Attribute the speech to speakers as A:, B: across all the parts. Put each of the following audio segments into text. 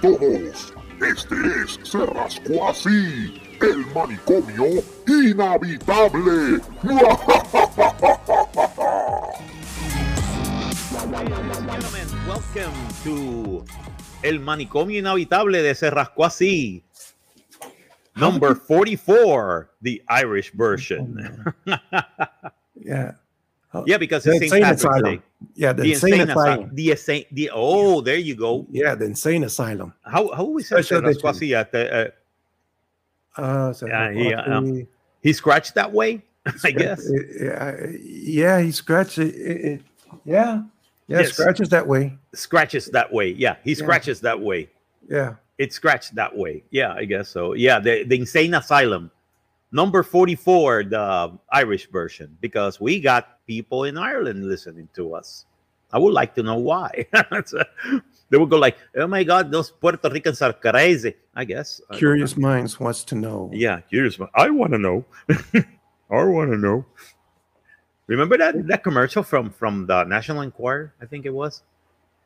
A: todos. Este es Se Rascó Así, el manicomio inhabitable.
B: Welcome to El manicomio inhabitable de Se Rascó Así. Number 44, the Irish version.
C: Yeah.
B: yeah, because it's
C: Oh. The
B: St. Patrick's
C: asylum.
B: Day.
C: Yeah, the,
B: The
C: insane,
B: insane
C: asylum.
B: asylum. The, insane, the, oh, there you go.
C: Yeah, the insane asylum.
B: How, how we say Se
C: Special
B: Rascó
C: edition.
B: Así at the, uh,
C: Uh, so
B: Yeah,
C: he,
B: he, uh, He scratched that way, I guess.
C: Yeah, yeah, he scratched it. it- it- yeah, yeah,
B: Yes.
C: scratches that way.
B: Scratches that way. Yeah, he
C: Yeah.
B: scratches that way.
C: Yeah,
B: It scratched that way. Yeah, I guess so. Yeah, the, the insane asylum. Number 44, the Irish version, because we got people in Ireland listening to us. I would like to know why. they would go like, oh my God, those Puerto Ricans are crazy. I guess. I don't
C: curious minds wants to know.
B: know. Yeah, curious. mi- I want to know. I want to know. Remember that, that commercial from, from the National Enquirer, I think it was?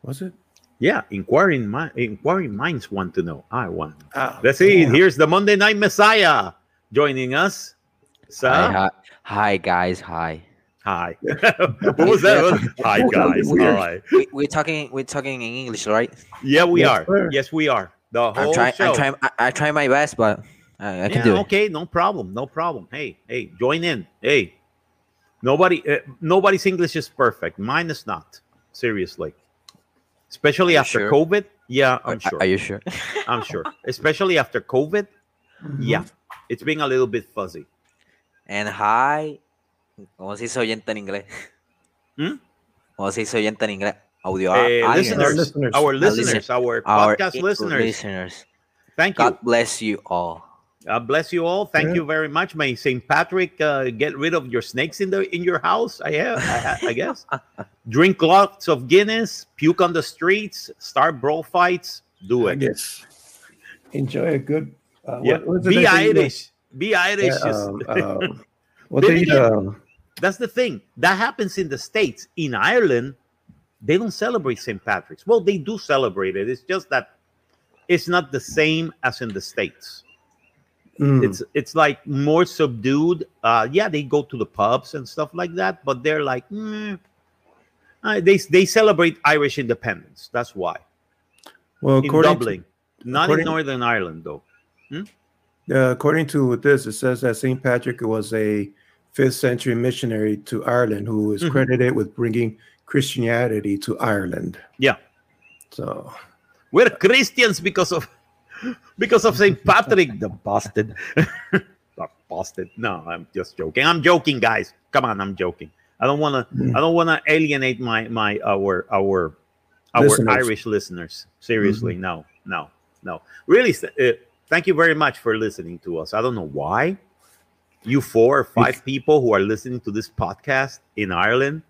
C: was it?
B: Yeah, inquiring mind, inquiring minds want to know. I want. to know.
C: Oh,
B: Let's see.
C: damn.
B: Here's the Monday Night Messiah joining us. So
D: Hi,
B: hi.
D: hi, hi, guys. Hi.
B: what was that? What- hi guys. All
D: Weird.
B: right.
D: We, we're talking. We're talking in English, right?
B: Yeah, we
C: Yes,
B: are.
C: sir.
B: Yes, we are. The whole
D: I'm trying.
B: show.
D: I'm trying. I, I try my best, but I, I can
B: yeah,
D: do it.
B: okay, no problem. No problem. Hey, hey, join in. Hey. Nobody uh, nobody's English is perfect. Mine is not. Seriously. Especially
D: Are you
B: after
D: sure?
B: COVID. Yeah,
D: Are-
B: I'm sure.
D: Are you sure?
B: I'm sure. Especially after COVID.
C: Mm-hmm.
B: Yeah. It's being a little bit fuzzy.
D: And hi. ¿Cómo se dice oyente en inglés?
B: ¿Mm?
D: ¿Cómo se dice oyente en inglés? Audio.
B: Eh,
D: audience.
B: listeners,
C: listeners.
B: our
C: Our
B: listeners, our,
D: Our
B: podcast
D: in-
B: listeners.
D: listeners.
B: Thank you.
D: God
B: God
D: bless you all.
B: bless you all. Thank
C: Yeah.
B: you very much. May Saint Patrick uh, get rid of your snakes in the in your house. I have, I, I guess. Drink lots of Guinness. Puke on the streets. Start brawl fights. Do
C: I
B: it.
C: guess. Enjoy a good. Uh,
B: Yeah.
C: what- what's the
B: Be
C: name of the-
B: Irish. Be Irish.
C: Yeah,
B: Just-
C: um, um, what they,
B: Vivian.
C: um,
B: That's the thing. That happens in the States. In Ireland, they don't celebrate St. Patrick's. Well, they do celebrate it. It's just that it's not the same as in the States.
C: mm,
B: It's it's like more subdued. Uh, yeah, they go to the pubs and stuff like that, but they're like, "Meh." Uh, they they celebrate Irish independence. That's why
C: well,
B: in
C: according to-
B: Dublin, not in
C: according-
B: Northern Ireland though.
C: Yeah, uh, according to this, it says that St. Patrick was a fifth century missionary to Ireland who is
B: Mhm.
C: credited with bringing Christianity to Ireland.
B: Yeah.
C: So,
B: We're Christians because of because of St. Patrick, the bastard. the bastard. No, I'm just joking. I'm joking, guys. Come on, I'm joking. I don't wanna I don't wanna alienate my my our our our
C: Listeners.
B: Irish listeners. Seriously, no, no, no. Really, uh, thank you very much for listening to us. I don't know why you four or five people who are listening to this podcast in Ireland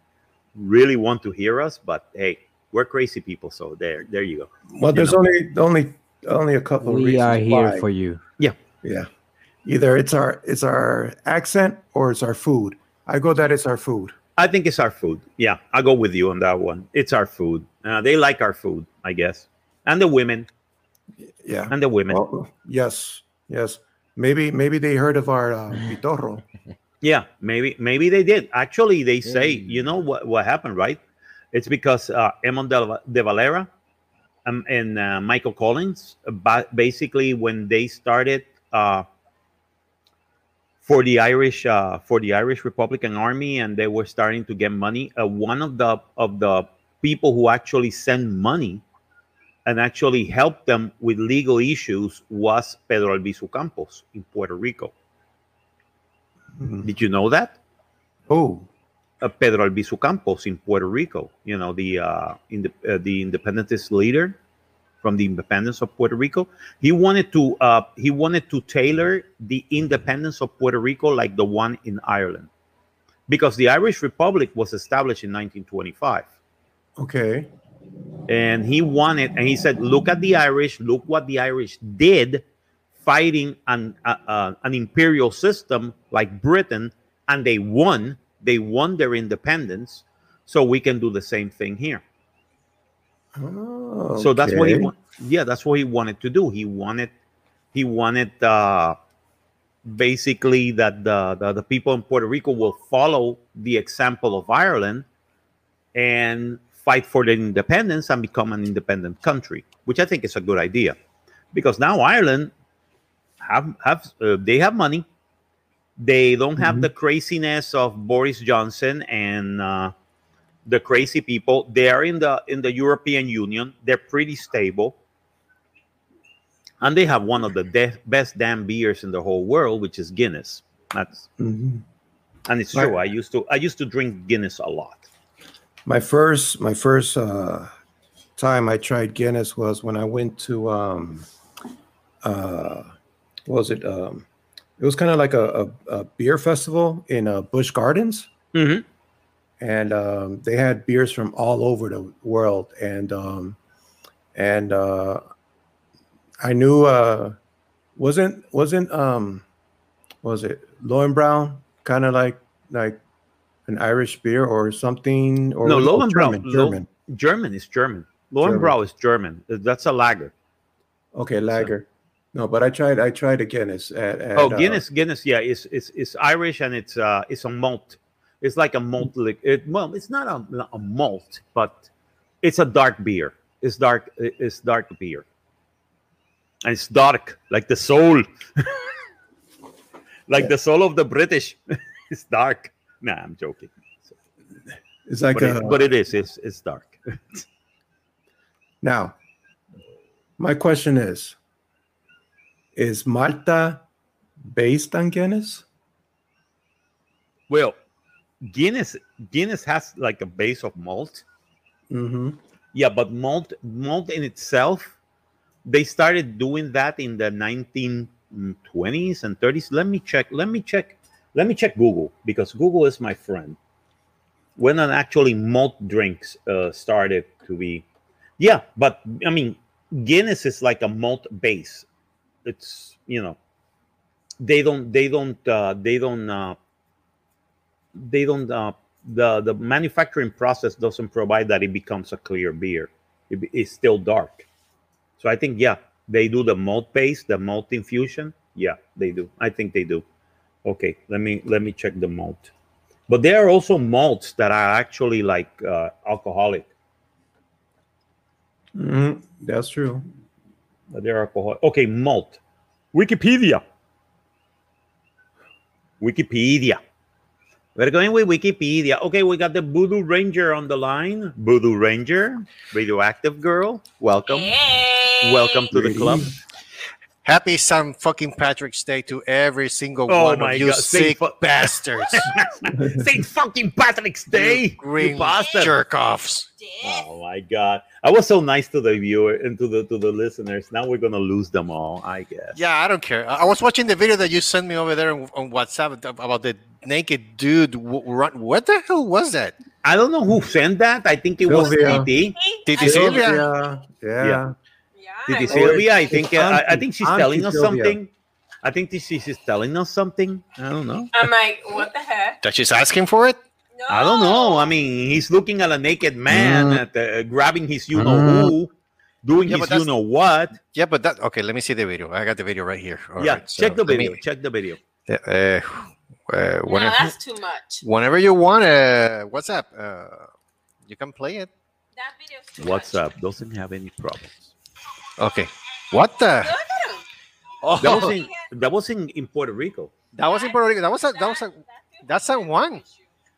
B: really want to hear us, but hey, we're crazy people. So there, there you go.
C: well, there's only only only a couple. of
D: We
C: reasons
D: are here
C: why.
D: for you.
C: yeah. Either it's our it's our accent or it's our food. I go that it's our food.
B: I think it's our food. Yeah, I'll go with you on that one. It's our food. Uh, they like our food, I guess. And the women,
C: Yeah.
B: and the women.
C: Well, yes, yes. Maybe maybe they heard of our uh, pitorro.
B: Yeah, maybe maybe they did. Actually, they say,
D: Mm.
B: you know what, what happened, right? It's because uh, Emon de, Va- de Valera um, and uh, Michael Collins, ba- basically, when they started uh, for the Irish uh, for the Irish Republican Army, and they were starting to get money. Uh, one of the of the people who actually sent money and actually helped them with legal issues was Pedro Albizu Campos in Puerto Rico.
C: Mhm.
B: Did you know that?
C: Oh,
B: uh, Pedro Albizu Campos in Puerto Rico. You know the uh, in the uh, the independentist leader from the independence of Puerto Rico. He wanted to uh, he wanted to tailor the independence of Puerto Rico like the one in Ireland, because the Irish Republic was established in 1925,
C: okay.
B: and he wanted and he said, look at the Irish, look what the Irish did fighting an uh, uh, an imperial system like Britain, and they won. They won their independence, so we can do the same thing here.
C: Oh,
B: So that's what he
C: okay.
B: wa- yeah, that's what he wanted to do. He wanted he wanted uh basically that the, the the people in Puerto Rico will follow the example of Ireland and fight for their independence and become an independent country, which I think is a good idea. Because now Ireland have have uh, they have money. They don't have
C: Mhm.
B: the craziness of Boris Johnson and uh, the crazy people. They are in the in the European Union. They're pretty stable, and they have one of the de- best damn beers in the whole world, which is Guinness. That's
D: Mm-hmm.
C: Mhm.
B: and it's
C: Right.
B: true. I used to I used to drink Guinness a lot.
C: My first, my first uh, time I tried Guinness was when I went to, um, uh, what was it? Um, it was kind of like a, a, a beer festival in uh, Busch Gardens.
B: Mhm.
C: and um, they had beers from all over the world and um, and uh, I knew uh, wasn't wasn't um, what was it Lowen Brown kind of like like an Irish beer or something or
B: No,
C: was it- oh,
B: Lowenbräu-
C: German,
B: Lo-
C: German.
B: German is German.
C: German.
B: Lowenbrau is German. That's a lager.
C: okay lager no but I tried I tried a Guinness at, at
B: oh,
C: uh,
B: Guinness, Guinness, yeah, it's it's it's Irish and it's uh it's a malt. It's like a malt. Li- it, well, it's not a, not a malt, but it's a dark beer. It's dark. it- It's dark beer, and it's dark like the soul, like the soul of the British. it's dark. Nah, I'm joking.
C: it's like
B: but,
C: a,
B: it, but it is. It's it's dark.
C: Now, my question is Is Malta based on Guinness?
B: Well, Guinness Guinness has like a base of malt,
C: Mm-hmm.
B: Yeah, but malt malt in itself, they started doing that in the 1920s and 30s. Let me check. Let me check. Let me check Google because Google is my friend. When an actually malt drinks uh, started to be, yeah, but I mean Guinness is like a malt base. It's you know, they don't they don't uh, they don't uh, they don't uh, the the manufacturing process doesn't provide that it becomes a clear beer. It, be- it's still dark. So I think yeah, they do the malt base, the malt infusion. Yeah, they do. I think they do. Okay, let me let me check the malt. But there are also malts that are actually like uh, alcoholic.
C: hmm That's true.
B: They're alcohol. Okay, malt. Wikipedia. Wikipedia. We're going with Wikipedia. Okay, we got the Voodoo Ranger on the line. Voodoo Ranger, radioactive girl. Welcome. Welcome to the club.
E: Happy San fucking Patrick's Day to every single
B: Oh
E: one
B: my
E: of you
B: God, say
E: sick
B: fu-
E: bastards.
B: St. fucking Patrick's
E: You
B: Day. You
E: green
B: bastard.
E: jerk offs.
B: Oh my god. I was so nice to the viewer and to the to the listeners. Now we're gonna lose them all, I guess.
E: Yeah, I don't care. I I was watching the video that you sent me over there on, on WhatsApp about the naked dude. W- run. What the hell was that?
B: I don't know who sent that. I think it was
C: Sylvia.
B: TT.
E: Did
F: I
E: you see
F: think-
E: it?
C: Yeah. Yeah.
B: Yeah.
F: Yeah,
B: Did you see
F: I
C: Oh,
F: will.
C: it?
B: Sylvia? I
C: it's
B: think uh, I, I
C: auntie-
B: think she's
C: auntie
B: telling us
C: Sylvia.
B: something. I think that she, she's telling us something. I don't know.
F: I'm like, what the heck?
E: That she's asking for it?
F: No.
B: I don't know. I mean, he's looking at a naked man,
C: Mm.
B: at the, uh, grabbing his you know
E: Mm.
B: who, doing
E: Yeah, but
B: his
E: that's-
B: you know what.
E: Yeah, but that. Okay, let me see the video. I got the video right here. All
B: yeah,
E: right, so
B: check the
E: let me-
B: video. Check the video.
E: Yeah, uh, uh,
F: No,
E: whenever,
F: that's too much.
E: whenever you want, uh, WhatsApp, uh, you can play it.
F: That video's too
B: What's
F: much.
B: up? Doesn't have any problems.
E: Okay. What the?
F: Look at him.
E: Oh,
B: That was in that was in, in Puerto Rico.
E: that was in Puerto Rico. That was a, that was a
F: that's
E: that's a one.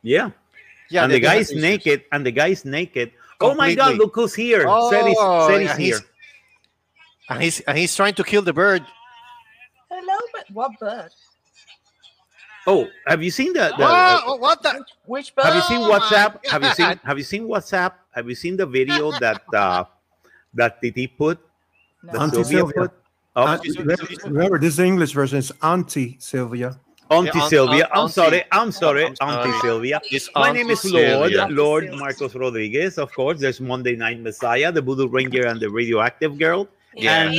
B: Yeah,
E: Yeah,
B: and
E: they-
B: the
E: they had
B: guy's
E: issues.
B: naked, and the guy's naked. Oh my God!
E: Completely.
B: Look who's here.
E: Oh,
B: Said he's, said he's
E: and
B: here.
E: he's- and he's and he's trying to kill the bird.
G: Hello, but what bird?
B: Oh, have you seen the, the
E: Whoa, oh, what the?
G: Which
B: Have
G: bird?
B: you seen
E: Oh my
B: WhatsApp? Have you seen
E: God.
B: Have you seen WhatsApp? Have you seen the video that uh, that Titi put? That
C: Auntie Sylvia.
B: put? Oh,
C: Aunt- re- Uh, remember, this English version is Auntie Sylvia.
B: Auntie
E: Yeah, aunt-
B: Sylvia.
E: aunt-
B: I'm
E: auntie.
B: sorry. I'm sorry,
E: I'm sorry.
B: Auntie Sylvia.
E: It's
B: My
E: Auntie
B: name is Lord,
E: Sylvia.
B: Lord Marcos Rodriguez. Of course, there's Monday Night Messiah, the Voodoo Ranger, and the Radioactive Girl,
E: Yeah.
B: and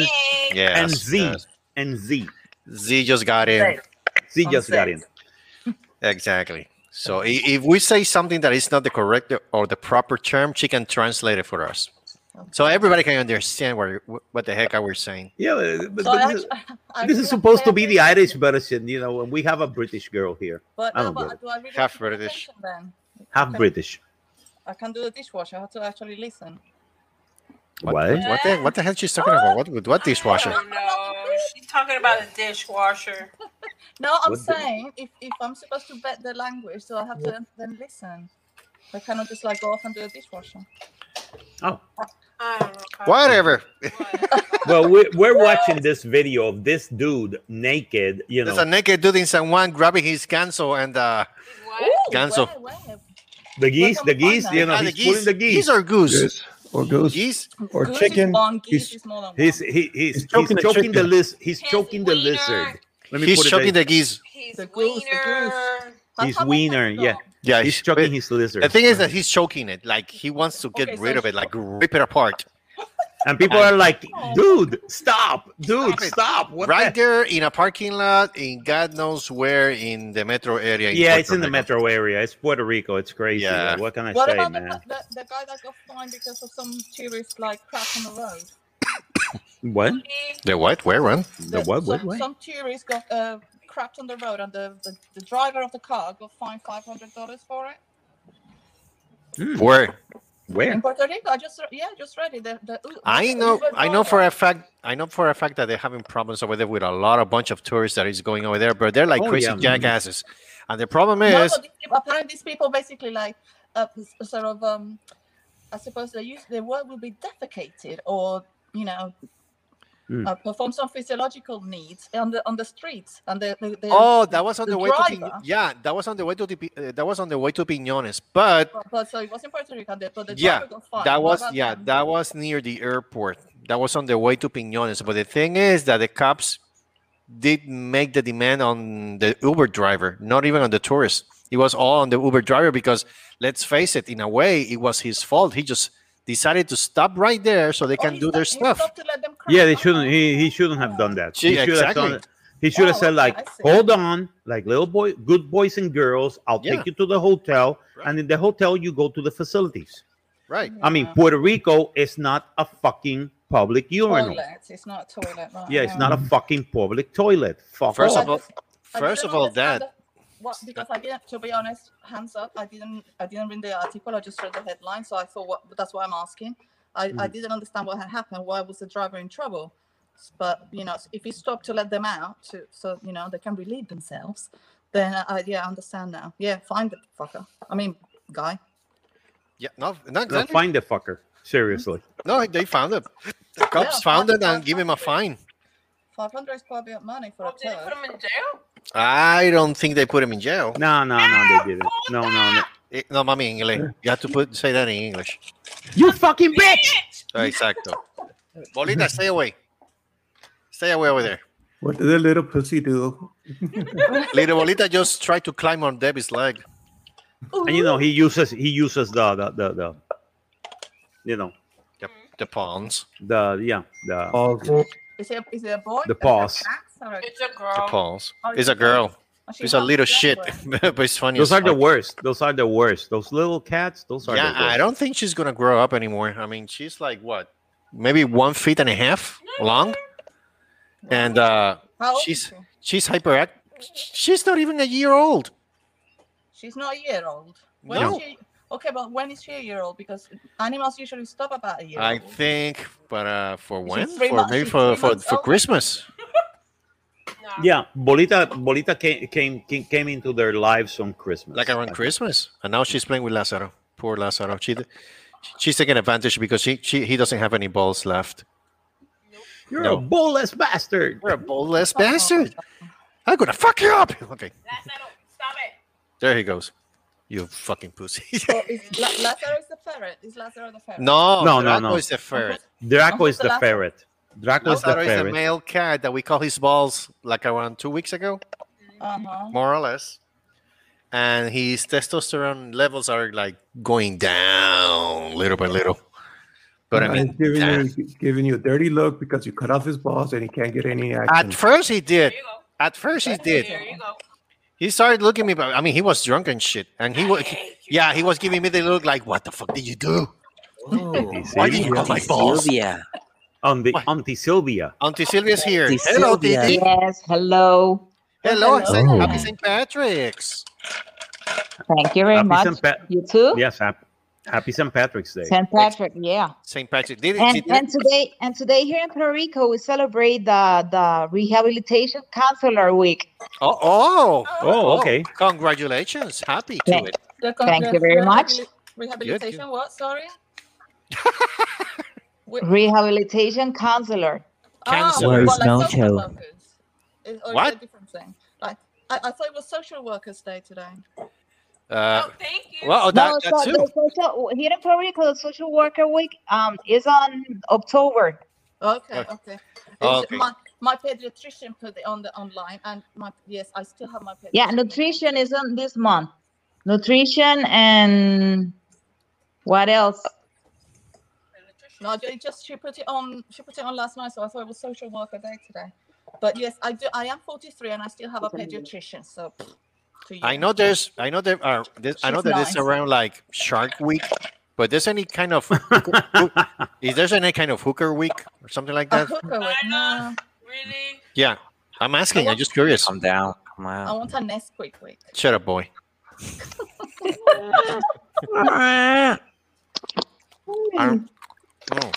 E: Yes,
B: and Z
E: yes.
B: and Z.
E: Z just got in.
G: Right.
B: Z
G: On
B: just got in.
G: six.
E: Exactly. So i- if we say something that is not the correct or the proper term, she can translate it for us. So everybody can understand what what the heck I was saying.
B: Yeah, but,
G: So
B: but
G: I
B: this, is-
G: actu- I
B: this is
G: feel
B: supposed to be the
G: offended,
B: Irish version, you know, and we have a British girl here,
G: But,
B: I
G: no,
B: don't get
G: but do I really
E: Half
G: have to pay
E: British.
G: attention Then
B: half
G: Okay.
B: British.
G: I can't do the dishwasher. I have to actually listen.
B: What?
E: What the what the hell she's talking about? What with what dishwasher?
F: Oh no, she's talking about a dishwasher.
G: No, I'm
B: What the-
G: saying if, if I'm supposed to bet the language, so I have to then listen. I cannot just like go off and do a dishwasher.
B: Oh,
F: I don't know.
E: Whatever.
F: Whatever.
B: well, we're, we're watching this video of this dude naked, you
E: There's
B: know,
E: a naked dude in San Juan grabbing his ganso and uh,
F: What?
G: Ooh,
E: Ganso.
G: where- where?
B: the geese,
G: Welcome
B: the geese,
G: Fortnite.
B: you know,
E: ah, the
B: he's pulling the geese.
E: Geese or goose?
C: Goose or goose
E: Geese?
C: or
G: Goose is
C: chicken.
G: one, geese
C: He's-
G: is more than
B: He's
G: one.
B: he, he's,
C: He's
B: he's choking,
C: choking the
B: the
C: chicken.
B: lizard. He's
F: His
B: choking the
F: wiener.
B: lizard. Let me
E: He's
B: put it
E: choking
B: that-
E: the geese.
F: His
G: The goose, the
F: wiener.
G: But
B: he's
G: how about
B: wiener,
G: that
B: yeah.
G: dog?
E: Yeah,
B: He's choking his lizard.
E: The thing is that he's choking it. Like he wants to get
G: Okay, so
E: rid of it,
G: sh-
E: like rip it apart.
B: and people are like,
G: Oh.
B: "Dude, stop! Dude,
E: Stop it.
B: stop! What
E: right
B: the-
E: there in a parking lot in God knows where in the metro area.
B: Yeah, it's
E: Puerto
B: in the
E: Rico.
B: metro area. It's Puerto Rico. It's crazy.
E: Yeah.
B: Like, what can I
G: What
B: say,
G: about the,
B: man?
G: the, the guy that got fined because of some tourist like crap on the road?
B: What?
E: The what? Where, Ron?
B: The what? What?
G: some,
B: what?
G: some tourist got uh, crapped on the road, and the, the, the driver of the car got fined five hundred dollars for it.
E: Where?
B: Where?
G: In Puerto Rico, I just re- yeah, I just read it. The, the, Uber-
E: I know.
G: Uber
E: I know for a
G: driver-
E: fact. I know for a fact that they're having problems over there with a lot of bunch of tourists that is going over there, but they're like
B: Oh,
E: crazy
B: yeah, man.
E: jackasses. And the problem
G: No,
E: is,
G: but these people- apparently these people basically like uh, s- sort of um, I suppose they use their word will be defecated or you know.
B: Hmm.
G: Uh, perform some physiological needs on the on the streets, and the, the, the
E: oh, that was on the,
G: the
E: way. To Pi-
G: driver.
E: yeah, that was on the way to the, Pi- uh, that was on the way to Piñones, but
G: But, but so it was in Puerto Rico, the- but the
E: Yeah,
G: driver got fined.
E: that
G: What
E: was
G: about
E: yeah,
G: them?
E: that was near the airport. That was on the way to Piñones. But the thing is that the cops did make the demand on the Uber driver, not even on the tourist. It was all on the Uber driver because let's face it, in a way, it was his fault. He just decided to stop right there so they
G: Oh,
E: can
G: he
E: do their
G: stopped- he
E: stuff.
G: stopped to let them
B: Yeah, they
G: crash.
B: shouldn't. He, he
G: Oh.
B: shouldn't have done that.
E: Gee,
B: he should have
E: exactly.
B: done. He should have
G: Oh,
B: said
G: okay,
B: like,
G: I see.
B: "Hold on, like little boy, good boys and girls. I'll
E: Yeah.
B: take you to the hotel,
E: Right.
B: and in the hotel you go to the facilities."
E: Right.
B: I mean,
G: Yeah.
B: Puerto Rico is not a fucking public urinal.
G: toilets. It's not a toilet. Right?
B: Yeah, it's not a fucking public toilet. Fuck
E: Mm. First
B: off.
E: of all, first of all, that
G: What, because I didn't, to be honest, hands up. I didn't. I didn't read the article. I just read the headline, so I thought, what? That's why I'm asking. I, I
B: Mhm.
G: didn't understand what had happened. Why was the driver in trouble? But you know, if you stop to let them out, to, so you know they can relieve themselves, then I, yeah, I understand now. Yeah, find the fucker. I mean, guy.
E: yeah, no, no,
B: No,
E: exactly.
B: find the fucker. Seriously.
E: no, they found it. The cops
G: Yeah,
E: found
G: fine,
E: it and
G: fine,
E: give him a fine.
G: Five hundred is quite a bit of money for a
F: Oh, did they
G: turd.
F: put him in jail?
E: I don't think they put him in jail.
B: No, no, no, they didn't. No, no, no.
E: Eh, No, mami, en inglés. You have to put say that in English.
B: You fucking bitch!
E: Exacto. Bolita, stay away. Stay away over there.
C: What did the little pussy do?
E: Little Bolita just tried to climb on Debbie's leg.
B: And you know he uses he uses the the the, the you know
E: The, the pawns.
B: the yeah the
C: All
G: Is it, is it a boy?
B: The
G: Is it a
B: paws.
G: cat or a-
F: It's a
E: The
F: girl.
E: pawns.
G: Oh,
E: It's a girl.
G: oh, she
E: It's a
G: loves
E: little
G: that
E: shit,
G: word.
E: but it's funny.
B: those
E: as
B: are the
E: fuck.
B: worst. Those are the worst. Those little cats. Those are
E: Yeah,
B: the worst.
E: I don't think she's gonna grow up anymore. I mean, she's like what, maybe one feet and a half long, and uh,
G: How old is
E: she's
G: she?
E: she's hyperact. She's not even a year old.
G: She's not a year old. When
E: No.
G: is she? Okay, but when is she a year old? Because animals usually stop about a year.
E: I
G: old.
E: think, but uh, for when?
G: three
E: For
G: months-
E: maybe
G: she's
E: for
G: three
E: for,
G: months
E: for
G: old.
E: Christmas.
F: No.
B: Yeah, Bolita Bolita came came came, came into their lives on Christmas.
E: like around Christmas, and now she's playing with Lazaro. Poor Lazaro. She, she's taking advantage because she, she he doesn't have any balls left.
B: You're
E: No.
B: a ballless bastard.
E: You're a ballless bastard. I'm gonna fuck you up. Okay,
F: That's not, stop it.
E: there he goes. You fucking pussy.
G: So is La- Lazaro is the ferret? Is Lazaro the ferret?
E: no,
B: No,
E: Oh,
B: no,
E: Draco
B: no.
E: is the ferret.
B: Draco is the
G: Lazaro.
B: ferret. Draco is the
E: Lazaro is the
B: ferret.
E: male cat that we call his balls like around two weeks ago,
G: Uh
F: Uh-huh.
G: huh.
E: more or less. And his testosterone levels are like going down little by little. But I mean,
C: giving
E: nah.
C: you giving you a dirty look because you cut off his balls and he can't get any action.
E: at first he
F: There
E: did.
F: you go.
E: At first he did.
F: There you go.
E: He started looking at me, but I mean, he was drunk and shit. And he was,
F: Thank you.
E: yeah, he was giving me the look like, what the fuck did you do?
D: Oh,
E: Why did you call my
D: Auntie
E: balls?
D: Sylvia.
B: on the
E: Why?
B: Auntie Sylvia.
E: Auntie Sylvia's here.
D: Auntie
E: Hello,
D: Sylvia.
E: Titi.
H: Yes, hello.
E: Hello, Saint-
C: Oh.
G: Hello.
E: happy St. Patrick's.
H: Thank you very
B: Happy
H: much.
B: St. Pat-
H: you too?
B: yes, hap- happy St. Patrick's Day.
H: St. Patrick, yeah.
E: St. Patrick. Did
H: And,
E: Titi-
H: and today and today here in Puerto Rico we celebrate the, the Rehabilitation Counselor Week.
E: oh, oh,
B: Oh, okay.
E: Congratulations. Happy to
H: Thank-
E: it.
G: The
H: Thank
G: con- the
H: you very much.
G: rehabili- Rehabilitation, what? Sorry? we-
H: Rehabilitation Counselor.
E: Cancer.
D: Where is
G: Oh, well, like
D: Nacho?
G: social workers. It- or is it
E: What?
G: a different thing? Like, I, I thought it was Social Workers Day today.
E: Uh,
F: oh, thank you.
E: well,
H: No,
E: that, that
H: so
E: too.
H: the social, here in Puerto Rico, the Social Worker Week um, is on October.
G: Okay,
E: Okay. Oh,
G: okay. It's-
E: Okay.
G: My, my pediatrician put it on the online, and my yes, I still have my pediatrician.
H: Yeah, nutrition is on this month. Nutrition and what else?
G: No, it just she put it on. She put it on last night, so I thought it was Social Worker Day today. But yes, I do. I am 43, and I still have a pediatrician. So, pff, to you.
E: I know there's, I know there are, there's, I know
G: She's
E: that it's
G: nice.
E: around like Shark Week, but there's any kind of, is there any kind of hooker week or something like
G: A
E: that?
G: hooker with, no,
F: Really?
E: Yeah. I'm asking. I'm just curious.
D: Calm down. Come
B: Ah.
G: I
D: on.
G: want a Nesquik week.
E: Shut up, boy. Um, oh.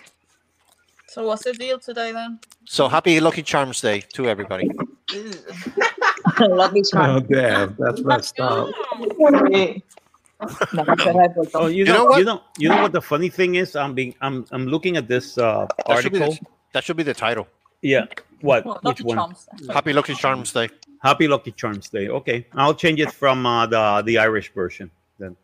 G: So what's the deal today then?
E: So happy Lucky Charms Day to everybody.
H: Lucky charm.
C: Oh, damn, that's messed
B: Uh,
C: up.
H: No, that's what I thought.
B: Oh, you
E: You
B: know,
E: know what?
B: you know, you know what the funny thing is? I'm being, I'm, I'm looking at this uh,
E: That should, be
B: article.
E: the, that should be the title.
B: Yeah. What?
G: Well,
B: Which
G: Lucky
B: one?
G: Charms.
E: Happy Lucky Charms Day.
B: Happy Lucky Charms Day. Okay, I'll change it from uh, the the Irish version. Then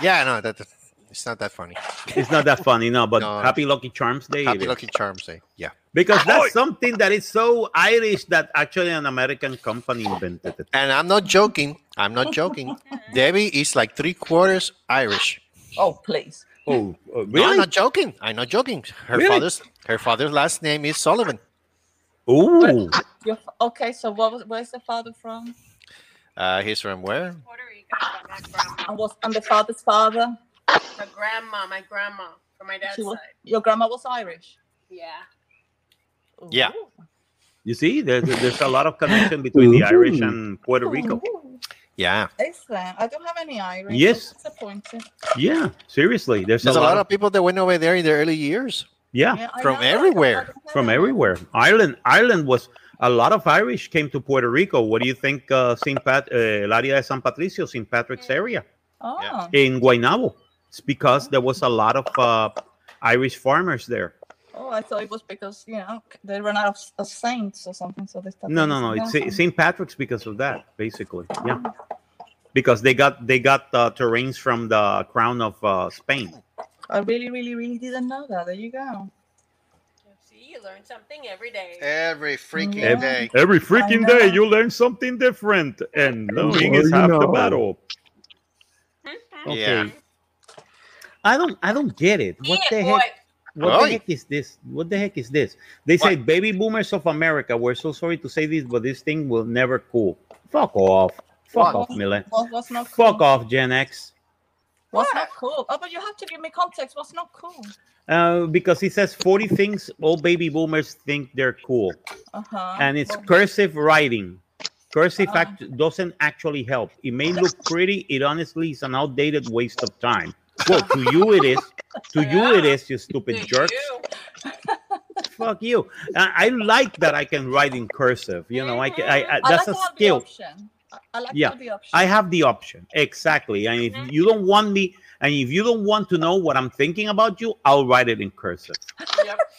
E: Yeah, no, that, that- it's not that funny.
B: it's not that funny, no. But
E: No.
B: Happy Lucky Charms Day. it
E: Happy
B: is.
E: Lucky Charms Day. Yeah.
B: Because that's something that is so Irish that actually an American company invented it.
E: And I'm not joking. I'm not joking. Debbie is like three quarters Irish.
G: Oh please.
B: Oh, uh,
E: No, I'm
B: really?
E: not joking. I'm not joking. Her
B: Really?
E: father's her father's last name is Sullivan.
B: Ooh,
G: Your f- okay, so what was, where's the father from?
E: Uh, he's from where?
F: Puerto Rico. from My grandma.
G: And was and the father's father?
F: My grandma. My grandma. From my dad's
G: She was,
F: side.
G: your grandma was Irish.
F: Yeah.
G: Oh,
E: Yeah.
B: you see, there's there's a lot of connection between the Irish and Puerto Rico.
E: Yeah.
G: Is there? I don't have any Irish.
B: Yes.
G: I'm disappointed.
B: Yeah, seriously, there's,
E: There's a lot of people that went over there in their early years.
B: yeah,
G: Yeah, I
E: From
G: know, I don't- I
E: everywhere.
G: don't have
B: from
G: any.
B: everywhere. Ireland, Ireland was a lot of Irish came to Puerto Rico. What do you think, uh, Saint Pat, uh, el área de San Patricio, Saint Patrick's area
G: Oh.
E: Yeah.
B: in Guaynabo? It's because there was a lot of uh, Irish farmers there.
G: Oh, I thought it was because you know c- they ran out of, s- of saints or something, so they started.
B: No, no, no. It's Sa- St. Patrick's because of that, basically. Yeah, because they got they got the terrains from the crown of uh, Spain.
G: I really, really, really didn't know that. There you go.
F: See, you learn something every day. Mm-hmm.
E: Every freaking
G: Yeah.
E: day.
B: Every
G: freaking day know. you
B: learn something different, and
C: knowing is half the battle.
F: Mm-hmm.
E: Yeah.
B: I don't I don't get it. What
F: Yeah,
B: the
F: boy.
B: heck? What
E: Oy.
B: the heck is this? What the heck is this? They say baby boomers of America. We're so sorry to say this, but this thing will never cool. Fuck off. Fuck
G: What?
B: off, Milan.
G: What, what's not cool?
B: Fuck off, Gen X.
G: What's not cool? Oh, but you have to give me context. What's not cool?
B: Uh, because he says 40 things all baby boomers think they're cool.
G: Uh huh.
B: And it's cursive writing. Cursive
G: Ah.
B: act- doesn't actually help. It may look pretty, it honestly is an outdated waste of time. Well, to you it is. To you it is, you stupid
F: Do
B: jerks.
F: you?
B: Fuck you. I, I like that I can write in cursive. You know, I, can, I, I
G: Mm-hmm. I like
B: that's
G: to
B: a
G: have
B: skill.
G: The option. I, I like
B: Yeah,
G: to have the option. Mm-hmm.
B: I have the option. Exactly. And if you don't want me, and if you don't want to know what I'm thinking about you, I'll write it in cursive.
F: Yep.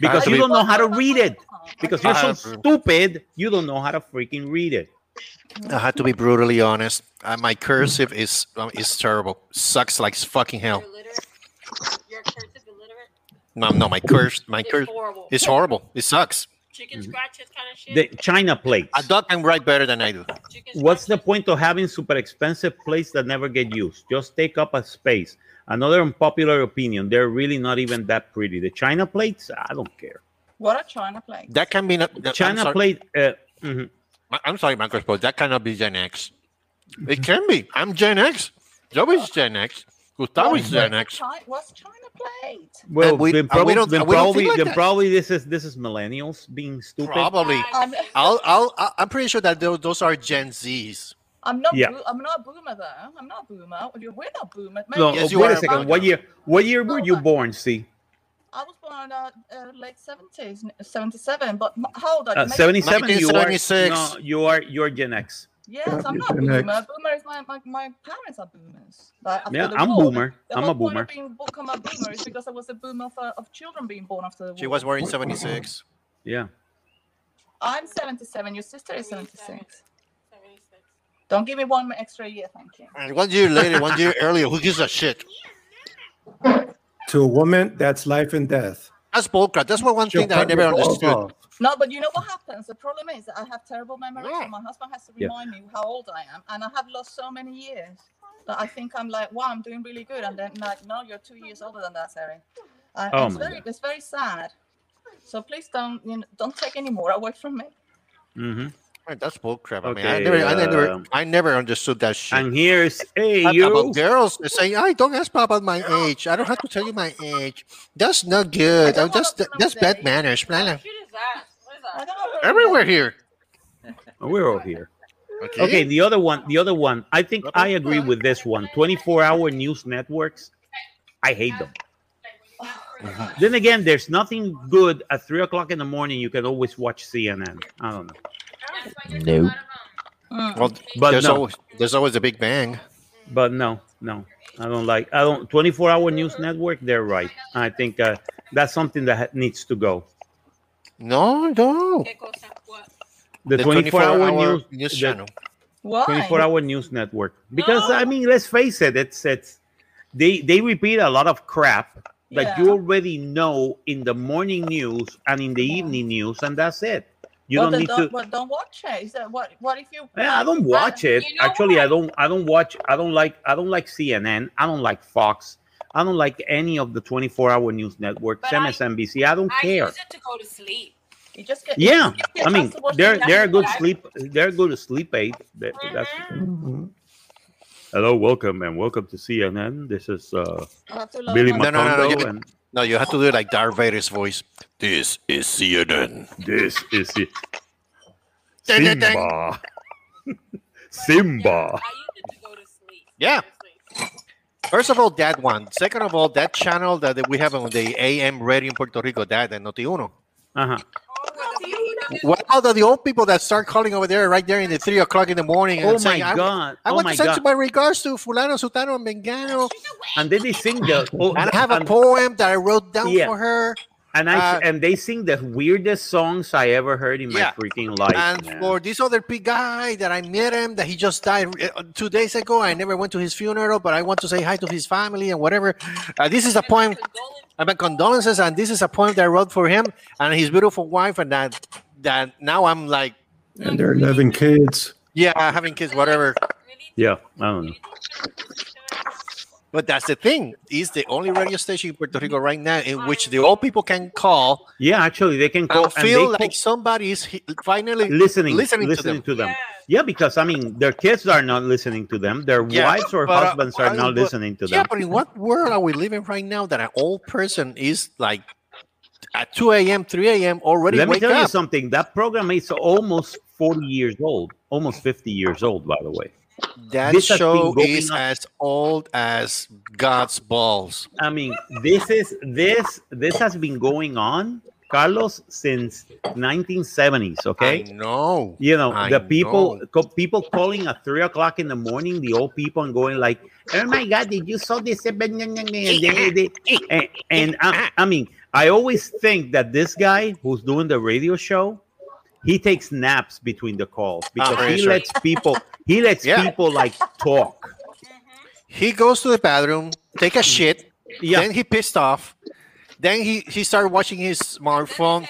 B: Because
E: I
B: you
E: mean-
B: don't know how to read it. Because you're so
E: Uh,
B: stupid, you don't know how to freaking read it.
E: I had to be brutally honest. Uh, my cursive is um, is terrible. Sucks like fucking hell.
F: You're illiterate. You're cursive illiterate.
E: No, no, my curse, my
F: It's
E: curse
F: horrible.
E: is horrible. It sucks.
F: Chicken scratches kind of shit.
B: Mm-hmm. The China plates.
E: A dog can write better than I do.
F: Chicken
B: What's the
F: scratches.
B: point of having super expensive plates that never get used? Just take up a space. Another unpopular opinion. They're really not even that pretty. The China plates, I don't care.
G: What are China playing?
E: That can be not, that- I'm
B: China
E: sorry,
B: plate, uh, mhm.
E: I- I'm sorry, Marcos, but that cannot be Gen X.
B: Mm-hmm.
E: It can be. I'm Gen X. Joe is Gen X. Gustavo is Gen X.
G: What's China plate.
B: Well,
E: we-
B: then
E: and we
B: probably,
E: don't-
B: then
E: and we don't think
B: probably,
E: like
B: then
E: that.
B: probably this is this is millennials being stupid.
E: Probably.
G: I'm,
E: I'll, I'll, I- I'm pretty sure that those, those are Gen Zs.
G: I'm not.
B: Yeah.
G: Boo- I'm not a boomer though. I'm not a boomer. We're not boomer.
B: No,
E: Yes,
B: oh,
E: you
B: wait
E: are.
B: a second. What year? What year were
G: Oh,
B: you
G: my-
B: born? See,
G: I was born uh, uh, late seventies, seventy-seven. But m- how old are you?
B: uh,
G: Maybe-
B: seventy-seven. You are.
E: 1976.
B: No, you are. You are Gen X.
G: Yes,
C: Yeah,
G: I'm not a
C: you're
G: boomer.
C: Gen X.
G: Boomer is my, my my parents are boomers. Like, after
B: Yeah,
G: the
B: I'm
G: war.
B: boomer.
G: The
B: I'm
G: whole
B: a
G: point
B: boomer.
G: Of being bo- become a boomer is because I was a boomer of, uh, of children being born after the war.
E: She was born in 76.
B: Yeah.
G: I'm 77. Your sister is 76.
F: 76.
G: Don't give me one extra year, thank you.
E: And one year later, one year earlier, who gives a shit?
C: To a woman, that's life and death.
E: That's bullcrap. That's one, one
C: She'll
E: thing that I
C: cut
E: never
C: your balls
E: understood.
C: off.
G: No, but you know what happens? The problem is that I have terrible memories,
E: Yeah.
G: and my husband has to
B: Yeah.
G: remind me how old I am, and I have lost so many years that I think I'm like, wow, I'm doing really good, and then like, no, you're two years older than that, Sarah. And
B: Oh
G: it's
B: my
G: very, it's very sad. So please don't, you know, don't take any more away from me.
B: hmm
E: Man, That's bullcrap. I mean, I
B: Okay,
E: never, I
B: uh,
E: never, I never understood that shit.
B: And here's hey
E: Ab-
B: you.
E: About girls they're saying, "I don't ask me about my age. I don't have to tell you my age. That's not good.
G: I
E: I'm
G: don't
E: just
G: wanna
E: that's
G: promote
E: bad manners." Blah, blah.
F: Shoot his ass. What is
G: I
F: that?
G: don't know where-
E: Everywhere here.
B: Oh, We're all here. Okay, the other one, the other one. I think I agree with this one. 24 hour news networks. I hate them. Then again, there's nothing good at three o'clock in the morning. You can always watch CNN. I don't know.
D: No.
G: Mm.
E: Well,
B: But
E: there's
B: no.
E: always there's always a Big Bang.
B: But no, no, I don't like. I don't. 24 hour news network. They're right. I think uh, that's something that ha- needs to go.
E: No, no.
F: ¿Qué cosa? What?
B: The, 24 hour, news, the
E: channel.
G: Why?
B: 24 hour news network. Because I mean, let's face it. It's it's they they repeat a lot of crap that you
G: Yeah.
B: already know in the morning news and in the
G: Yeah.
B: evening news, and that's it. You
G: Well,
B: don't
G: then
B: need
G: don't,
B: to.
G: well, don't watch it. Is that what? What if you?
B: Yeah, I don't watch it.
F: you know
B: Actually, I
F: what?
B: don't. I don't watch. I don't like. I don't like CNN. I don't like Fox. I don't like any of the 24-hour news networks,
F: But I-
B: MSNBC. I, don't
F: I
B: care.
F: use it to go to sleep.
G: You just get.
B: yeah,
G: you get
B: I mean,
G: chance to watch
B: they're
G: the
B: they're a good
G: reality
B: sleep. They're a good sleep aid. That- that's-
F: Mhm.
C: Mhm.
B: hello, welcome, and welcome to CNN. This is uh,
G: show. I have to love
B: Billy
G: my-
E: No, no, no, no,
B: McConaughey,
E: you-
B: and
E: No, you have to do it like Darth Vader's voice. This is CNN.
B: this is it.
E: Ding, ding, ding.
B: Simba.
F: Yeah,
B: Simba.
F: I use it to go to sleep.
E: Yeah.
F: Seriously.
E: First of all, that one. Second of all, that channel that we have on the AM radio in Puerto Rico, that and Noti Uno.
B: Uh huh.
F: Oh, well, the people do-
E: What about the old people that start calling over there right there in the three o'clock in the morning? And
B: Oh my
E: saying, I,
B: god.
E: I
B: oh
E: want
B: my
E: to send
B: god.
E: you my regards to Fulano, Sutano, and Mengano.
B: And then they sing the. Oh,
E: And I have a
B: and-
E: poem that I wrote down
B: Yeah.
E: for her.
B: And I
E: Uh,
B: and they sing the weirdest songs I ever heard in my
E: Yeah.
B: freaking life.
E: and
B: man.
E: for this other big guy that I met him, that he just died uh, two days ago. I never went to his funeral, but I want to say hi to his family and whatever. Uh, this is a poem. I my condolences, and this is a poem that I wrote for him and his beautiful wife, and that that now I'm like,
C: And they're eleven kids.
E: yeah, having kids, whatever.
F: Really?
B: yeah, I don't know.
F: Really?
E: But that's the thing. It's the only radio station in Puerto Rico right now in which the old people can call
B: Yeah, actually, they can go
E: and feel
B: and they
E: like
B: keep
E: somebody is he- finally
B: listening,
E: listening
B: listening,
E: to them.
B: to them.
F: Yeah.
B: Yeah, because I mean, their kids are not listening to them. Their
E: Yeah,
B: wives or
E: but, uh,
B: husbands
E: I-
B: are not
E: but-
B: listening to
E: Yeah,
B: them.
E: but in what world are we living right now that an old person is like at 2 a.m., 3 a.m. already
B: Let me
E: wake
B: tell you
E: up?
B: something. That program is almost forty years old, almost fifty years old, by the way.
E: That
B: This has been
E: show
B: going
E: is
B: on-
E: as old as God's balls.
B: I mean, this is this this has been going on, Carlos, since 1970s. Okay,
E: I know.
B: you know
E: I
B: the people
E: know.
B: co- people calling at three o'clock in the morning the old people and going like oh my god did you saw this and, and, and uh, I, I mean i always think that this guy who's doing the radio show he takes naps between the calls because
E: pretty
B: he
E: sure.
B: lets people he lets
E: Yeah.
B: people like talk
E: He goes to the bathroom, take a shit,
B: yeah
E: then he pissed off. Then he, he started watching his smartphone.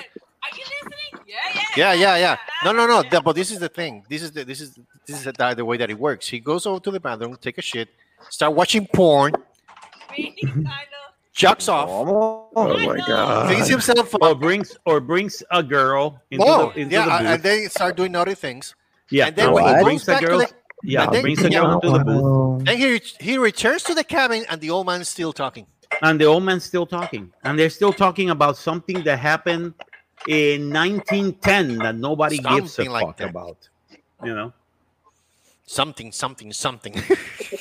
F: Are you listening? Yeah, yeah.
E: Yeah, yeah, yeah. No, no, no. The- but this is the thing. This is the this is this is the, the way that it works. He goes over to the bathroom, take a shit, start watching porn,
F: Really, Kylo?
E: jacks off,
C: Oh my
E: thinks
C: god.
E: himself
B: or
E: up,
B: brings or brings a girl into
E: oh,
B: the into
E: yeah,
B: the
E: uh,
B: booth.
E: and then start doing other things.
B: yeah
E: and then
B: no,
E: when
B: he
E: he
B: brings
E: goes
B: a
E: back to
B: girl
E: the,
B: yeah
E: and then-
B: brings a
E: yeah.
B: girl into the booth
C: Wow.
E: then he ret- he returns to the cabin, and the old man's still talking.
B: and the old man's still talking, and they're still talking about something that happened in 1910 that nobody gives a
E: Something like
B: fuck
E: that.
B: about. You know,
E: Something, something, something.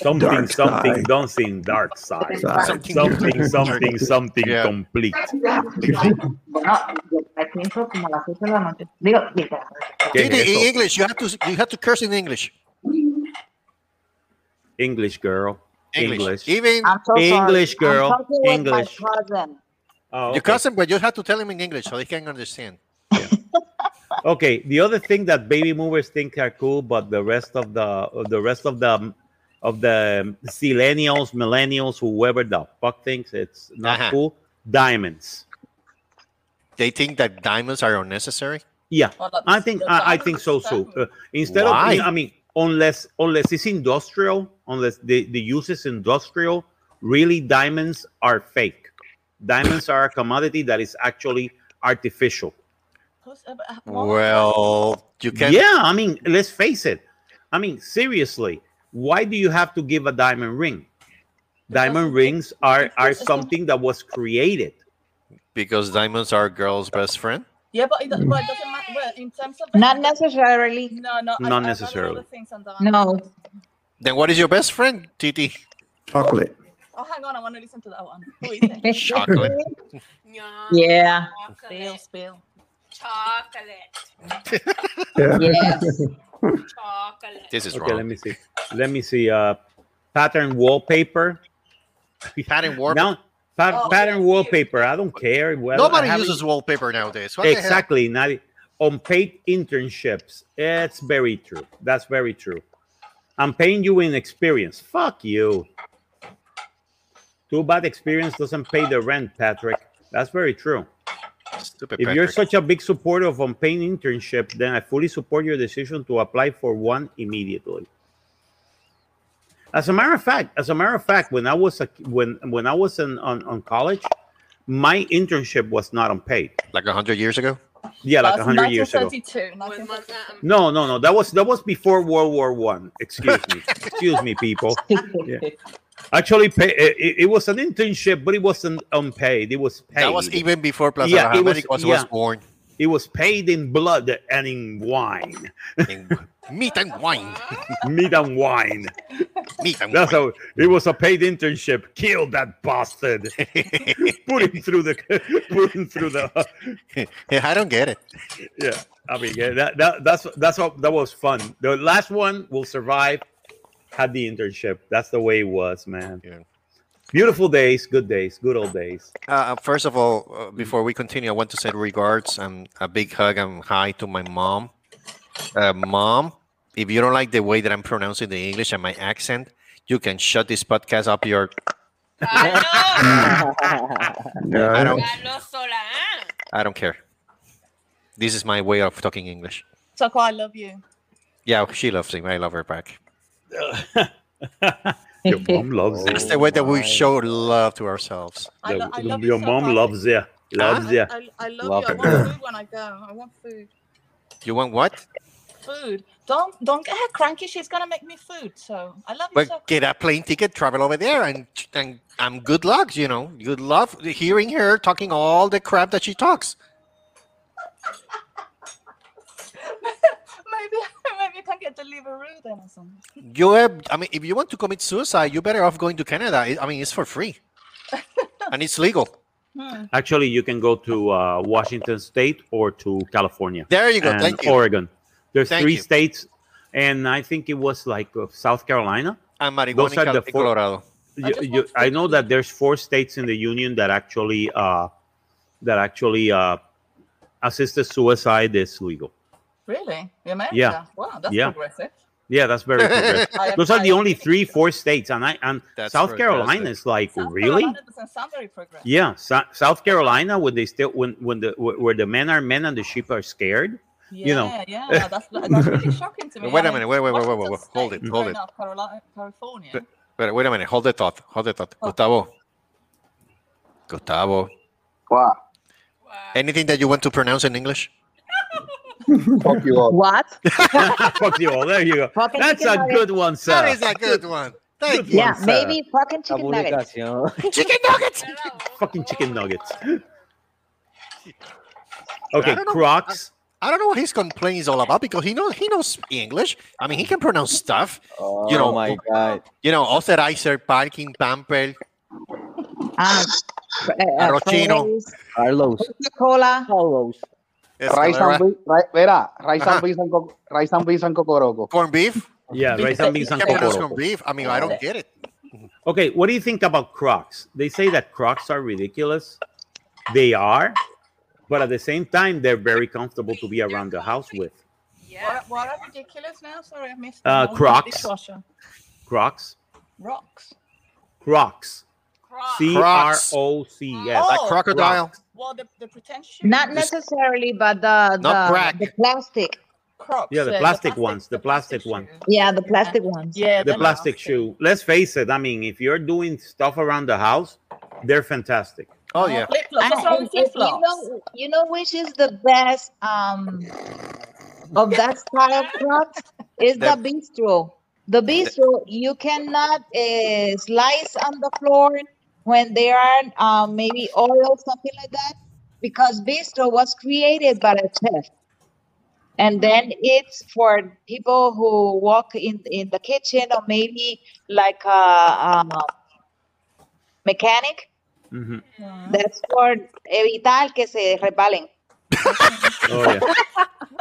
B: something,
C: Dark
B: something,
C: side.
B: dancing dark side,
C: Side.
E: Something.
B: something, something, something
E: Yeah.
B: complete.
H: Bueno, yo la pienso como a las 8 de la noche. Digo, literal.
B: ¿Qué
E: Did it
B: es
E: in
B: eso?
E: English. You have to you have to curse in English.
B: English girl,
E: English.
B: English.
E: Even
H: I'm so sorry.
B: English,
H: I'm
B: girl.
H: talking with my
B: English.
H: cousin.
B: Oh,
E: your
B: okay.
E: cousin, but you have to tell him in English so they can understand.
B: Okay, the other thing that baby movers think are cool, but the rest of the of the rest of the of the millennials, millennials, whoever the fuck thinks it's not
E: Uh-huh.
B: cool, diamonds.
E: They think that diamonds are unnecessary.
B: Yeah,
G: Well, that's-
B: I think
G: that's
B: I, I
G: diamond,
B: think so
G: that's
B: too. Uh,
G: diamond.
B: instead
E: Why?
B: of I mean, unless unless it's industrial, unless the the use is industrial, really diamonds are fake. Diamonds are a commodity that is actually artificial.
G: Who's- uh, uh, what?
E: Well, you can.
B: yeah, I mean, let's face it. I mean, seriously, why do you have to give a diamond ring? Diamond
G: Because-
B: rings are are
G: because it's
B: something that was created.
E: Because diamonds are girls' best friend.
G: Yeah, but it, do- well, it doesn't matter. Well, in terms of
H: Not necessarily.
G: No, no, I-
B: Not
G: I-
B: necessarily.
G: I, rather other things than that.
H: No.
E: Then what is your best friend, Titi?
C: Chocolate.
G: Oh, hang on, I want to listen to that one. Who is it?
E: Chocolate.
H: Yeah.
G: Spill,
F: Chocolate.
G: spill.
F: Chocolate.
C: Yeah.
H: Yes.
F: Chocolate.
E: This is
B: Okay,
E: wrong.
B: let me see. Let me see. Uh, pattern wallpaper.
E: Pattern warp.
B: Now, pa-
G: Oh,
B: pattern
F: yeah.
B: wallpaper. I don't care. Well,
E: Nobody
B: I haven't-
E: uses wallpaper nowadays. What the hell?
B: exactly. Not unpaid internships. It's very true. That's very true. I'm paying you in experience. Fuck you. Too bad experience doesn't pay the rent, Patrick. That's very true.
E: Stupid.
B: If you're
E: Patrick.
B: such a big supporter of unpaid internship, then I fully support your decision to apply for one immediately. As a matter of fact, as a matter of fact, when I was a, when when I was in on, on college, my internship was not unpaid.
E: like hundred years ago.
B: Yeah, like
G: That's
B: hundred years ago.
G: 1932,
F: With my-
G: 1932.
F: um,
B: No, no, no. That was that was before World War One. Excuse me, excuse me, people. Actually, pay, it, it- it was an internship, but it wasn't unpaid. It was paid.
E: That was even before Plaza
B: Yeah,
E: Baja
B: it was-
E: America was,
B: yeah.
E: born.
B: it was paid in blood and in wine,
E: In meat and wine.
B: meat and wine.
E: Meat and
B: That's
E: wine.
B: how it was a paid internship. Kill that bastard. put him through the. Put him through the.
E: Yeah, I don't get it.
B: Yeah, I mean yeah, that, that that's that's what that was fun. The last one will survive. Had the internship. That's the way it was, man.
E: Yeah.
B: Beautiful days, good days, good old days.
E: Uh, first of all, uh, before we continue, I want to say regards and a big hug and hi to my mom. Uh, mom, if you don't like the way that I'm pronouncing the English and my accent, you can shut this podcast up your.
F: Carlos.
C: Yeah,
E: I don't.
F: Carlos Solán.
E: I don't care. This is my way of talking English.
G: Choco, I love you.
E: Yeah, she loves him. I love her back.
B: Your mom loves
E: That's
B: you.
E: the way that we show love to ourselves.
G: I lo- I
B: The-
G: love you
B: your
G: so
B: mom
G: much.
B: loves you. Loves you.
G: Ah, I, I, I love
D: Love
G: you. I
D: it.
G: want food when I go. I want food.
E: You want what?
G: Food. Don't don't get her cranky. She's gonna make me food. So I love you. So
E: But get a plane ticket, travel over there, and and um, good luck. You know, good luck hearing her talking all the crap that she talks.
G: maybe maybe you can get Deliveroo then or something.
E: You have, I mean, if you want to commit suicide, you're better off going to Canada. I I mean, it's for free, and it's legal.
G: Hmm.
B: Actually, you can go to uh, Washington State or to California
E: There you go.
B: and
E: Thank you.
B: Oregon. There's
E: Thank
B: three
E: you.
B: states, and I think it was like uh, South Carolina.
E: and marijuana
B: those
E: in
B: are the
E: Cal- in
B: four-
E: Colorado.
B: you,
G: just
B: you,
G: want
B: I
G: to-
B: know that there's four states in the union that actually uh, that actually uh, assisted suicide is legal.
G: Really? In America?
B: Yeah.
G: Wow, that's
B: Yeah.
G: progressive.
B: Yeah, that's very progressive.
G: I
B: Those are
G: applied.
B: the only three, four states, and I and
E: That's
B: South Carolina
E: progressive.
B: is like
G: South
B: really.
G: Carolina doesn't sound very progressive.
B: Yeah, so, South Carolina when they still when when the wh- where the men are men and the sheep are scared.
G: Yeah,
B: you know.
G: yeah, that's, that's really shocking to me.
E: Wait
G: I
E: a minute. Wait, wait, wait, wait, wait. wait.
G: Washington
E: Hold
G: State,
E: it. Hold
G: fair
E: it.
G: enough, Carolina, California.
E: But- Wait, wait a minute. Hold the thought. Hold the thought.
G: Oh.
E: Gustavo. Gustavo.
I: Wow.
F: Wow.
E: Anything that you want to pronounce in English?
I: Fuck you up.
H: What?
B: Fuck you all. There you go.
H: Fucking
B: That's a
H: chicken
B: good one, sir.
E: a good one. Thank you.
H: Yeah,
B: one, Sarah.
H: maybe fucking
D: La
H: chicken nuggets.
D: publicación.
E: Chicken nuggets.
F: Cierra la boca.
B: Fucking chicken nuggets. Okay, Crocs.
E: I don't know what his complaint is all about because he knows he knows English. I mean, he can pronounce stuff.
D: Oh
E: know,
D: my god.
E: You know, authorizer, parking, pamper.
H: Ah, fr- eh, eh,
E: Arrochino.
H: fries,
D: Carlos.
H: Cola.
D: Carlos.
I: Rice
E: escalera,
I: and beans, ri- verá, rice
E: Ajá.
I: and beans and co- rice and beans and cocoroco.
E: corned beef.
B: Yeah,
H: Beef-
B: right. Some beans
E: He
B: and
E: can pronounce
B: coco.
E: corned beef. I mean, I don't get it.
B: Okay, what do you think about Crocs? They say that Crocs are ridiculous. They are, but at the same time, they're very comfortable to be around the house with.
F: Yeah.
G: What, what are ridiculous now? Sorry, I missed.
B: Uh,
G: the
B: Crocs.
G: dishwasher.
B: Crocs,
G: Rocks.
B: Crocs,
F: Cross.
B: C R O C S.
E: Like crocodile.
G: Oh, Well, the, the pretension.
H: Not
E: Just-
H: necessarily, but the
E: Not
H: the,
E: crack.
H: the plastic.
G: Crocs. uh,
B: Yeah, the plastic ones, the plastic
G: shoe.
B: one.
H: Yeah, the plastic ones.
G: Yeah,
B: The
G: they're
B: plastic
G: nasty.
B: shoe. Let's face it. I mean, if you're doing stuff around the house, they're fantastic.
E: Oh yeah.
G: Flip-flops.
H: And
G: What's wrong
H: if-
G: with
H: if you
G: flip-flops?
H: know, you know which is the best um of that style of crops is the, bistro. The bistro you cannot uh, slice on the floor when there are um, maybe oil something like that because bistro was created by a chef. And then it's for people who walk in, in the kitchen or maybe like a, a mechanic
B: Mhm.
H: That's for evitar que se repalen.
B: Oh yeah.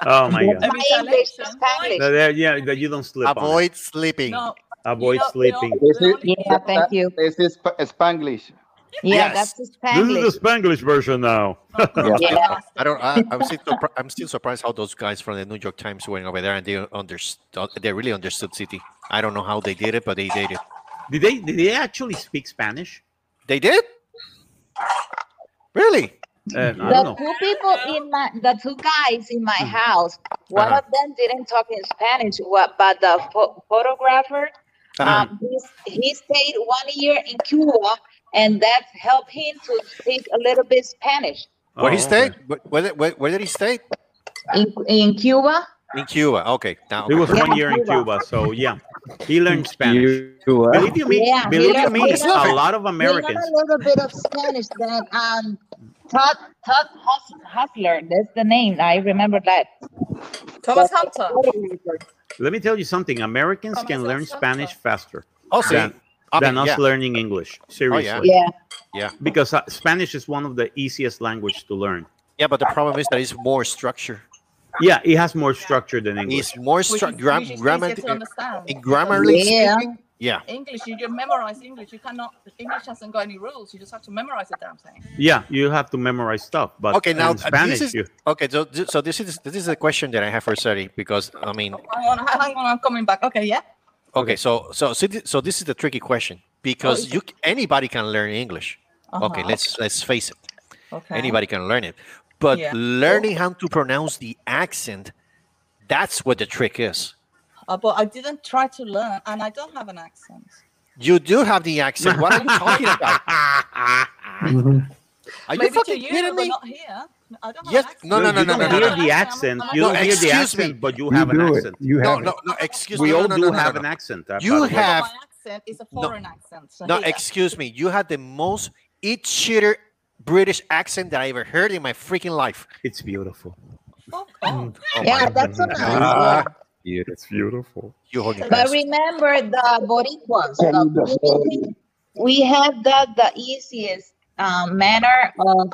B: Oh my god.
H: My
G: Evitar
H: English,
G: la
H: my
G: infección.
B: That-
H: Spanish.
B: that- yeah, that you don't slip on. it.
E: Avoid sleeping.
G: No,
B: Avoid
G: you know-
B: sleeping.
G: you know,
I: This
G: the
I: is-
G: only thing-
H: Yeah, thank you.
I: This is Sp- Spanglish.
H: Yeah,
E: Yes.
H: that's the
B: This is
H: Spanish.
B: the Spanglish version now.
H: Yeah.
E: I don't. I, I'm still. surpri- I'm still surprised how those guys from the New York Times went over there and they understood. They really understood city. I don't know how they did it, but they did it.
B: Did they did they actually speak Spanish?
E: They did. Really?
B: Uh, I don't
H: The
B: know.
H: two people in my, the two guys in my
B: Mhm.
H: house, one
E: Uh-huh.
H: of them didn't talk in Spanish, what, but the pho- photographer,
B: Hmm.
E: Uh-huh.
H: um, he's, he stayed one year in Cuba and that helped him to speak a little bit Spanish.
E: Where he
B: Oh,
E: stayed?
B: okay.
E: Where, where, where, where did he stay?
H: In, in Cuba,
E: In Cuba. Oh. Okay. Now
B: It was
H: Yeah,
B: one year in Cuba,
H: Cuba.
B: so yeah, he learned Spanish.
D: You, you are-
B: Believe you me,
H: Yeah, he
B: believe you
H: learned-
B: me,
H: he learned-
B: a lot of
H: we learn
B: Americans.
H: a little bit of Spanish that um Todd Todd Hus- Hustler. That's the name. I remember that.
G: Thomas Hunter.
B: Let me tell you something: Americans
G: Thomas
B: can learn
G: Sosa.
B: Spanish faster
E: also
B: than,
E: Oh, I mean,
B: than us
E: yeah.
B: learning English. Seriously,
H: Yeah.
B: because uh, Spanish is one of the easiest language to learn.
E: yeah, but the problem is that it's more structure.
B: Yeah, it has more structure than English.
E: It's more
G: Which
E: stru-
G: is-
E: gram-
G: which is
E: grammar. uh,
G: easier to understand.
E: in grammarly
H: Yeah.
E: speaking. Yeah.
G: English, you just memorize English. You cannot. English hasn't got any rules. You just have to memorize the damn thing.
B: Yeah, you have to memorize stuff, but
E: Okay, now, uh,
B: in
E: this
B: Spanish,
E: is-
B: you,
E: Okay. So th- so this is this is a question that I have for Sari because I mean
G: Hang on, hang on, I'm coming back. Okay, yeah.
E: okay so so so, thi- so this is the tricky question because
G: is
E: you c- anybody can learn English. Okay.
G: Oh, Uh-huh.
E: Let's let's face it.
G: Okay.
E: Anybody can learn it, but
G: Yeah.
E: learning how to pronounce the accent. That's what the trick is.
G: Uh, but I didn't try to learn, and I don't have an accent.
E: You do have the accent. What are you talking about? Are you
G: Maybe
E: fucking
G: to you,
E: kidding
G: but
E: me?
G: not here. I don't have
E: Yes-
G: an accent.
E: no, no, no, no,
B: you don't
E: no,
B: hear
E: no,
B: the accent. You
E: No,
B: don't hear the
E: excuse me.
B: accent, but you
I: You
B: have an
I: do
B: accent.
I: It. You
E: No,
I: have
E: no, no. Excuse
B: We
E: me. no,
B: all
E: no,
B: do
E: no, no,
B: have
E: no,
B: an
E: no.
B: accent. uh,
E: You
B: by the way.
E: have-
G: My accent is a
E: No.
G: foreign accent. So
E: No,
G: here.
E: excuse me. You had the most it shitter British accent that I ever heard in my freaking life.
B: It's beautiful.
G: Fuck off.
E: Oh my
H: Yeah, that's so
E: God.
H: nice.
B: It's beautiful.
E: You holy
H: But
E: bastard.
H: remember the Boricuas. the Boricuas, we have that the easiest um, manner of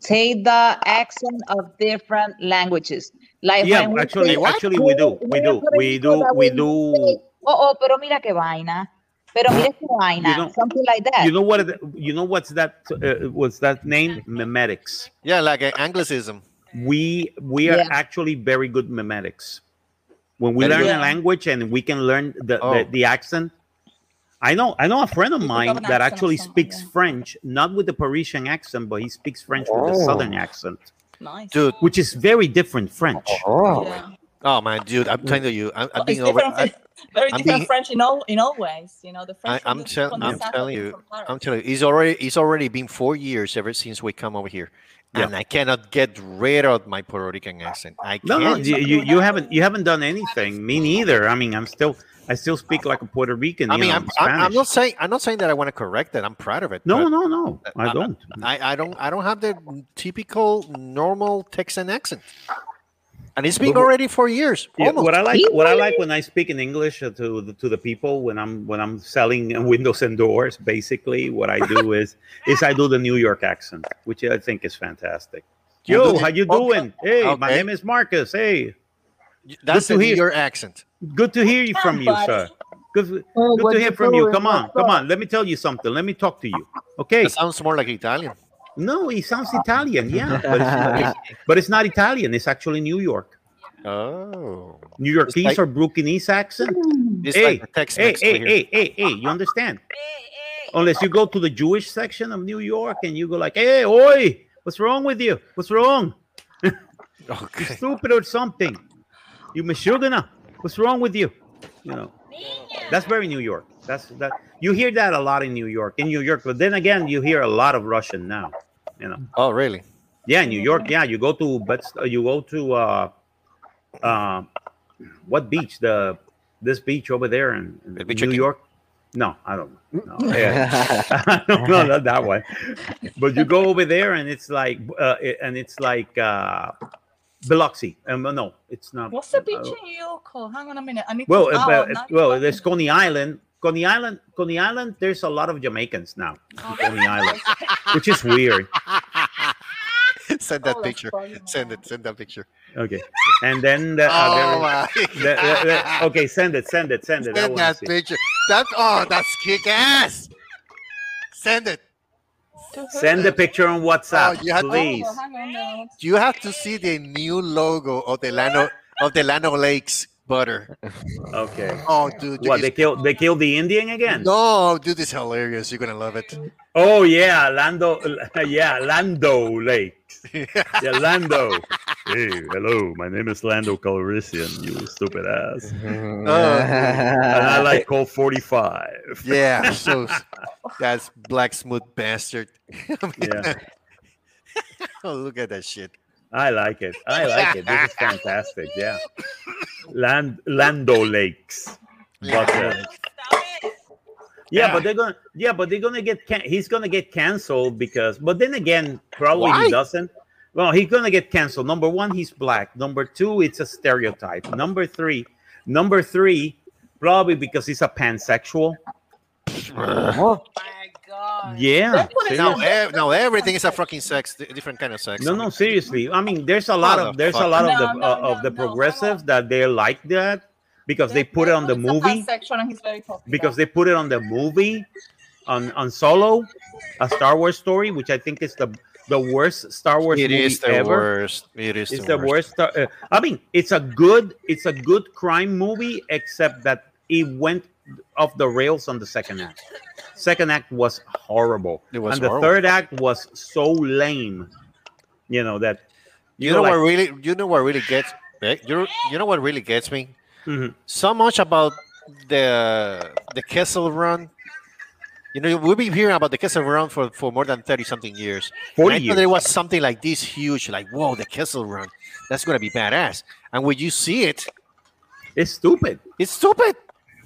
H: take the accent of different languages. Like
B: Yeah,
H: when we
B: actually,
H: say,
B: actually, we do, we do,
H: "Mira, pero
B: we
H: esto
B: do,
H: da
B: we
H: buenísimo".
B: do.
H: Oh, oh, pero mira qué vaina. Pero mira qué vaina.
B: don't-
H: Something like that.
B: You know what? it- You know what's that? Uh, what's that name? Memetics.
E: Yeah, like an anglicism.
B: We we are
H: Yeah.
B: actually very good memetics. When we
E: Very
B: learn
G: good.
B: a language and we can learn the,
E: Oh.
B: the, the accent. I know I know a friend of
G: You pick up
B: mine
G: an
B: that
G: accent of
B: actually
G: someone,
B: speaks
G: yeah.
B: French, not with the Parisian accent, but he speaks French with the southern accent,
G: Nice.
E: Dude.
B: which is very different French.
I: Oh.
G: Yeah.
E: Oh man, dude, I'm telling you, I'm, I'm
G: But it's
E: being over.
G: different,
E: I,
G: very
E: I'm
G: different
E: being-
G: French in all in all ways. You know the French.
E: I- I'm tell-
B: I'm
E: telling you, I'm telling you, it's already it's already been four years ever since we come over here.
B: Yeah.
E: and I cannot get rid of my Puerto Rican accent. I
B: No,
E: can't.
B: no, you, you, you haven't you haven't done anything. Me neither. I mean, I'm still I still speak like a Puerto Rican.
E: I
B: you
E: mean,
B: know,
E: I'm,
B: in
E: I'm, I'm
B: Spanish.
E: not saying I'm not saying that I want to correct it. I'm proud of it.
B: No,
E: but uh,
B: no, no. I
E: I-
B: don't.
E: I, I don't I don't have the typical normal Texan accent, and it's been
B: But-
E: already for years.
B: Yeah,
E: almost.
B: what I like, what I like when I speak in English uh, to the, to the people when I'm when I'm selling windows and doors, basically what I do is is I do the New York accent, which I think is fantastic.
E: Yo,
B: Yo, how you
E: okay.
B: doing? Hey, my
E: Okay.
B: name is Marcus. Hey,
E: That's
B: to
E: the
B: hear.
E: your accent.
B: good to hear you from you, sir. Good,
H: Oh,
B: good to hear from you. Come on, come on. Let me tell you something. Let me talk to you. Okay.
E: That sounds more like Italian.
B: No, he sounds Italian. Yeah, but it's, not- but it's not Italian. It's actually New York.
E: Oh,
B: New Yorkese
E: like-
B: or Brooklynese accent.
E: it's
B: Hey,
E: like the Tex
B: Hey,
E: Mex.
B: hey, hey, hey, hey. You understand?
F: Hey, hey.
B: unless you go to the Jewish section of New York and you go like, "Hey, oi, what's wrong with you? What's wrong?
E: Okay.
B: Stupid or something? You mishugana? What's wrong with you? You know,
F: Niña.
B: that's very New York. That's that. You hear that a lot in New York. In New York, but then again, you hear a lot of Russian now. You know,
E: Oh, really?
B: yeah, in New York, yeah, you go to but you go to uh, uh, what beach? The this beach over there in, in
E: The beach
B: New
E: again?
B: York. No, I don't know. No, yeah. I don't know not that one. But you go over there and it's like uh, it- and it's like uh Biloxi. Um, no, it's not.
G: What's the beach
B: uh,
G: in Yoko? Hang on a minute. I need
B: well,
G: to.
B: uh,
G: oh,
B: uh,
G: now you're
B: well,
G: talking.
B: there's Coney Island. Coney Island, Coney Island. There's a lot of Jamaicans now
G: Oh,
B: in Coney Island, which is weird.
E: send
G: Oh,
E: that
G: that's
E: picture.
G: funny,
E: Send
G: man.
E: it. Send that picture.
B: Okay, and then the, uh, there-
E: oh my!
B: the- the- the-
E: God.
B: okay, send it, send it, send it. I
E: Send
B: wanna
E: that
B: see.
E: picture. That oh, that's kick ass. Send it.
G: To who?
B: Send the picture on WhatsApp,
E: Oh, you had-
G: Oh,
B: please.
G: hang on now.
E: You have to see the new logo of the Lano of the Lano Lakes butter.
B: Okay.
E: Oh, dude!
B: What they
E: it's-
B: killed? They killed the Indian again?
E: No, dude, it's hilarious. You're gonna love it.
B: Oh yeah, Lando. Yeah, Lando Lake. Yeah, Lando. hey, hello. My name is Lando Calrissian. You stupid ass.
E: Mm-hmm.
B: Uh, And I like Colt 45.
E: yeah, so that's black smooth bastard. I mean,
B: Yeah.
E: oh, look at that shit.
B: I like it. I like it. This is fantastic. Yeah. Land Lando Lakes. But, uh,
F: Stop it.
B: yeah, but they're gonna. Yeah, but they're gonna get. Can- he's gonna get canceled because. But then again, probably
E: Why?
B: he doesn't. Well, he's gonna get canceled. Number one, he's black. Number two, it's a stereotype. Number three, number three, probably because he's a pansexual.
F: Oh my God.
B: Yeah.
G: That's what it
B: seriously.
E: No, ev- no, e, everything is a fucking sex, di- different kind of sex.
B: No, no, seriously. I mean, there's a lot of there's a lot of the
G: No, no,
B: uh, of
G: no,
B: the
G: no,
B: progressives
G: no.
B: that they like that because they put it on the
G: He's a
B: movie
G: pansexual and he's very popular.
B: because they put it on the movie on on Solo, a Star Wars story, which I think is the the worst Star Wars
E: It
B: movie
E: is the
B: ever.
E: worst. It is
B: It's the worst. Star, uh, I mean, it's a good it's a good crime movie, except that it went off the rails on the second act. Second act was horrible,
E: It was
B: and the
E: horrible.
B: third act was so lame. You know that.
E: You,
B: go
E: know
B: like-
E: what really? You know what really gets? eh, You you know what really gets me?
B: Mhm.
E: So much about the the Kessel Run. You know, we've been hearing about the Kessel Run for, for more than thirty something years. And
B: 40
E: I
B: years.
E: thought there was something like this huge, like whoa, the Kessel Run. That's gonna be badass. And when you see it,
B: It's stupid.
E: it's stupid.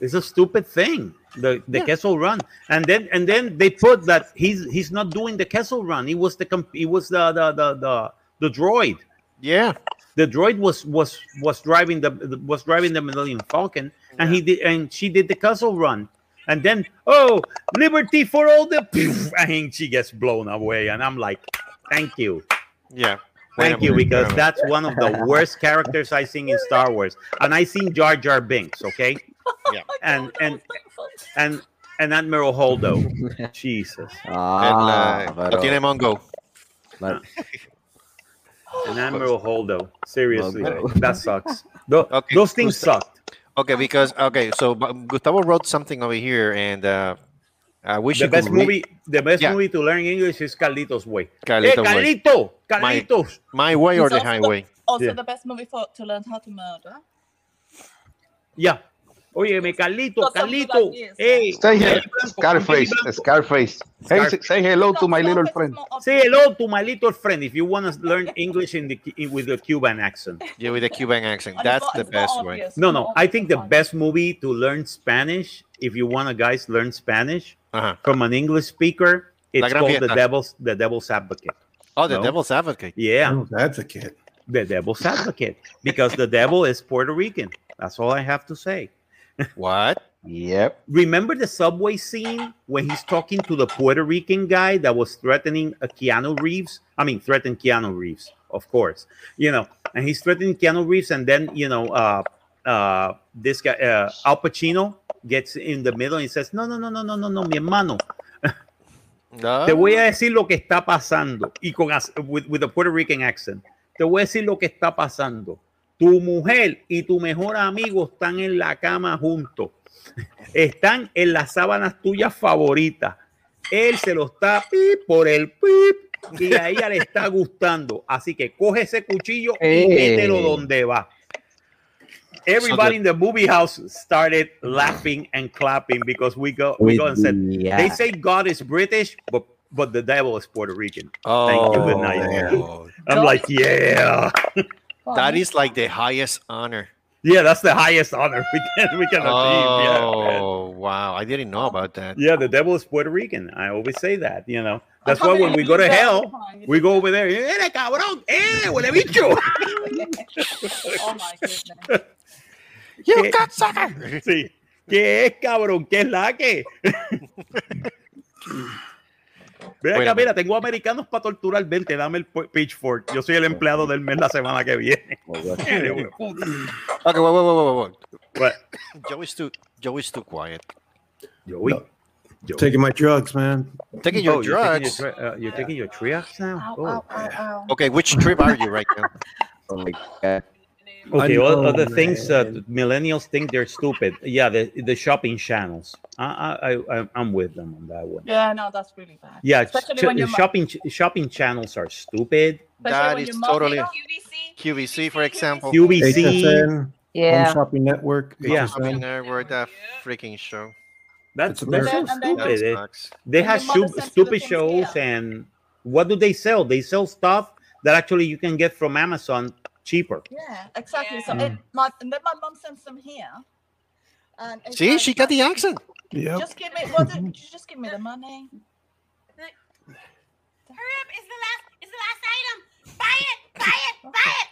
B: It's a stupid thing. The the
E: Yeah.
B: Kessel Run, and then and then they put that he's he's not doing the Kessel Run. He was the comp- he was the the the the, the droid.
E: Yeah.
B: The droid was was was driving the the- was driving the Millennium Falcon, and he did and she did the Kessel Run, and then oh liberty for all the and she gets blown away, and I'm like, thank you.
E: Yeah.
B: Thank you, because that's one of the worst characters I've seen in Star Wars, and I seen Jar Jar Binks, okay,
E: Yeah.
B: and and and and Admiral Holdo, Jesus,
D: Ah,
E: no tiene
D: pero,
E: Mongo.
D: but-
B: and Admiral Holdo, seriously,
D: Okay.
B: that sucks. Tho-
E: Okay,
B: Those things
E: Gusta-
B: sucked.
E: Okay, because okay, so but Gustavo wrote something over here, and uh, I wish
B: The
E: you could
B: best
E: read
B: movie, the best
E: Yeah.
B: movie to learn English is Carlitos Way. Hey,
E: Carlito Way.
B: Eh, Carlito,
E: My-
B: Carlitos.
E: My way or
G: It's
E: the
G: also the-
E: highway.
G: also
B: Yeah.
G: the best movie for to learn how to murder.
B: Yeah, Óyeme, Carlito,
G: Los
B: Carlito.
G: sudanés.
B: Hey,
I: Say
B: Benny
I: hello,
B: Blanco,
I: Scarface,
B: Benny Blanco.
I: Scarface. Hey, say- say hello to my little friend.
B: Say hello to my little friend if you want to learn English in the in, with a Cuban accent.
E: Yeah, with a Cuban accent.
G: And it's
E: That's
G: not-
E: the
G: it's not
E: best way.
G: obvious,
B: No,
G: it's
B: no,
G: not
B: I think the
G: obvious.
B: best movie to learn Spanish if you want to guys learn Spanish
E: Uh-huh.
B: from an English speaker.
E: La
B: It's
E: Gran
B: called the
E: Fiesta.
B: Devil's the Devil's Advocate.
E: Oh, the
B: No.
E: devil's advocate.
B: Yeah,
C: Oh, that's a kid.
B: the Devil's Advocate because the devil is Puerto Rican. That's all I have to say.
E: What?
I: Yep.
B: Remember the subway scene when he's talking to the Puerto Rican guy that was threatening a Keanu Reeves? I mean, threatened Keanu Reeves, of course. You know, and he's threatening Keanu Reeves, and then you know, uh, uh, this guy uh, Al Pacino gets in the middle and he says, "No, no, no, no, no, no, no, mi hermano,
E: No.
B: te voy a decir lo que está pasando." Y con ac- with, with a Puerto Rican accent, te voy a decir lo que está pasando. Tu mujer y tu mejor amigo están en la cama juntos están en las sábanas tuyas favoritas. Él se lo está pip por el pip y a ella le está gustando. Así que coge ese cuchillo y
I: Ey.
B: mételo donde va. Everybody
E: the-
B: in the movie house started laughing and clapping because we go we go and said
D: Yeah.
B: they say God is British, but but the devil is Puerto Rican.
E: Oh,
B: Thank you, good night. I'm like, yeah,
E: That is like the highest honor.
B: yeah, that's the highest honor we can we can achieve. Yeah, man.
E: Oh, wow. I didn't know about that.
B: Yeah, the devil is Puerto Rican. I always say that, you know.
G: I'm
B: That's why
G: happy
B: when we
G: you
B: go to
G: got
B: hell,
G: behind.
B: we go over there. ¡Eh, cabrón! ¡Eh, huele bicho!
G: oh my goodness.
B: ¿Qué- Sí. ¿Qué es, cabrón? ¿Qué es la que? Ve acá,
E: Bueno.
B: mira, tengo americanos para torturar. Vente, dame el pu- pitchfork. Yo soy el empleado del mes la semana que viene. Mire, güey.
E: Oh, Okay, wait, wait, wait, wait,
B: Bueno,
E: wait. Joey's too, Joey's too quiet.
B: Joey,
C: No.
B: Joey.
C: Taking my drugs, man.
E: Taking your
B: Oh, you're taking
E: drugs.
B: your tri- uh, you're taking your triax now?
G: Ow,
B: Oh.
G: ow, ow, ow.
E: okay, which trip are you right now?
B: Okay,
C: I
B: all
C: know,
B: other things uh,
C: man.
B: millennials think they're stupid. Yeah, the the shopping channels. I I, I I'm with them on that one.
G: Yeah, no, that's really bad.
B: Yeah, ch-
G: Especially
B: ch-
G: when you're mu-
B: shopping ch- shopping channels are stupid.
E: That
G: when
E: is
G: you're
E: totally-
G: multi-
F: QVC.
E: QVC, for example.
B: QVC.
C: HSN, Home
H: Yeah.
C: Shopping Network.
B: Yeah.
E: Shopping
C: HSN.
E: network, that freaking show.
B: That's,
C: It's
B: that's so
G: American. And then-
E: That
B: stupid. They-
E: sucks.
B: They
G: And
B: have
G: your
B: shu-
G: mother sends you the
B: stupid
G: things
B: shows,
G: here.
B: and what do they sell? They sell stuff that actually you can get from Amazon cheaper.
G: Yeah, exactly. So
C: Yeah.
G: it, my, and then my mom sends them here. And it's
E: See,
G: like,
E: she got the accent.
C: Yep.
G: Just give me, well, then, you just give me the money.
F: Hurry up! It's the last. It's the last item. Buy it! Buy it! Buy it!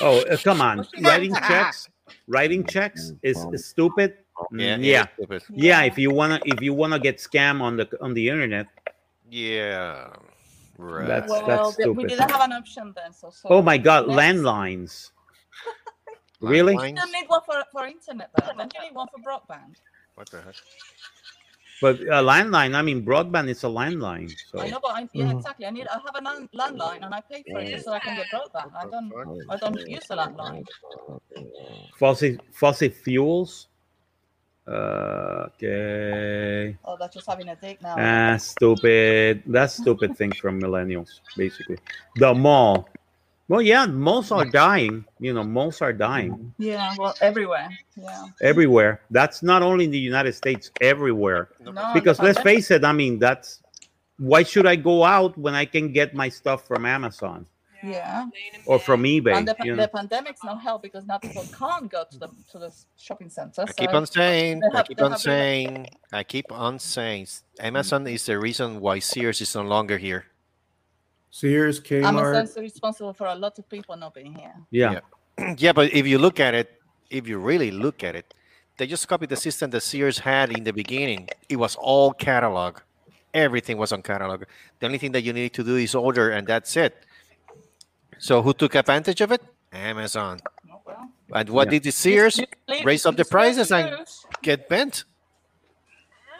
B: Oh, uh, come on!
G: Okay.
B: Writing checks, writing checks is, is stupid.
E: Mm, Yeah,
B: Mm,
E: it
B: yeah,
E: is stupid.
B: yeah. If you wanna, if you wanna get scam on the on the internet,
E: Yeah. Right.
B: That's-
G: well,
B: that's
G: th- we
B: stupid.
G: didn't have an option then. So, so
B: Oh my God,
G: Yes.
B: landlines. Really?
G: You
E: Landlines?
G: don't need one for, for internet though. Don't you need one for broadband?
E: What the heck?
B: But a landline, I mean, broadband is a landline. So
G: I know, but I,
E: Mm-hmm.
B: Mm-hmm.
G: yeah,
C: Mhm.
G: exactly. I need. I have a land, landline and I pay for it so I can get broadband. I don't.
E: What the
G: I don't use the landline.
B: fossil fossil fuels. Uh, okay.
G: Oh, they're just having a dig now.
B: Ah, stupid. That's stupid thing from millennials, basically. The mall. Well, yeah, malls are dying. You know, malls are dying
G: yeah, well, everywhere. Yeah.
B: everywhere. That's not only in the United States, everywhere.
G: No,
B: Because
G: no,
B: let's
G: that's-
B: face it, I mean, that's why should I go out when I can get my stuff from Amazon
G: Yeah.
B: or from
G: and the,
B: eBay?
G: pa-
B: You know?
G: the pandemic's not help because now people can't go to the to the shopping center.
E: I
G: So
E: keep on saying,
G: They
E: I
G: have-
E: keep
G: they
E: on
G: have a-
E: saying, I keep on saying, s- Amazon is the reason why Sears is no longer here.
C: Sears, Kmart.
G: Amazon's responsible for a lot of people not being here.
B: Yeah.
E: Yeah. yeah, but if you look at it, if you really look at it, they just copied the system that Sears had in the beginning. It was all catalog. Everything was on catalog. The only thing that you need to do is order, and that's it. So who took advantage of it? Amazon.
G: Oh, well.
E: And what
B: Yeah.
E: did the Sears
G: You- you-
E: raise up the
G: you still
E: prices and-
G: use-
E: get bent?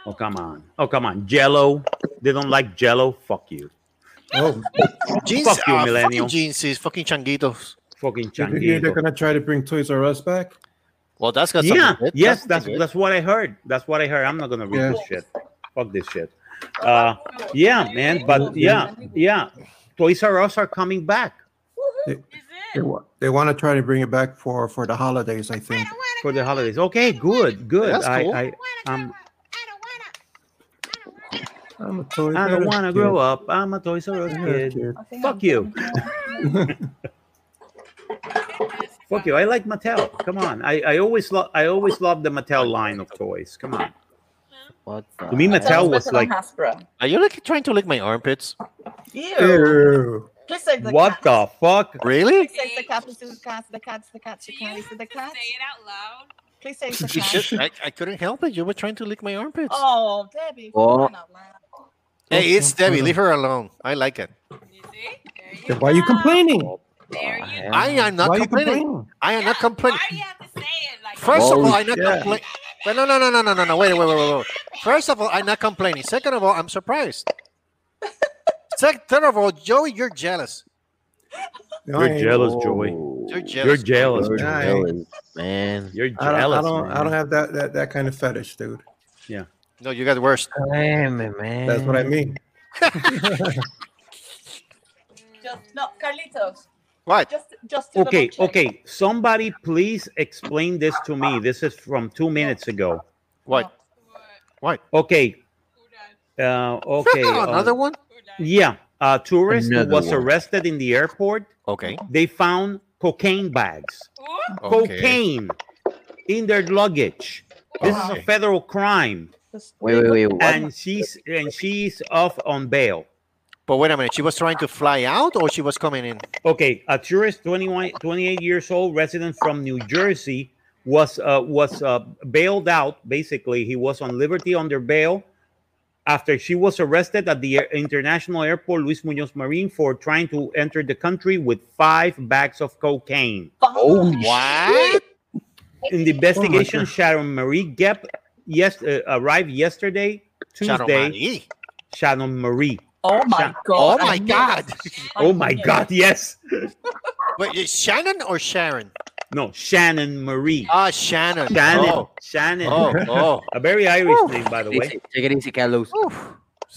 B: Oh come on. Oh come on. Jello. They don't like jello. Fuck you.
C: Oh,
E: Jeans,
B: Fuck you,
E: uh,
B: millennial.
E: Fucking jeansies, fucking changuitos.
B: Fucking
C: you hear they're
B: changuito.
C: gonna try to bring Toys R Us back.
E: Well, that's got
B: Yeah.
E: something good.
B: Yes, that's
E: something good.
B: that's what I heard. That's what I heard. I'm not gonna read
C: Yeah.
B: this shit. Fuck this shit. Uh yeah, man. But yeah, yeah. Toys R Us are coming back.
C: They, wa- they want to try to bring it back for for the holidays, I think.
F: I wanna
B: for the holidays. Okay, good, good.
E: That's
B: I,
E: cool.
B: I, um,
C: I'm a toy.
B: I don't
C: better
B: want to
C: kid.
B: grow up. I'm a Toys R Us
C: I'm better
B: kid.
C: kid.
G: I think
B: Fuck
G: I'm
B: you.
G: done.
B: Fuck you. I like Mattel. Come on. I, I always love I always love the Mattel line of toys. Come on.
D: What
B: To me,
G: Mattel's
B: Mattel was
G: better
B: like,
G: than Hasbro.
E: Are you like trying to lick my armpits?
G: Ew.
C: Ew.
G: Please save the
B: what
G: cat.
B: the fuck?
E: Really?
G: Please save the cat. Please save the cats. The cats. The cats.
F: Do
G: You
F: you
G: can't
F: have to
G: save the
F: say
G: cats.
F: it out loud?
G: Please save the
E: You
G: cats.
E: should- I, I couldn't help it. You were trying to lick my armpits.
G: Oh, Debbie. for
D: Oh.
G: crying out loud.
E: Hey, it's Debbie. Leave her alone. I like it.
F: You see? There you
C: Then why are you
F: go.
C: complaining?
F: There you go.
E: I am not
C: why are you
E: complaining.
C: complaining?
E: I am
F: Yeah,
E: not complaining.
F: Why do you have to say it like
E: First of
D: Holy
E: all, I'm not
C: shit.
E: complaining. Wait, no, no, no, no, no, no, no. Wait, wait, wait, wait, wait. First of all, I'm not complaining. Second of all, I'm surprised. Sec- Third of all, Joey, you're jealous.
C: No, I
B: You're
C: ain't.
B: jealous, Joey.
E: You're jealous.
B: You're jealous.
D: You're
B: man.
C: Nice.
D: jealous, man.
B: You're
C: I don't,
B: jealous.
C: I don't, I
B: man.
C: don't have that, that, that kind of fetish, dude.
E: No, you got worse.
D: Damn it, man.
C: That's what I mean.
G: Just no, Carlitos.
E: What?
G: Just, just. do the
B: Okay,
G: milkshake.
B: okay. Somebody please explain this to me. This is from two minutes ago.
E: What?
B: Okay. Uh, okay. uh,
E: Another one?
B: Yeah. A tourist who
D: Another
B: was
D: one.
B: arrested in the airport.
E: Okay.
B: They found cocaine bags,
E: okay.
B: cocaine in their luggage. This is a
E: Okay.
B: federal crime,
G: Just-
D: Wait, wait, wait. What?
B: and she's and she's off on bail.
E: But wait a minute. She was trying to fly out or she was coming in?
B: Okay, a tourist, 21, 28 years old, resident from New Jersey, was uh, was uh, bailed out. Basically, he was on liberty under bail after she was arrested at the air- international airport Luis Muñoz Marin for trying to enter the country with five bags of cocaine.
D: Oh,
E: What?
B: In the investigation,
C: God.
B: Sharon Marie Gep yes uh, arrived yesterday,
E: Shadow
B: Tuesday.
E: Marie.
B: Sharon Marie.
G: Oh my
B: Sha-
E: Oh
G: god. I
E: my
G: knew it.
E: God.
G: I
B: Oh my
G: knew it.
B: God! Yes.
E: Wait, is Shannon or Sharon?
B: No, Shannon Marie.
E: Ah, Shannon.
B: Shannon.
E: Oh,
B: Shannon.
E: oh, oh.
B: A very Irish name, by the
D: Take
B: way.
D: it take it easy, Carlos.
E: Oof.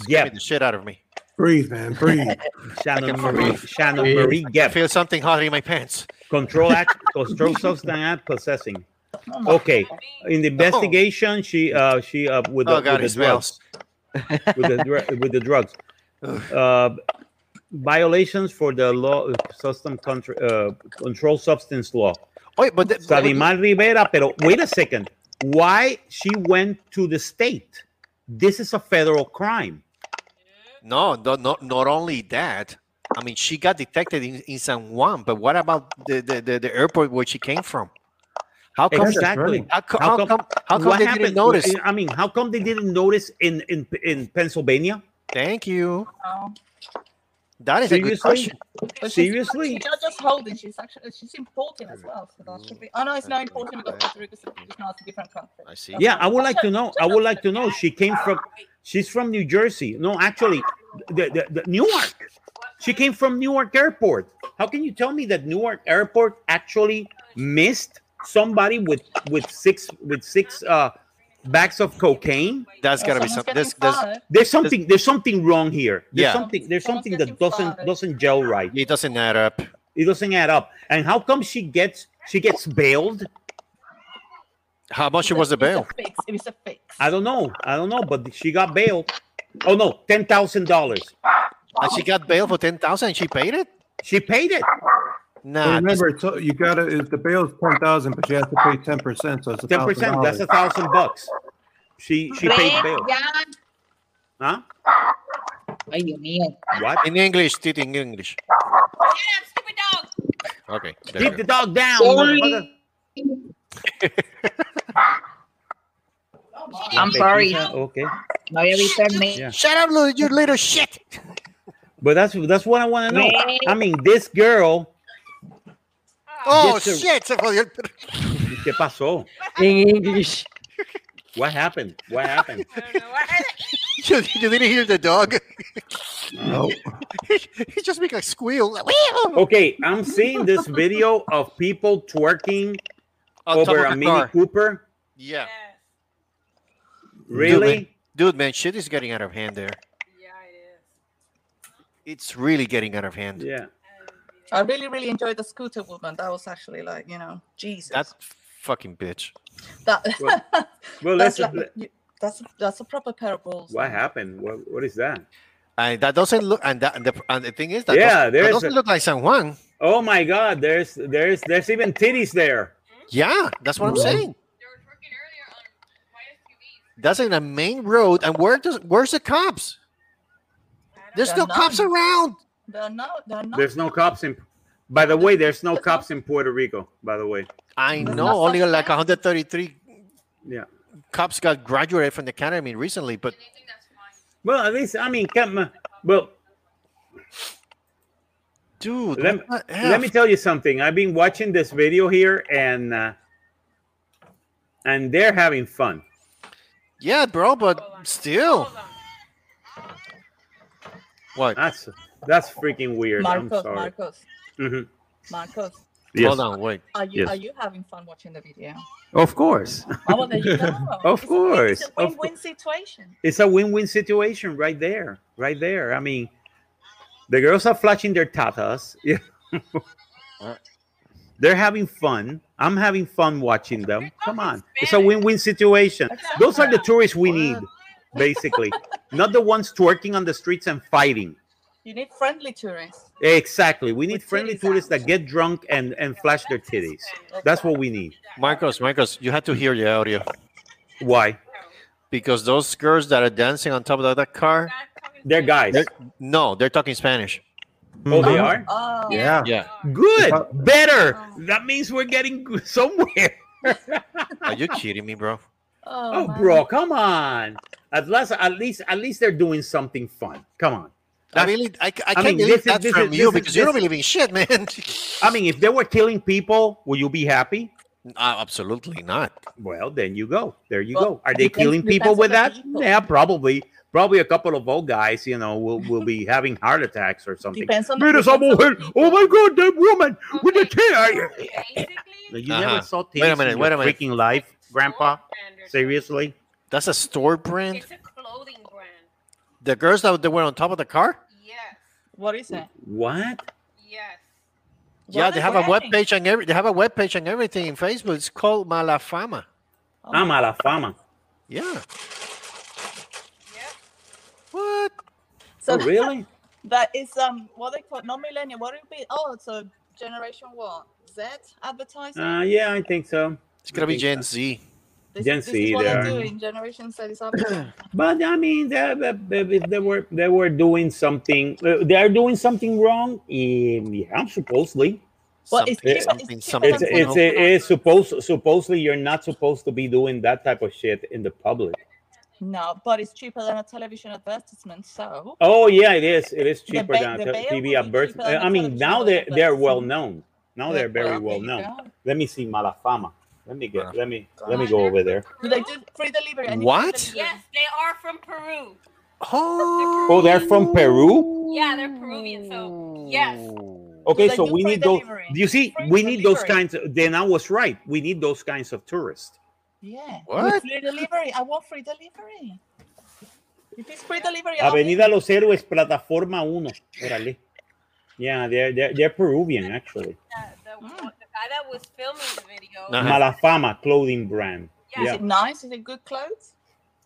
B: Yeah.
E: Scared the shit out of me.
C: Breathe, man. Breathe.
B: Shannon
E: can
B: Marie.
E: breathe.
B: Shannon Marie
E: I
B: Gep.
E: feel something hot in my pants.
B: Control act. Control substance act possessing. Okay. In the investigation, she uh she uh with the,
E: Oh, God, it
B: with the
E: smells.
B: drugs with the dr- with the drugs. Uh, violations for the law system contr- uh, control substance law.
E: Wait, but, the, but
B: Sadimar Rivera, pero wait a second. Why she went to the state? This is a federal crime.
E: No, no, not not only that. I mean, she got detected in, in San Juan, but what about the, the, the, the airport where she came from? How come?
C: Exactly.
E: How, co-
B: How
E: how
B: come-
E: come? How come
B: what
E: they
B: happened?
E: didn't notice?
B: I mean, how come they didn't notice in in in Pennsylvania?
E: Thank you.
G: Oh.
E: That is a good
B: Seriously?
E: question.
G: But she's-
B: Seriously?
G: She's not just holding, she's actually she's importing as well. So that should be. Oh no, it's not importing because Puerto Rico is a, it's not a different country.
E: I see.
B: Yeah, I would like to know. I would like to know. She came from. She's from New Jersey. No, actually, the, the, the Newark. She came from Newark Airport. How can you tell me that Newark Airport actually missed somebody with with six with six uh, bags of cocaine?
E: That's
G: Oh,
E: gotta be
G: someone's
E: something.
G: getting
E: That's, that's,
G: fired.
B: There's something. There's something wrong here. There's
E: Yeah.
B: something. There's
G: Someone's
B: something that
G: getting
B: doesn't
G: fired.
B: doesn't gel right.
E: it doesn't add up.
B: It doesn't add up. And how come she gets she gets bailed?
E: How much
G: It's a-
E: was the
G: it's a
E: bail?
G: fix, It was a fix.
B: I don't know. I don't know, but she got bailed. Oh no, ten thousand dollars.
E: And Ah, she got bail for ten thousand, and she paid it.
B: She paid it.
C: But
E: Nah,
C: remember, so you gotta if the bail's ten thousand, but you have to pay ten percent, so it's a
B: Ten percent. That's a thousand bucks. She she paid
H: Ven,
B: bail.
H: ya.
B: Huh?
H: Ay, Dios mío.
B: What?
E: in English, did in English.
F: Shut up, stupid dog.
E: Okay. there you
B: Keep
E: go.
B: the dog down.
H: Sorry.
B: motherfucker.
H: I'm sorry.
B: Pepita, Okay.
H: No había visto el mail.
B: Yeah.
E: Shut up, little- you little shit.
B: But that's that's what I want to know.
H: Ven.
B: I mean, this girl.
F: Ah.
E: Oh
B: Yes, sir.
E: shit! se jodió el-
B: ¿Qué pasó?
D: In English.
B: What happened? What happened?
F: I don't know why.
E: You, you didn't hear the dog.
C: No,
E: he he just make a squeal. like, "Wee-oo,"
B: Okay, I'm seeing this video of people twerking
E: on top of
B: over a
E: the
B: Mini
E: car.
B: Cooper.
E: Yeah,
F: Yes.
B: Really?
E: dude, man, shit is getting out of hand there.
F: Yeah, it is.
E: It's really getting out of hand.
B: Yeah.
G: I really, really enjoyed the scooter woman. That was actually like, you know, Jesus.
E: That fucking bitch.
G: That,
B: Well, Well, let's.
G: that's, like,
B: let-
G: you- that's that's a proper pair of balls.
B: What happened? What, what is that?
E: And that doesn't look. And that and the, and the thing is that
B: Yeah,
E: doesn't,
B: there
E: that
B: is
E: doesn't
B: a-
E: look like San Juan.
B: Oh my God! There's there's there's even titties there.
E: Yeah, that's what I'm
C: Mhm.
E: saying.
F: There was working earlier on YSUVs.
E: That's in a main road. And where does where's the cops? There's
G: They're
E: no
G: not.
E: cops around.
G: They're not. They're not.
B: There's no cops in. By the way, there's no cops in Puerto Rico. By the way,
E: I
G: There's
E: know
G: not
E: only
G: such
E: like
G: thing.
E: 133
B: yeah.
E: cops got graduated from the academy recently, but
F: They think that's fine.
B: Well, at least I mean, come. on. Well,
E: dude,
B: Lem-
E: what the
B: let me
E: F?
B: tell you something. I've been watching this video here, and uh, and they're having fun.
E: yeah, bro, but still,
F: Hold on.
E: what?
B: That's that's freaking weird. I'm
G: Marcos,
B: sorry.
G: Marcos,
B: Mhm.
G: Marcos.
B: Yes.
E: Hold on, wait.
G: Are you
B: Yes.
G: are you having fun watching the video?
B: Of course,
G: Oh, well, there you go.
B: Of
G: It's a win-
B: course,
G: It's a
B: of
G: win-win situation.
B: it's a win-win situation right there, right there. I mean, the girls are flashing their tatas. Yeah. They're having fun. I'm having fun watching them. Come on, it's a win-win situation. Those are the tourists we need, basically, not the ones twerking on the streets and fighting.
G: You need friendly tourists.
B: Exactly. We need
G: With
B: friendly
G: titties
B: tourists
G: out.
B: that get drunk and and flash their titties. That's what we need.
E: Marcos, Marcos, you had to hear the audio
B: Why?
E: because those girls that are dancing on top of that car,
B: They're guys.
E: they're, no, they're talking Spanish.
B: oh, they are.
G: Oh,
C: Yeah.
E: Yeah,
B: Good.
C: Uh,
B: Better. That means we're getting g- somewhere.
E: are you kidding me, bro?
G: Oh,
B: Oh,
G: man.
B: bro, come on. At least, at least, at least they're doing something fun. Come on.
E: I really, I, ca- I can't
B: mean,
E: believe
B: this is-
E: that
B: this
E: from
B: is-
E: you
B: this is-
E: because you don't
B: this-
E: believe in shit, man.
B: I mean, if they were killing people, will you be happy?
E: Uh, absolutely not.
B: Well, then you go. There you
G: Well,
B: go. Are they
G: depends-
B: killing people
G: depends on
B: with
G: the
B: that?
G: people.
B: Yeah, probably. Probably a couple of old guys, you know, will, will be having heart attacks or something.
G: Depends on the
B: Mira esa
G: depends on the
B: mujer. Oh my God, that woman with the tear.
F: Basically,
B: You
E: Uh-huh.
B: never saw titties
E: Wait a minute,
B: in
E: wait
B: your
E: a minute.
B: freaking life, Grandpa.
F: Standard.
B: Seriously?
E: That's a store brand.
F: It's a clothing brand.
E: The girls that they were on top of the car.
F: Yes.
G: What is it?
B: What?
F: Yes.
E: Yeah,
G: What
E: they
G: is
E: have a
G: it?
E: web page and every they have a web page and everything in Facebook. It's called Malafama.
G: Oh,
B: I'm a la fama.
E: Yeah.
F: Yep.
E: What?
B: Oh,
G: So
B: really?
G: that is um what they call non millennial. What would it be? Oh, so generation what? Z advertising.
B: Uh, yeah, I think so.
E: It's gonna be Gen
B: think
E: Z.
G: this,
B: Gen
G: this
B: Z,
G: is what
B: they
G: they
B: are.
G: do in generation Z is advertising.
B: But I mean, they, they, they- they were they were doing something. uh, They are doing something wrong. Um, yeah, supposedly.
G: Well, it's
E: Something,
G: cheaper- it's
E: something,
G: cheaper
E: something.
B: It's
G: Someone
B: it's
G: who
B: it
G: knows.
B: is supposed supposedly you're not supposed to be doing that type of shit in the public.
G: no, but it's cheaper than a television advertisement. So
B: Oh yeah, it is. It is cheaper
G: ba-
B: than
G: the
B: a te-
G: bail
B: TV
G: will be
B: advert.
G: cheaper than
B: I
G: a
B: mean, now
G: television
B: they they're well
G: advertisement.
B: known. Now
G: Yeah,
B: they're very well
G: there you
B: known.
G: go.
B: Let me see Malafama. Let me get.
E: Malafama.
B: Let me let me go over there.
G: Do they do free delivery? Any free
E: What?
G: delivery?
F: Yes, they are from Peru.
E: Oh,
B: Oh, they're from Peru.
F: Yeah, they're Peruvian, so yes.
B: Okay,
G: they
B: so
G: do
B: we
G: free
B: need those.
G: delivery.
B: You see,
G: Free
B: we need those
G: delivery.
B: kinds. Of, then I was right. We need those kinds of tourists.
G: Yeah.
E: What?
G: Free delivery. I want free delivery. If it's free delivery, I'll eat.
B: Avenida Los Héroes, plataforma uno. Órale. Yeah, they're they're, they're Peruvian actually.
F: That- The, the guy that was filming the video.
E: No. Uh-huh.
B: Malafama clothing brand.
G: Is
F: Yeah.
G: it nice? Is it good clothes?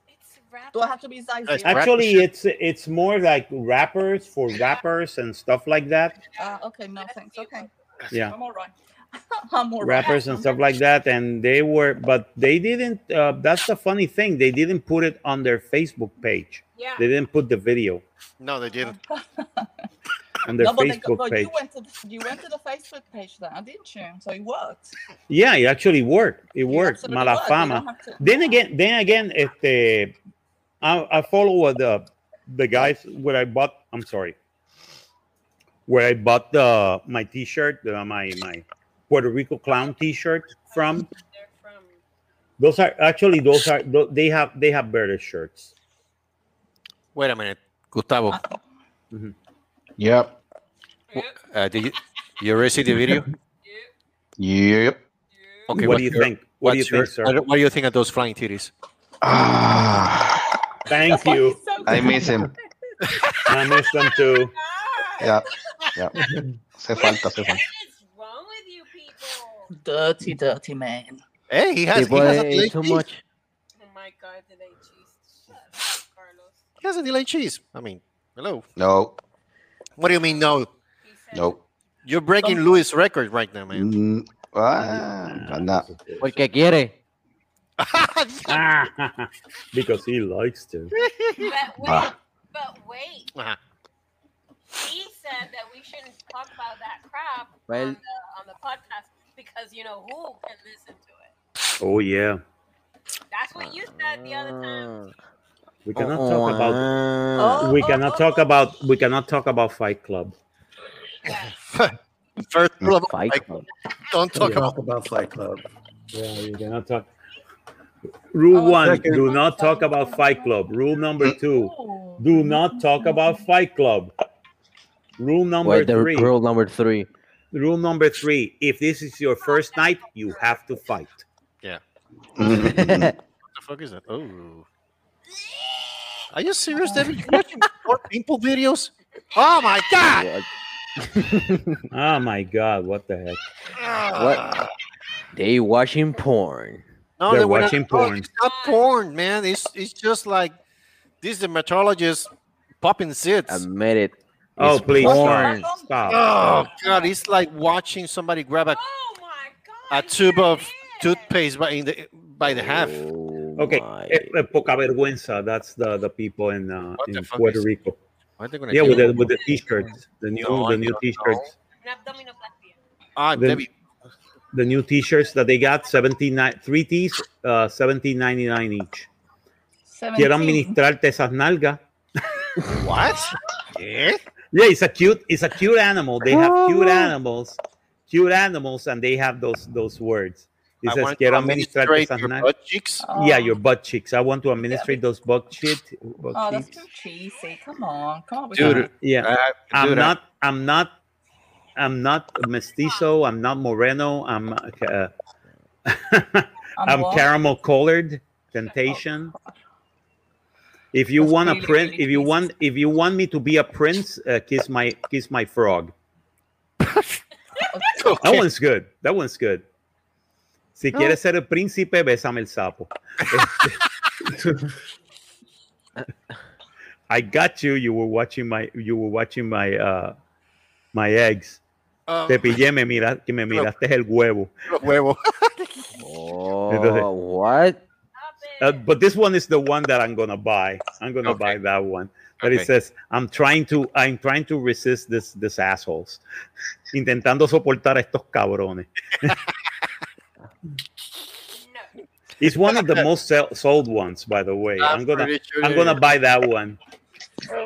F: It's rap.
G: Do I have to be size
E: Uh,
G: zero?
E: Wrap the
B: Actually,
E: shirt.
B: it's it's more like rappers for rappers and stuff like that.
G: Ah, okay, no thanks. Okay,
B: Yeah,
G: I'm all right. I'm all right.
B: rappers and stuff like that. And they were, but they didn't. Uh, that's the funny thing. They didn't put it on their Facebook page.
F: Yeah.
B: They didn't put the video
E: no, they didn't.
B: on their
G: No, but, they got-
B: Facebook
G: but
B: page.
G: you went to the, you went to the Facebook page now, didn't you? So it worked.
B: Yeah, it actually worked. It
G: It
B: worked.
G: absolutely
B: Mala
G: worked. You
B: fama.
G: don't have to-
B: Then again, then again, este, I, I follow what the the guys where I bought. I'm sorry, where I bought the my T-shirt, the, my my Puerto Rico clown T-shirt from.
F: They're from.
B: Those are actually those are tho- they have they have better shirts.
E: Wait a minute, Gustavo.
F: Uh,
I: Yep.
F: Yep,
E: Uh, did you you already see the video?
F: yep,
I: Yep.
F: yep.
E: Okay,
B: what
E: what's
B: do you
E: your-
B: think? What do you
E: what's your-
B: think, sir?
E: what do- What do you think of those flying titties?
I: Ah,
B: Thank you.
G: It's so
I: I
G: good.
I: miss him.
B: I miss them too.
I: Yeah. Yeah. Hace falta, hace falta.
F: What is wrong with you people?
G: Dirty, dirty man.
E: Hey, he has, he
J: People
E: has a
J: ate
E: delayed
J: too
E: cheese.
J: much.
F: Oh my god, did I cheese? Shut up, Carlos.
E: He has a delayed cheese. I mean, hello.
I: No,
E: What do you mean no?
F: He said,
I: no.
E: You're breaking Louis' record right now, man.
I: Mm, ah, I'm not.
J: Porque quiere.
B: Ah. because he likes to.
F: But wait,
I: Ah.
F: but wait.
E: Uh-huh.
F: He said that we shouldn't talk about that crap
J: Well-
F: on, the, on the podcast because you know who can listen to it.
B: Oh yeah,
F: That's what you said the other time.
B: we cannot talk about.
J: Ah.
B: We cannot talk about. We cannot talk about Fight Club.
E: First rule of
J: Fight
E: like,
J: Club.
E: don't talk
C: Yeah,
E: about
C: about Fight Club.
B: Yeah, you cannot talk. Rule
G: Oh,
B: one:
C: second.
B: Do not talk about Fight Club. Rule number two:
G: Ooh.
B: Do not talk about Fight Club. Rule number
J: Wait, the
B: three.
J: rule number three.
B: Rule number three: If this is your first night, you have to fight.
I: Mm,
E: what the fuck is that? Oh. Are you serious, David? You're watching more pimple videos? Oh my god!
B: Oh my God! What the heck?
E: Ah.
J: what? They watching porn.
E: No,
B: They're
E: they were not-
B: watching
E: no,
B: porn.
E: It's not porn, man. It's it's just like these dermatologists popping zits.
J: Admit it.
B: Oh
J: It's
B: please
J: porn.
B: stop! Stop!
E: oh god, it's like watching somebody grab a,
F: Oh my
E: a
F: god.
E: tube of
F: yeah.
E: toothpaste by in the by the half.
J: Oh
B: Okay,
J: my.
B: eh, eh, poca vergüenza. That's the, the people in uh,
E: What the
B: in
E: fuck
B: Puerto
E: is-
B: Rico.
E: Why are they gonna
B: Yeah,
E: do
B: with
E: that?
B: the with the t-shirts, the new
E: No, I
B: the new
E: don't
B: t-shirts,
F: An abdominal plastia.
E: Ah,
B: Then-
E: David,
B: the new t-shirts that they got. Seventeen nine three T's, uh, seventeen ninety nine each. Quiero
G: 17.
B: administrarte esas nalgas.
E: what? Eh?
B: Yeah, it's a cute it's a cute animal. They have cute
G: Oh.
B: animals, cute animals, and they have those those words. It
E: I
B: says
E: want to
B: quiero administrarte
E: administrate
B: esas
E: your
B: nalgas.
E: butt cheeks.
B: Yeah,
G: Oh.
B: your butt cheeks. I want to administrate those butt shit. Butt
G: Oh, that's
B: cheeks.
G: too cheesy. Come on, come on with
E: Dude,
G: that.
B: Yeah.
E: Uh,
B: I'm
E: dude, I-
B: not. I'm not. I'm not mestizo. I'm not moreno. I'm. Uh, I'm
G: what?
B: caramel colored. Temptation. If you
G: That's
B: want a
G: really,
B: prince,
G: really
B: if you
G: tasty.
B: want, if you want me to be a prince, uh, kiss my kiss my frog. That
E: Okay.
B: one's good. That one's good. Si quieres ser el príncipe, besame el sapo. I got you. You were watching my. You were watching my. Uh, my eggs.
E: Um,
B: Te pillé, me mira, que me miraste el huevo.
E: huevo.
J: Oh, what?
F: Stop it.
B: Uh, but this one is the one that I'm gonna buy. I'm gonna
E: Okay.
B: buy that one. But
E: Okay.
B: it says, I'm trying to, I'm trying to resist this, this assholes. Intentando soportar a estos cabrones.
F: no.
B: It's one of the most sell, sold ones, by the way. I'm gonna,
E: pretty sure
B: I'm
E: it
B: gonna
E: is.
B: buy that one.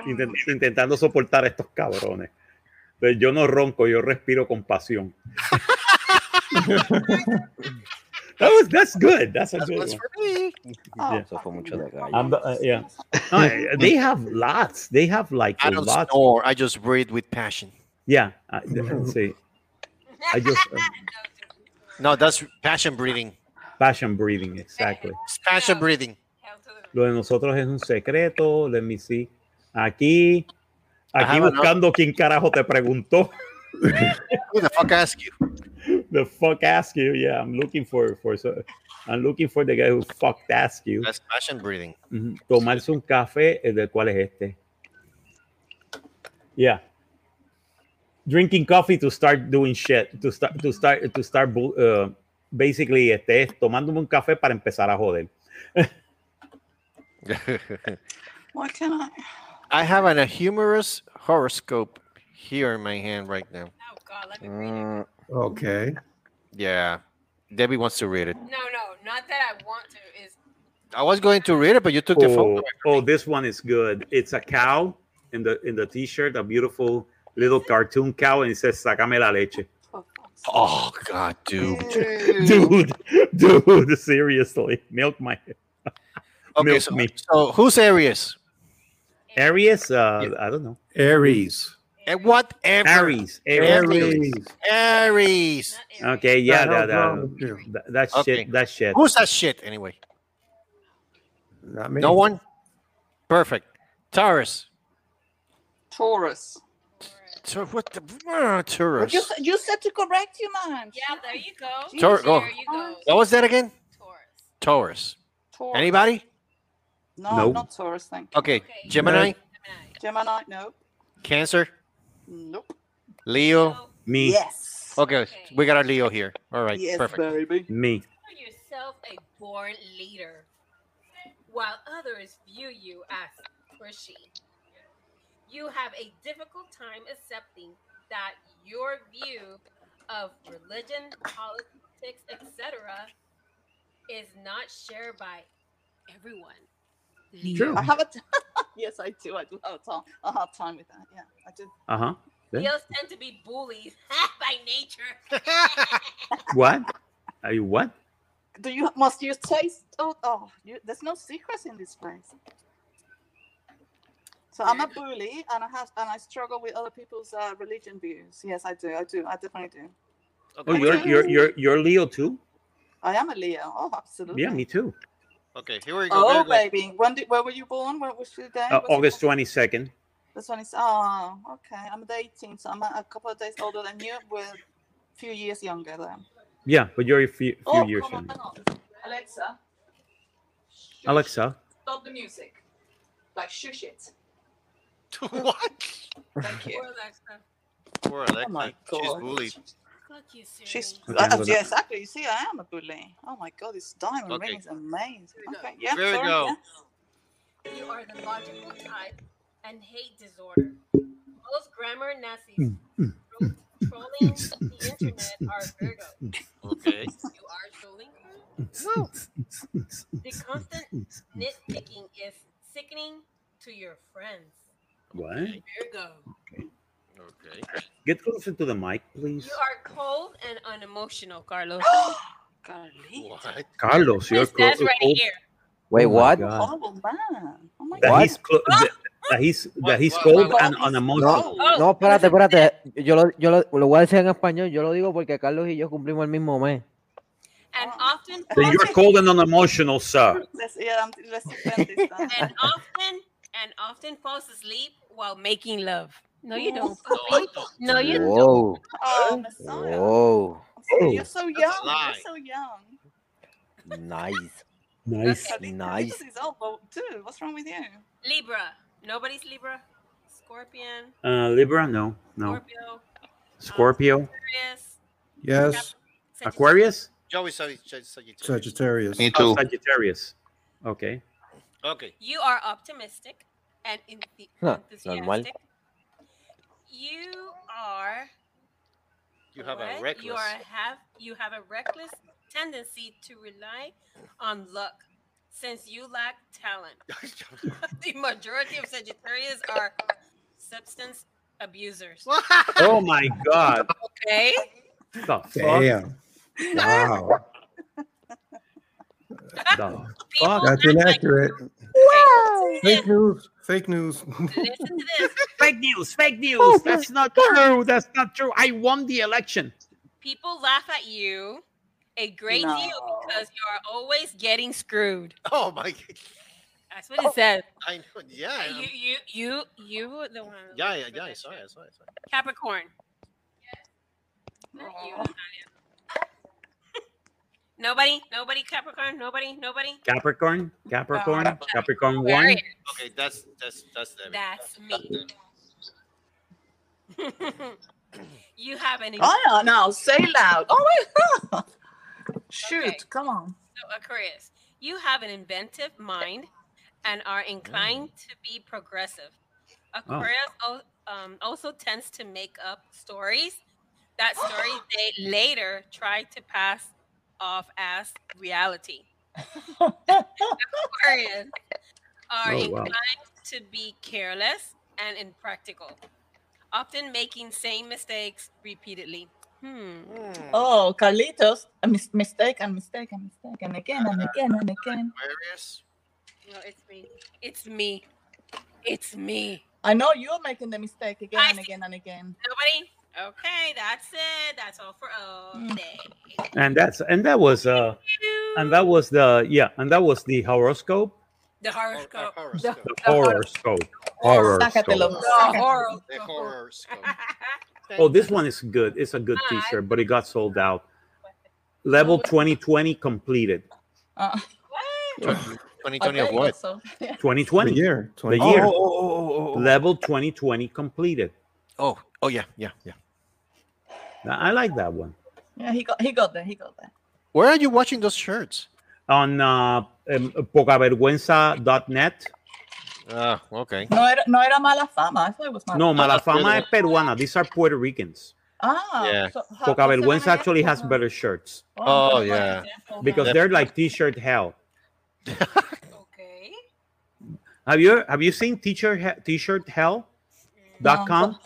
B: Inten- Intentando soportar a estos cabrones. Pero Yo no ronco, yo respiro con pasión. that was, that's good. That's a
E: That's
B: good one.
E: what's for me.
G: Oh,
J: Ah, Eso fue mucho de gallo.
B: I'm the, uh, yeah. No, eh, they have lots. They have like
E: I don't
B: lots.
E: snore. I just breathe with passion.
B: Yeah. I, let's see. I just uh,
E: No, that's passion breathing.
B: passion breathing exactly.
E: It's passion breathing.
F: Hell to the-
B: Lo de nosotros es un secreto. Let me see. Aquí, aquí
E: Ajá, no.
B: buscando quién carajo te preguntó.
E: Who the fuck asked you?
B: The fuck ask you? Yeah, I'm looking for for. So, I'm looking for the guy who fucked ask you.
E: That's passion breathing.
B: Ujú. Tomarse un café, eh, ¿de cuál es este? Yeah. Drinking coffee to start doing shit, to start, to start, to start, bu- uh, basically, este es tomándome un café para empezar a joder.
G: why can't I?
E: I have an, a humorous horoscope here in my hand right now.
F: Oh god, let me read it.
J: Mm,
C: Okay.
E: Yeah. Debbie wants to read it.
F: No, no, not that I want to. Is
E: I was going to read it, but you took the phone.
B: Oh, oh, this one is good. It's a cow in the in the t-shirt, a beautiful little cartoon cow, and it says "Sácame la leche."
E: Oh, God, dude.
B: Dude, dude, seriously, milk my
E: Okay,
B: Milk
E: so,
B: me.
E: so who's Aries?
B: Aries. Uh, I don't know.
C: Aries.
E: And what? ever?
B: Aries. Aries.
E: Aries.
F: not Aries.
B: Okay, yeah,
C: The hell's
B: that,
C: wrong
B: that,
C: with you?
B: that, that
E: Okay.
B: shit, that shit.
E: Who's that shit anyway?
C: Not me.
E: No one? Perfect. Taurus.
G: Taurus.
F: Taurus.
E: Tur- what the ah, tourists.
G: You, s- you said to correct you, man.
F: Yeah, there you go.
E: Tor-
F: There
E: go.
F: you go.
E: oh. What was that again? Taurus.
G: Taurus.
E: Anybody?
G: No,
E: No.
G: not Taurus. Thank you.
E: Okay. Gemini,
G: Gemini. No.
E: Cancer,
G: Nope.
E: Leo.
B: Me.
G: Yes.
E: Okay, we got our Leo here. All right,
G: Yes,
E: perfect.
G: baby.
B: Me.
F: Consider yourself a born leader, while others view you as pushy. You have a difficult time accepting that your view of religion, politics, etc., is not shared by everyone.
G: I have a. T- yes, I do. I do have a, time, a hard time with that. Yeah, I do.
B: Uh huh.
F: Males tend to be bullies by nature.
B: What? Are you what?
G: Do you must you taste? Oh, oh, you, there's no secrets in this place. So I'm a bully, and I have and I struggle with other people's uh, religion views. Yes, I do. I do. I definitely do.
B: Oh, you're you're you're you're Leo too.
G: I am a Leo. Oh, absolutely.
B: Yeah, me too.
E: Okay, here we go.
G: Oh,
E: here we go.
G: baby. When did, where were you born? What was your day?
B: Uh,
G: What's your-
B: August twenty second.
G: This one is oh okay. I'm the 18, so I'm a, a couple of days older than you, with a few years younger than.
B: Yeah, but you're a few, few
G: Oh,
B: years
G: come on,
B: younger.
G: hang on. Alexa,
B: Alexa.
G: stop the music. Like shush it.
E: what?
G: Thank you.
E: Poor Alexa.
G: Oh my
E: She's
G: God.
E: bullied.
G: She's
B: Okay,
G: uh,
B: I'm gonna-
G: yeah, exactly. You see, I am a bully. Oh my god, this diamond
E: Okay.
G: ring is amazing. Okay, yeah,
E: Here we
G: sorry,
E: go.
G: yeah.
F: You are the logical type and hate disorder. Most grammar
B: Mm,
F: Nazis trolling the internet are Virgos.
E: Okay.
F: You are trolling? The constant nitpicking is sickening to your friends.
B: What?
F: Virgo.
E: Okay.
B: Get closer to the mic, please.
F: You are cold and unemotional, Carlos.
G: Golly,
E: What?
B: Carlos, you're
F: It says
B: clo-
F: right
B: oh,
F: here.
J: Wait,
B: oh my
J: what?
B: God.
G: horrible man. Oh my
B: That
J: What?
B: he's clo- that, that he's that he's
E: What,
B: cold
E: what,
B: and
G: what?
B: unemotional.
G: No.
F: Oh,
J: No, espérate,
F: entonces,
J: espérate. Yo, lo, yo lo, lo voy a decir en español. Yo lo digo porque Carlos y yo cumplimos el mismo mes.
F: And often,
B: Then you're cold and unemotional, sir.
G: Let's yeah, I'm, let's defend this time.
F: and often, and often falls asleep while making love. No, you don't.
E: No,
F: puppy. No, you don't.
J: Wow,
G: Oh, Messiah.
J: wow,
G: I'm sorry, You're so
E: a
G: young. You're
E: lie.
G: so young.
J: nice.
B: Nice.
G: But it-
J: Nice.
G: This is all about too. What's wrong with you?
F: Libra. Nobody's Libra. Scorpion.
B: Uh, Libra, no, no.
G: Um,
F: Scorpio.
B: Scorpio,
F: Aquarius.
C: Yes,
F: Sagittarius.
B: Aquarius,
E: Joey Sag- Sag- Sagittarius.
C: Sagittarius.
I: Me
B: oh,
I: too.
B: Sagittarius. Okay.
E: Okay.
F: You are optimistic and enthu-
J: Huh,
F: enthusiastic.
J: normal.
F: You are.
E: You have
F: what?
E: a reckless.
F: You are have. You have a reckless tendency to rely on luck, since you lack talent. the majority of Sagittarius are substance abusers.
B: Oh my God.
F: Okay.
B: The fuck?
C: Damn. Wow.
B: The
F: People
B: fuck?
C: That's inaccurate. Fake news. Fake news.
B: Mm-hmm.
F: Listen to this.
B: Fake news. Fake news. That's not true. That's not true. I won the election.
F: People laugh at you a great deal
G: No.
F: because you are always getting screwed.
E: oh my god.
F: That's what it says.
E: I know. Oh. Yeah. I'm-
F: You, you, you, you were the one.
E: Yeah, yeah, yeah. I saw it. I saw it. I saw it.
F: Capricorn. Not you,
G: Aw.
F: Natalia. nobody, nobody, Capricorn, nobody, nobody.
B: Capricorn. Capricorn.
F: Oh,
B: Capricorn one.
F: Aquarius.
E: Okay, that's that's that's Debbie.
F: That's me. you have an
G: Oh yeah, now say loud. Oh my god. Shoot,
F: Okay.
G: come on.
F: So, Aquarius, you have an inventive mind and are inclined
B: Mm.
F: to be progressive.
B: Oh.
F: Aquarius al- um, also tends to make up stories that stories they later try to pass off as reality. Aquarius are
B: Oh, wow.
F: inclined to be careless and impractical, often making same mistakes repeatedly. Hmm.
G: Oh, Carlitos, a mis- mistake and mistake and mistake and again and again and again.
E: Aquarius.
F: No, it's me. It's me. It's me.
G: I know you're making the mistake again
F: I
G: and
F: see.
G: again and again.
F: Nobody? Okay, that's it. That's all for all day.
B: uh, And that's and that was uh and that was the yeah and that was the horoscope
F: The horoscope.
G: horoscope.
B: The horoscope.
G: Sácatelo.
B: Horoscope.
F: Oh, The horoscope.
E: The horoscope.
B: Oh, this one is good. It's a good T-shirt, but it got sold out. Level
F: Oh.
B: 2020 completed. Oh.
G: Uh,
E: 2020
F: Oh,
G: okay,
E: of what?
G: so- yeah.
B: 2020.
C: The year.
B: The
C: 20.
B: year.
E: Oh, oh, oh, oh,
B: Level 2020 completed.
E: oh. oh, oh, yeah, yeah, yeah.
B: Now, I like that one.
G: Yeah, he got he got there. He got there.
E: Where are you watching those shirts?
B: On uh, em, pocavergüenza.net.
E: Ah, okay.
G: No era, no era mala fama. I thought it was mala
B: No,
G: fama.
J: Ah,
B: Malafama es peruana. These are Puerto Ricans.
G: Ah,
E: Yeah.
G: so how-
B: Pocavergüenza
G: so-
B: actually has better shirts
E: Oh, yeah.
B: because they're like T-shirt hell.
F: Okay.
B: Have you have you seen teacher he- T-shirt hell? dot com.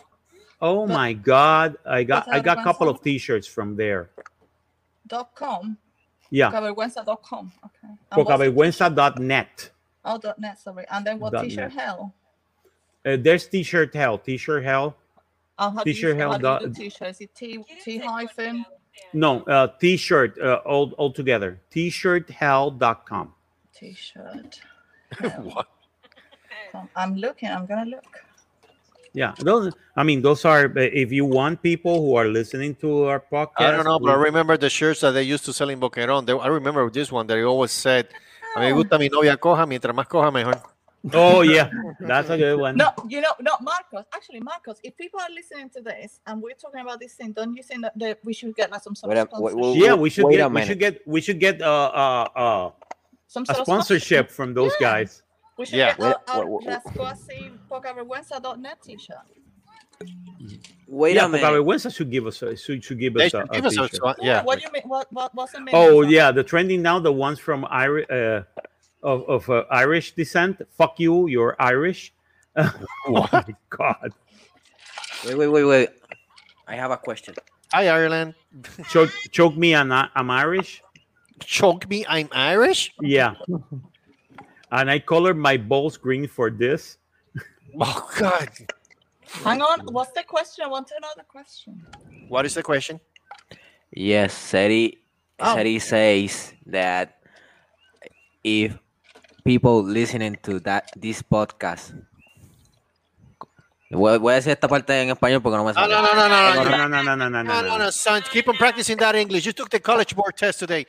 B: Oh
G: but-
B: my God! I got
G: but
B: I got a
G: Albanza-
B: couple of T-shirts from there.
G: Dot com.
B: Yeah,
G: Pocavergüenza dot com. Okay. And what's-
B: pocavergüenza.net.
G: Oh, dot net. Sorry. And then what
B: Dot
G: T-shirt hell?
B: Uh, there's T-shirt hell, T-shirt hell.
G: Oh, how do you-
B: T-shirt hell
G: how do
B: dot-
G: you do T-shirt? Is it T
F: You didn't
G: T
F: say what
G: hyphen?
F: else, yeah.
B: No, uh, T-shirt uh, all all together. T-shirthell.com.
G: T-shirt.
E: What?
G: com. I'm looking. I'm gonna look.
B: Yeah, those. I mean, those are. uh, If you want people who are listening to our podcast,
E: I don't know, but I
B: we-
E: remember the shirts that they used to sell in Boquerón. They, I remember this one that they always said, a mí me gusta mi novia coja, mientras más coja mejor.
B: oh yeah, that's a good one.
G: No, you know, no, Marcos. Actually, Marcos, if people are listening to this and we're talking about this thing, don't you think that, that we should get like some sort
J: Wait a-
G: of sponsorship?
J: wait,
B: yeah, we should
J: Wait a
B: get we
J: minute.
B: should get we should get uh uh, uh
G: some
B: a
G: sort of
B: sponsorship from those
G: Yeah.
B: guys.
G: We should
E: Yeah.
G: get our,
J: Wait,
G: our
J: wait, wait,
G: lascuasipocavergüenza.net T-shirt.
J: Wait
B: yeah,
J: a minute.
B: Pocavergüenza should give us a, should, should give
E: They
B: us a,
E: should
B: a
E: give us a,
B: T-shirt.
E: a yeah.
G: What do you mean? What what what's the meaning?
B: Oh
G: of that?
B: yeah, the trending now the ones from Irish uh, of, of uh, Irish descent. Fuck you, you're Irish. Oh my god.
J: Wait, wait, wait, wait. I have a question.
E: Hi, Ireland.
B: Choke choke me and I, I'm Irish.
E: Choke me, I'm Irish?
B: Yeah. And I colored my balls green for this.
E: Oh, God.
G: Hang on. What's the question? I want to know the question.
E: What is the question?
J: Yes, Seri,
G: Oh.
J: Seri says that if people listening to that this podcast, voy voy a hacer esta parte en español porque no me
E: No,
J: sale.
E: no, no, no, no, no.
B: No, no,
E: you-
B: no, no, no, no,
E: No,
B: no,
E: no,
B: no,
E: no,
B: no.
E: son. Keep on practicing that English. You took the college board test today.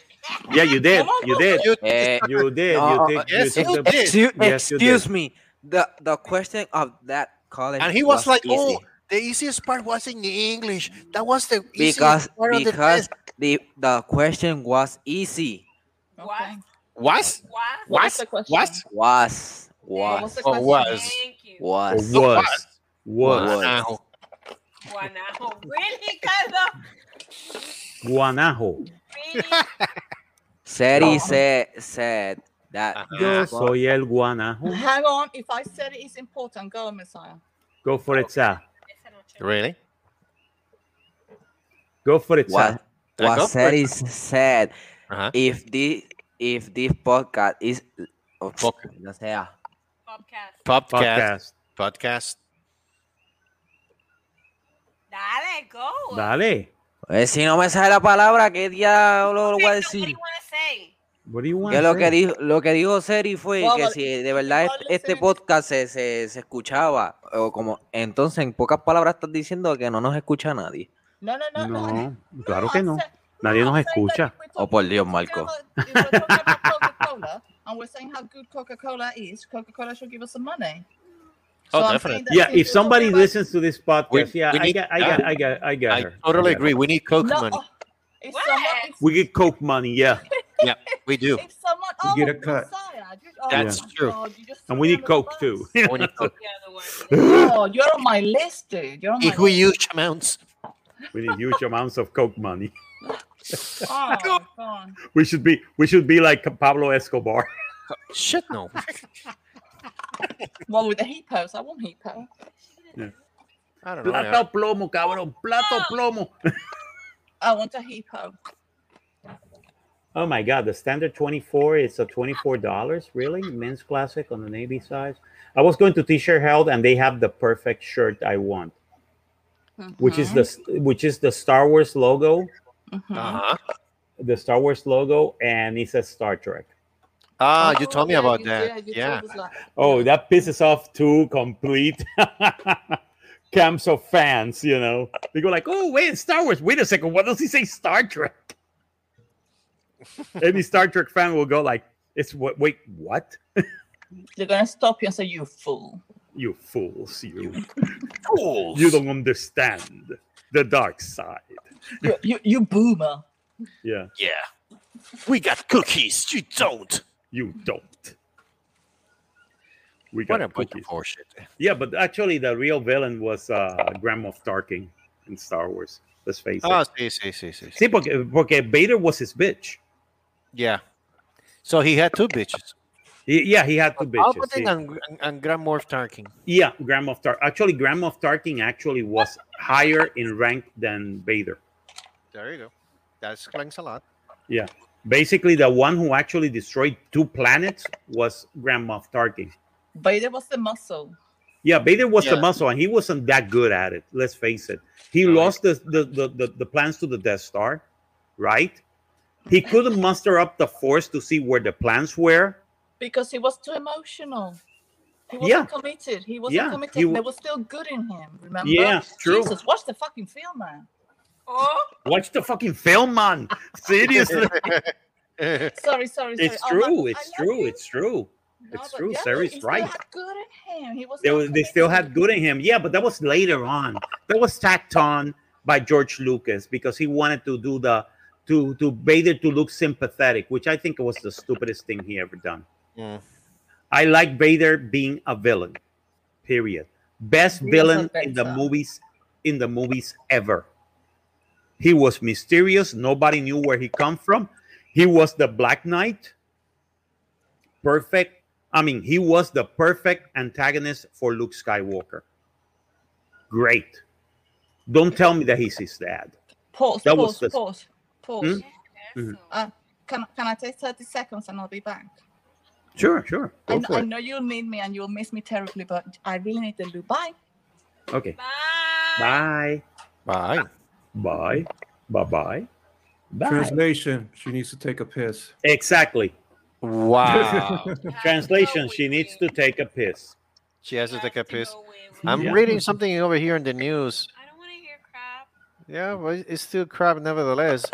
B: Yeah, you did. You did.
E: You,
J: Eh,
B: You did.
J: No,
B: You
J: uh,
B: took, you
E: yes,
B: took
E: you
B: the-
E: did.
J: Excuse,
B: Yes, you did.
J: excuse me. The the question of that college
E: and he was, like,
J: easy
E: oh, the easiest part was in English. That was the easiest
J: because
E: part of the
J: because
E: test.
J: the the question was easy
F: What?
E: What?
F: What?
G: What
E: What?
G: is the question?
E: What?
J: was
G: Yeah,
J: was
G: what's the
E: Oh,
G: question?
E: was.
F: Thank you.
B: Or
J: was.
B: was.
J: Was.
B: Was.
E: Wow.
F: Guanajo. Oh, Really, Carlos?
B: Guanajo.
F: Really?
J: Seri
G: Oh.
J: said said that
B: Yo
E: Ajá.
B: soy el guanajo.
G: Hang on. If I said it is important, go, Messiah.
B: Go for it, sir.
F: Esa noche.
E: Really?
B: Go for it, sir.
J: what what
E: go for it.
J: Seri said
E: Uh-huh.
J: if this if this podcast is oh,
E: Fuck.
J: no sea
F: Podcast.
E: Podcast.
B: Podcast.
E: Podcast.
F: Dale, go.
B: Dale.
J: Eh, si no me sale la palabra qué diablo lo voy a
F: Okay, so What
J: decir
F: do you want to say?
B: What do you want?
J: que lo que dijo lo que dijo Seri fue
G: Well,
J: que
G: well,
J: si de verdad
G: if
J: este-
G: you're
J: este
G: listening-
J: podcast se, se, se escuchaba o como entonces en pocas palabras estás diciendo que no nos escucha nadie
G: No, no, no, no.
B: No, claro
G: I
B: que no.
G: said-
B: Nadie
G: no,
B: nos
G: I'm saying that
B: escucha.
G: if we're
J: Oh,
G: talking-
J: por Dios,
G: if we're
J: Marco.
G: talking about- if we're talking about Coca-Cola and we're saying how good Coca-Cola is, Coca-Cola should give us some money.
E: Oh,
G: I'm
E: definitely.
G: saying that
B: Yeah,
G: since
B: if
G: we're
B: somebody
G: talking about-
B: listens to this podcast,
E: We-
B: yeah,
E: we
B: I
E: need-
B: got, I got, I got, I got
E: I
B: her.
E: totally
B: got her.
E: agree. We need Coke
G: No,
E: money.
G: oh, if
F: What?
G: someone, if,
B: We get Coke money, yeah,
E: Yeah, we do.
G: if someone,
C: You
G: oh,
C: get a cut.
G: Messiah, you- oh
E: That's
G: my
E: true.
G: God, you just threw
B: and we
G: me
B: need
G: under the
B: Coke
G: bus.
B: too.
E: We need Coke.
F: The other one.
G: Oh, you're on my list, dude. You're on my
E: If we
G: list.
E: huge amounts.
B: we need huge amounts of Coke money.
G: Oh, God.
B: We should be, we should be like Pablo Escobar.
E: Shit, no.
G: Well, with the hippos, I want hippo.
E: I don't know.
B: Plata o plomo, cabrón. Plata o plomo.
G: I want a hippo.
B: Oh my God, the standard 24 is a $24. Really? Men's classic on the Navy size. I was going to T-shirt held and they have the perfect shirt I want, which is
G: Mm-hmm.
B: the which is the Star Wars logo,
G: Mhm.
B: Mm-hmm.
E: Uh-huh.
B: the Star Wars logo and it says Star Trek.
E: Ah, you told me
G: Oh, yeah,
E: about
G: you-
E: that.
G: yeah, you told
E: yeah.
G: us last-
B: Oh, that pisses off two complete camps of fans, you know. They go like, oh, wait, it's Star Wars. Wait a second, what does he say Star Trek? Any Star Trek fan will go like, it's what wait, what?
G: They're gonna stop you and say you fool.
B: You fools, you
E: Fools.
B: you don't understand the dark side.
G: You you, you boomer.
B: Yeah,
E: Yeah. We got cookies. You don't.
B: you don't. We
E: What a
B: got
E: bunch of
B: cookies.
E: bullshit.
B: Yeah, but actually the real villain was uh Grand Moff Tarkin in Star Wars. Let's face it.
E: Ah, sí, sí, sí, sí, sí.
B: Sí, porque, porque Vader was his bitch.
E: Yeah. So he had two bitches.
B: He- yeah, he had two bitches.
E: Palpatine
B: He-
E: and, and, and Grand Morph Tarkin.
B: yeah, Grand Moff Tarkin. Actually, Grand Moff Tarkin actually was higher in rank than Vader.
E: There you go. That explains a lot.
B: Yeah. Basically, the one who actually destroyed two planets was Grand Moff Tarkin.
G: Vader was the muscle.
B: Yeah, Vader was the
E: Yeah.
B: muscle, and he wasn't that good at it. Let's face it. He
E: Right.
B: lost the the, the, the the plans to the Death Star, right? He couldn't muster up the force to see where the plans were.
G: Because he was too emotional. He wasn't
B: Yeah.
G: committed. He wasn't
B: Yeah,
G: committed.
B: he w-
G: There was still good in him. Remember?
B: Yeah, true.
G: Jesus, watch the fucking film, man.
F: Oh,
B: Watch the fucking film, man. Seriously.
G: Sorry, sorry, sorry.
B: it's
G: Oh, man,
B: true.
G: I
B: It's
G: love
B: true.
G: you.
B: It's true.
G: No,
B: it's
G: but
B: true.
G: yeah,
B: Sarah's
G: he still
B: right.
G: had good in him. He was
B: They,
G: not
B: were, they still had
G: committed.
B: good in him. Yeah, but that was later on. That was tacked on by George Lucas because he wanted to do the to to Vader to look sympathetic, which I think was the stupidest thing he ever done.
E: Mm.
B: I like Vader being a villain. Period. Best
G: He was a
B: villain in the
G: better.
B: movies in the movies ever. He was mysterious. Nobody knew where he come from. He was the Black Knight. Perfect. I mean, he was the perfect antagonist for Luke Skywalker. Great. Don't tell me that he's his dad.
G: Pause,
B: That was
G: pause,
B: the-
G: pause, pause.
B: Hmm?
F: yes.
G: Uh, can, can I take 30 seconds and I'll be back?
B: Sure, sure.
G: I,
B: Go
G: kn-
B: for
G: I
B: it.
G: know you'll need me and you'll miss me terribly, but I really need the loo. Bye.
B: Okay.
F: Bye.
B: Bye.
E: Bye.
B: Bye. Bye. Bye. Bye.
C: Translation: She needs to take a piss.
B: Exactly.
E: Wow.
B: Translation: She needs to take a piss.
E: she has to take a piss. I'm
F: I'm.
B: Yeah.
E: reading something over here in the news.
F: I don't want to hear crap.
E: Yeah, but it's still crap nevertheless.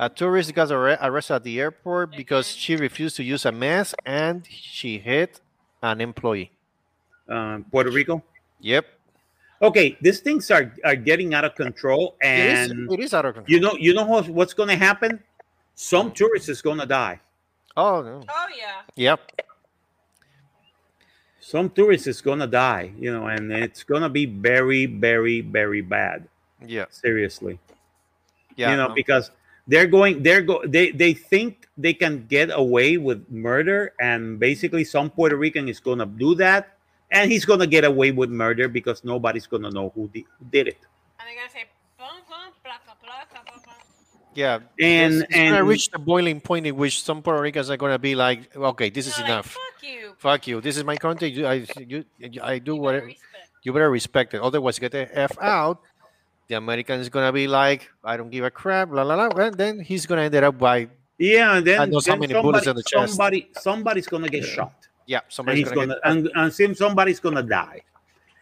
E: A tourist got arre- arrested at the airport because she refused to use a mask and she hit an employee.
B: Um, Puerto Rico.
E: Yep.
B: Okay, these things are are getting out of control,
E: It is,
B: and
E: it is out of control.
B: you know you know what's, what's going to happen. Some tourists is going to die.
E: oh, no.
F: Oh yeah.
E: Yep.
B: Some tourists is going to die. You know, and it's going to be very, very, very bad.
E: Yeah.
B: Seriously.
E: Yeah.
B: you know
E: no.
B: because they're going they're go they they think they can get away with murder and basically some puerto rican is going to do that and he's going to get away with murder because nobody's going to know who, di- who did it
F: And they're gonna say bum bum placa placa bum bum.
E: yeah.
B: and
E: it's, it's gonna
B: and
E: reach the boiling point in which some Puerto Ricans are gonna be like, okay, this is
F: They're like,
E: enough.
F: Fuck you.
E: Fuck you. This is my country. You, I, you, I do
F: You
E: what
F: better respect.
E: you better respect it. Otherwise, get the f out. The American is gonna be like, I don't give a crap. La la la. And then he's gonna end it up by
B: yeah and then,
E: I know so
B: then
E: many bullets
B: somebody,
E: in the chest.
B: somebody somebody's going to get shot
E: yeah.
B: and
E: Somebody's
B: he's
E: gonna,
B: going to and, and sim- somebody's going to die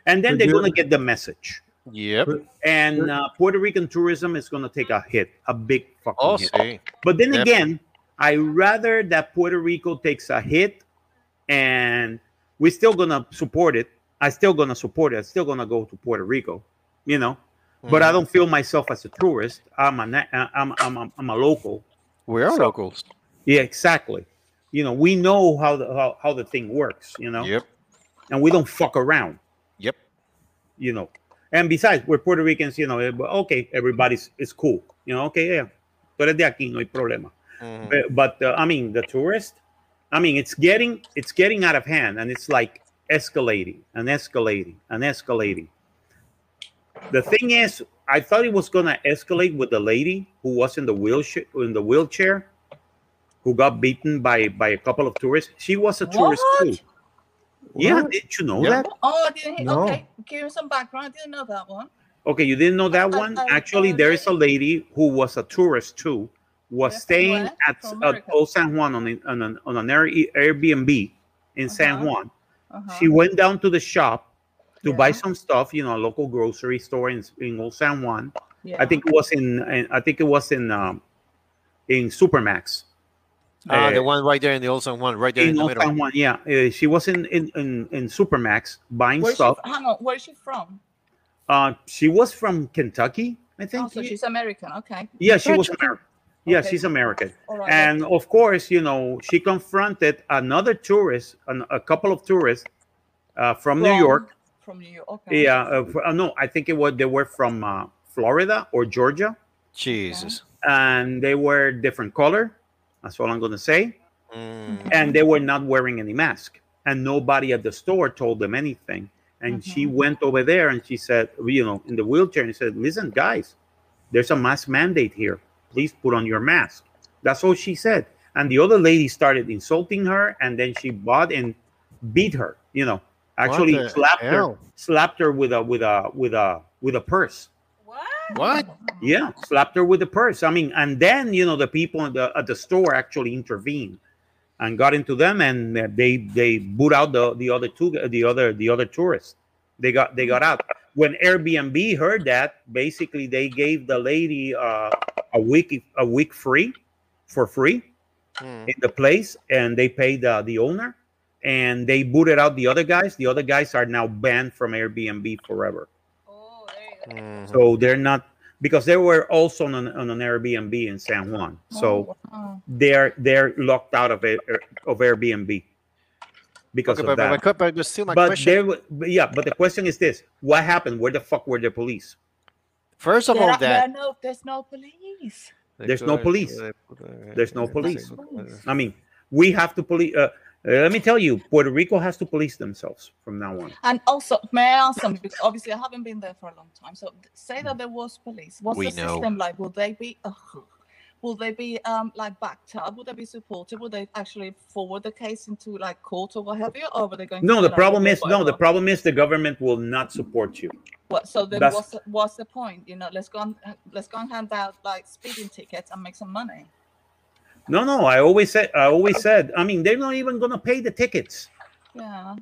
B: and then they're
C: Could you-
B: going to get the message
E: get, yep.
B: and uh, puerto rican tourism is going to take a hit a big fucking
E: Oh,
B: hit
E: see.
B: But then
E: Yep.
B: again, I rather that Puerto Rico takes a hit and we're still gonna support it. I still gonna support it. I'm still gonna go to Puerto Rico, you know. But I
E: Mhm.
B: don't feel myself as a tourist. I'm a na- I'm I'm a, I'm a local.
E: We are
B: so-
E: locals.
B: Yeah, exactly. You know, we know how the how, how the thing works, you know,
E: Yep.
B: and we don't fuck around,
E: Yep.
B: you know. And besides, we're Puerto Ricans, you know. eh, but Okay, everybody's it's cool, you know. Okay, yeah, tú eres de aquí, no hay problema.
C: Mm.
E: Mhm.
B: but, but uh, I mean the tourist. I mean it's getting it's getting out of hand, and it's like escalating and escalating and escalating. The thing is, I thought it was gonna escalate with the lady who was in the wheelchair in the wheelchair, who got beaten by by a couple of tourists. She was a tourist too.
G: What?
B: Yeah,
C: What?
B: did you know
E: Yeah.
B: that?
G: Oh, I didn't hear.
C: No.
G: Okay, give him some background. I didn't know that one.
B: Okay, you didn't know that
G: I-
B: one.
G: I- I
B: Actually, there is a lady who was a tourist too, was
G: Yes,
B: staying
G: what?
B: at,
G: From
B: at
G: America.
B: Old San Juan on, a, on, an, on an Air, Airbnb in San
G: Uh-huh.
B: Juan.
G: Uh-huh.
B: She went down to the shop to buy
G: Yeah.
B: some stuff, you know, a local grocery store in, in Old San Juan.
G: Yeah.
B: I think it was in, in- I think it was in um, in Supermax.
E: Ah,
B: Eh,
E: the one right there in the old San Juan, right there in,
B: in
E: the
B: Old
E: middle.
B: San Juan, yeah. Uh, she was in, in, in, in Supermax buying
G: Where's she,
B: stuff.
G: hang on, where's she from?
B: Uh, she was from Kentucky, I
G: Oh,
B: think.
G: so she's American. Okay.
B: yeah, she was
G: Gotcha.
B: American. Yeah,
G: Okay.
B: she's American.
G: All right.
B: And of course, you know, she confronted another tourist, an, a couple of tourists uh, from New York.
G: From New York. Okay.
B: Yeah, uh, fr- uh, no, I think it was they were from uh, Florida or Georgia,
E: Jesus.
B: and they were different color. That's all I'm gonna say.
E: Mm.
F: Mm-hmm.
B: And they were not wearing any mask, and nobody at the store told them anything. And she went over there and she said, you know, in the wheelchair, and said, "Listen, guys, there's a mask mandate here. Please put on your mask." That's all she said. And the other lady started insulting her, and then she bought and beat her. You know, actually
E: the
B: slapped her,
E: hell?
B: slapped her with a with a with a with a purse.
F: What?
E: What?
B: Yeah, slapped her with a purse. I mean, and then you know the people at the, at the store actually intervened and got into them, and uh, they they boot out the the other two the other the other tourists. They got they got out. When Airbnb heard that, basically they gave the lady uh, a week a week free for free
E: Mm.
B: in the place and they paid uh, the owner and they booted out the other guys the other guys are now banned from airbnb forever
F: Oh, there you go.
E: Mhm.
B: so they're not because they were also on an, on an airbnb in san juan so
G: Oh, wow.
B: they're they're locked out of Air- of airbnb because
E: Okay, but,
B: of that
E: but, but, but still my
B: but
E: question.
B: there wa- but yeah but the question is this what happened where the fuck were the police
E: First of
G: There
E: all,
G: are- there are
E: that
G: no, there's no police.
B: There's no police. There's no police. i mean we have to police uh, uh, let me tell you puerto rico has to police themselves from now on
G: And also, may I ask something? Because obviously, I haven't been there for a long time. So, th- say that there was police. What's
E: We
G: the
E: know.
G: system like? Will they be? Ugh. will they be um like backed up? Will they be supported? Will they actually forward the case into like court or what have you? Or were they going?
B: No,
G: to
B: the
G: be like,
B: problem
G: "Oh,
B: is no. The
G: whatever"?
B: problem is the government will not support you.
G: What, so then,
B: that's-
G: what's the, what's the point? You know, let's go and let's go and hand out like speeding tickets and make some money.
B: No, no. I always said. I always said. I mean, they're not even gonna pay the tickets
G: Yeah.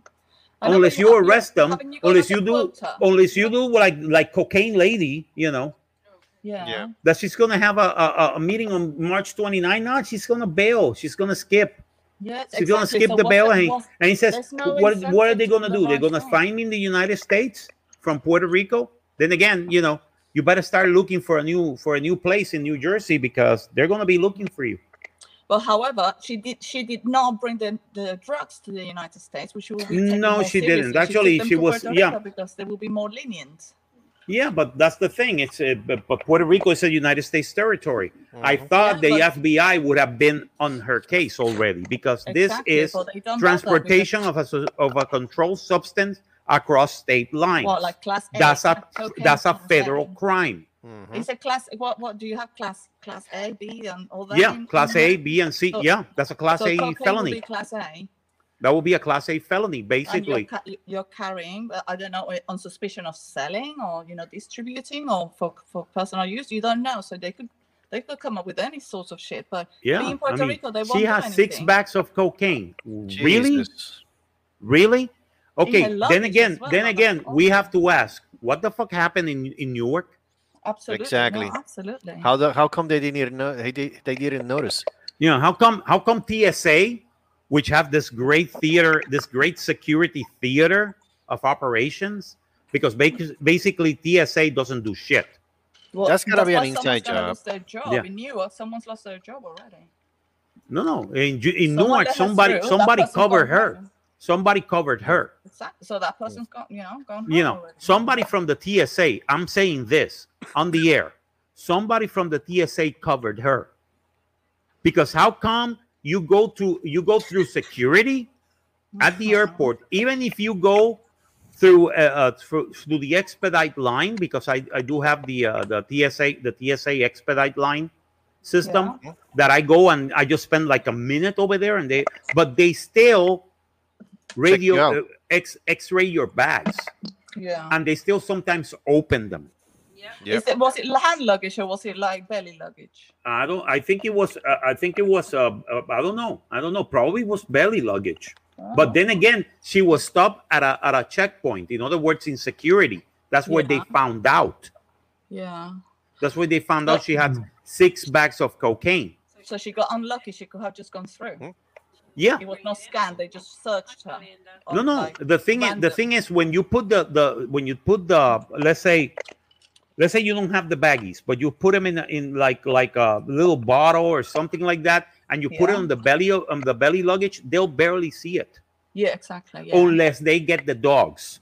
G: I know,
B: unless
G: but
B: you
G: have-
B: arrest them.
G: haven't you got,
B: Unless
G: like,
B: you
G: a
B: do.
G: quota?
B: Unless you do like like cocaine lady. You know
G: Yeah.
E: Yeah.
B: that she's gonna have a a, a- a meeting on March 29. No, she's gonna bail. She's gonna skip.
G: Yes,
B: She's gonna
G: exactly.
B: skip
G: So
B: the
G: what's
B: bail.
G: the-
B: And,
G: what's-
B: and he says,
G: there's no
B: what what are
G: incentive
B: they
G: to
B: gonna
G: the
B: do? They're
G: right
B: gonna
G: thing.
B: find me in the United States from Puerto Rico. Then again, you know. You better start looking for a new for a new place in New Jersey because they're gonna be looking for you.
G: But however, she did she did not bring the, the drugs to the United States, which will be taken
B: No,
G: more
B: she didn't.
G: seriously. took
B: Actually,
G: them
B: she
G: to
B: was-
G: Puerto
B: yeah.
G: Rico because they will be more lenient.
E: Mm-hmm.
B: Yeah, but that's the thing. It's uh, but, but Puerto Rico is a United States territory. I thought
G: Yeah, but-
B: the FBI would have been on her case already because
G: Exactly,
B: this
G: but they
B: is
G: don't know
B: transportation of a su- of a controlled substance across state
G: that
B: lines.
G: because- Well, like class A.
B: that's a
G: class- okay,
B: that's a
G: class
B: federal
G: A.
B: crime.
E: Mhm.
G: It's a class. What what do you have? Class class A, B, and all that.
B: Yeah,
G: in-
B: class
G: in
B: A,
G: there?
B: B, and C.
G: So-
B: yeah, that's a class
G: So
B: A
G: cocaine
B: felony.
G: Will be class A,
B: that would be a class A felony,
G: and you're,
B: basically.
G: ca- you're carrying. uh, I don't know uh, on suspicion of selling or you know distributing or for for personal use. You don't know, so they could they could come up with any sort of shit. But
B: yeah,
G: in Puerto
B: I mean,
G: Rico, they won't
B: she
G: do
B: has six
G: anything.
B: bags of cocaine. Really?
E: Jesus.
B: Really? Okay.
G: her
B: Then
G: luggage
B: again,
G: as well,
B: then
G: not
B: again,
G: on-
B: we have to ask, what the fuck happened in in Newark?
G: Absolutely. no,
E: Exactly.
G: absolutely.
E: How the, how come they didn't know? They, did- they didn't notice.
B: You know, how come how come TSA, which have this great theater, this great security theater of operations, because ba- basically TSA doesn't do shit.
G: Well,
E: That's gotta be
G: why
E: an
G: someone's
E: inside
G: gonna
E: job.
G: lose their job.
B: Yeah.
G: In Newark, someone's lost their job already.
B: No, no. In, Ju- in
G: Someone
B: Newark,
G: let us
B: somebody
G: through, that
B: somebody
G: person
B: covered
G: gone
B: her.
G: home.
B: Somebody covered her.
G: Exactly. So that person's gone, you know, gone.
B: you
G: home
B: know,
G: already.
B: somebody from the TSA, I'm saying this on the air, somebody from the TSA covered her. Because how come you go to you go through security at the
G: Mhm.
B: airport, even if you go through uh, uh, through, through the expedite line, because I, I do have the uh, the TSA the TSA expedite line system that I go and I just spend like a minute over there, and they but they still radio
E: you out.
B: uh, x x ray your bags
G: Yeah.
B: and they still sometimes open them.
F: Yeah.
E: Yep.
G: Is it, was it hand luggage or was it like belly luggage?
B: I don't. I think it was. Uh, I think it was. Uh, uh, I don't know. I don't know. Probably was belly luggage. But then again, she was stopped at a at a checkpoint. In other words, in security. That's where they found out.
G: Yeah.
B: That's where they found out she had six bags of cocaine.
G: So she got unlucky. She could have just gone
E: Mm-hmm.
G: through.
B: Yeah.
G: It was not scanned. They just searched her.
B: No,
G: on,
B: no.
G: like,
B: The thing is, the
G: random-
B: thing is, when you put the the when you put the let's say, let's say you don't have the baggies, but you put them in a- in like like a little bottle or something like that, and you put it
G: Yeah.
B: on the belly of on the belly luggage, they'll barely see it
G: Yeah, exactly. Yeah.
B: unless they get the dogs.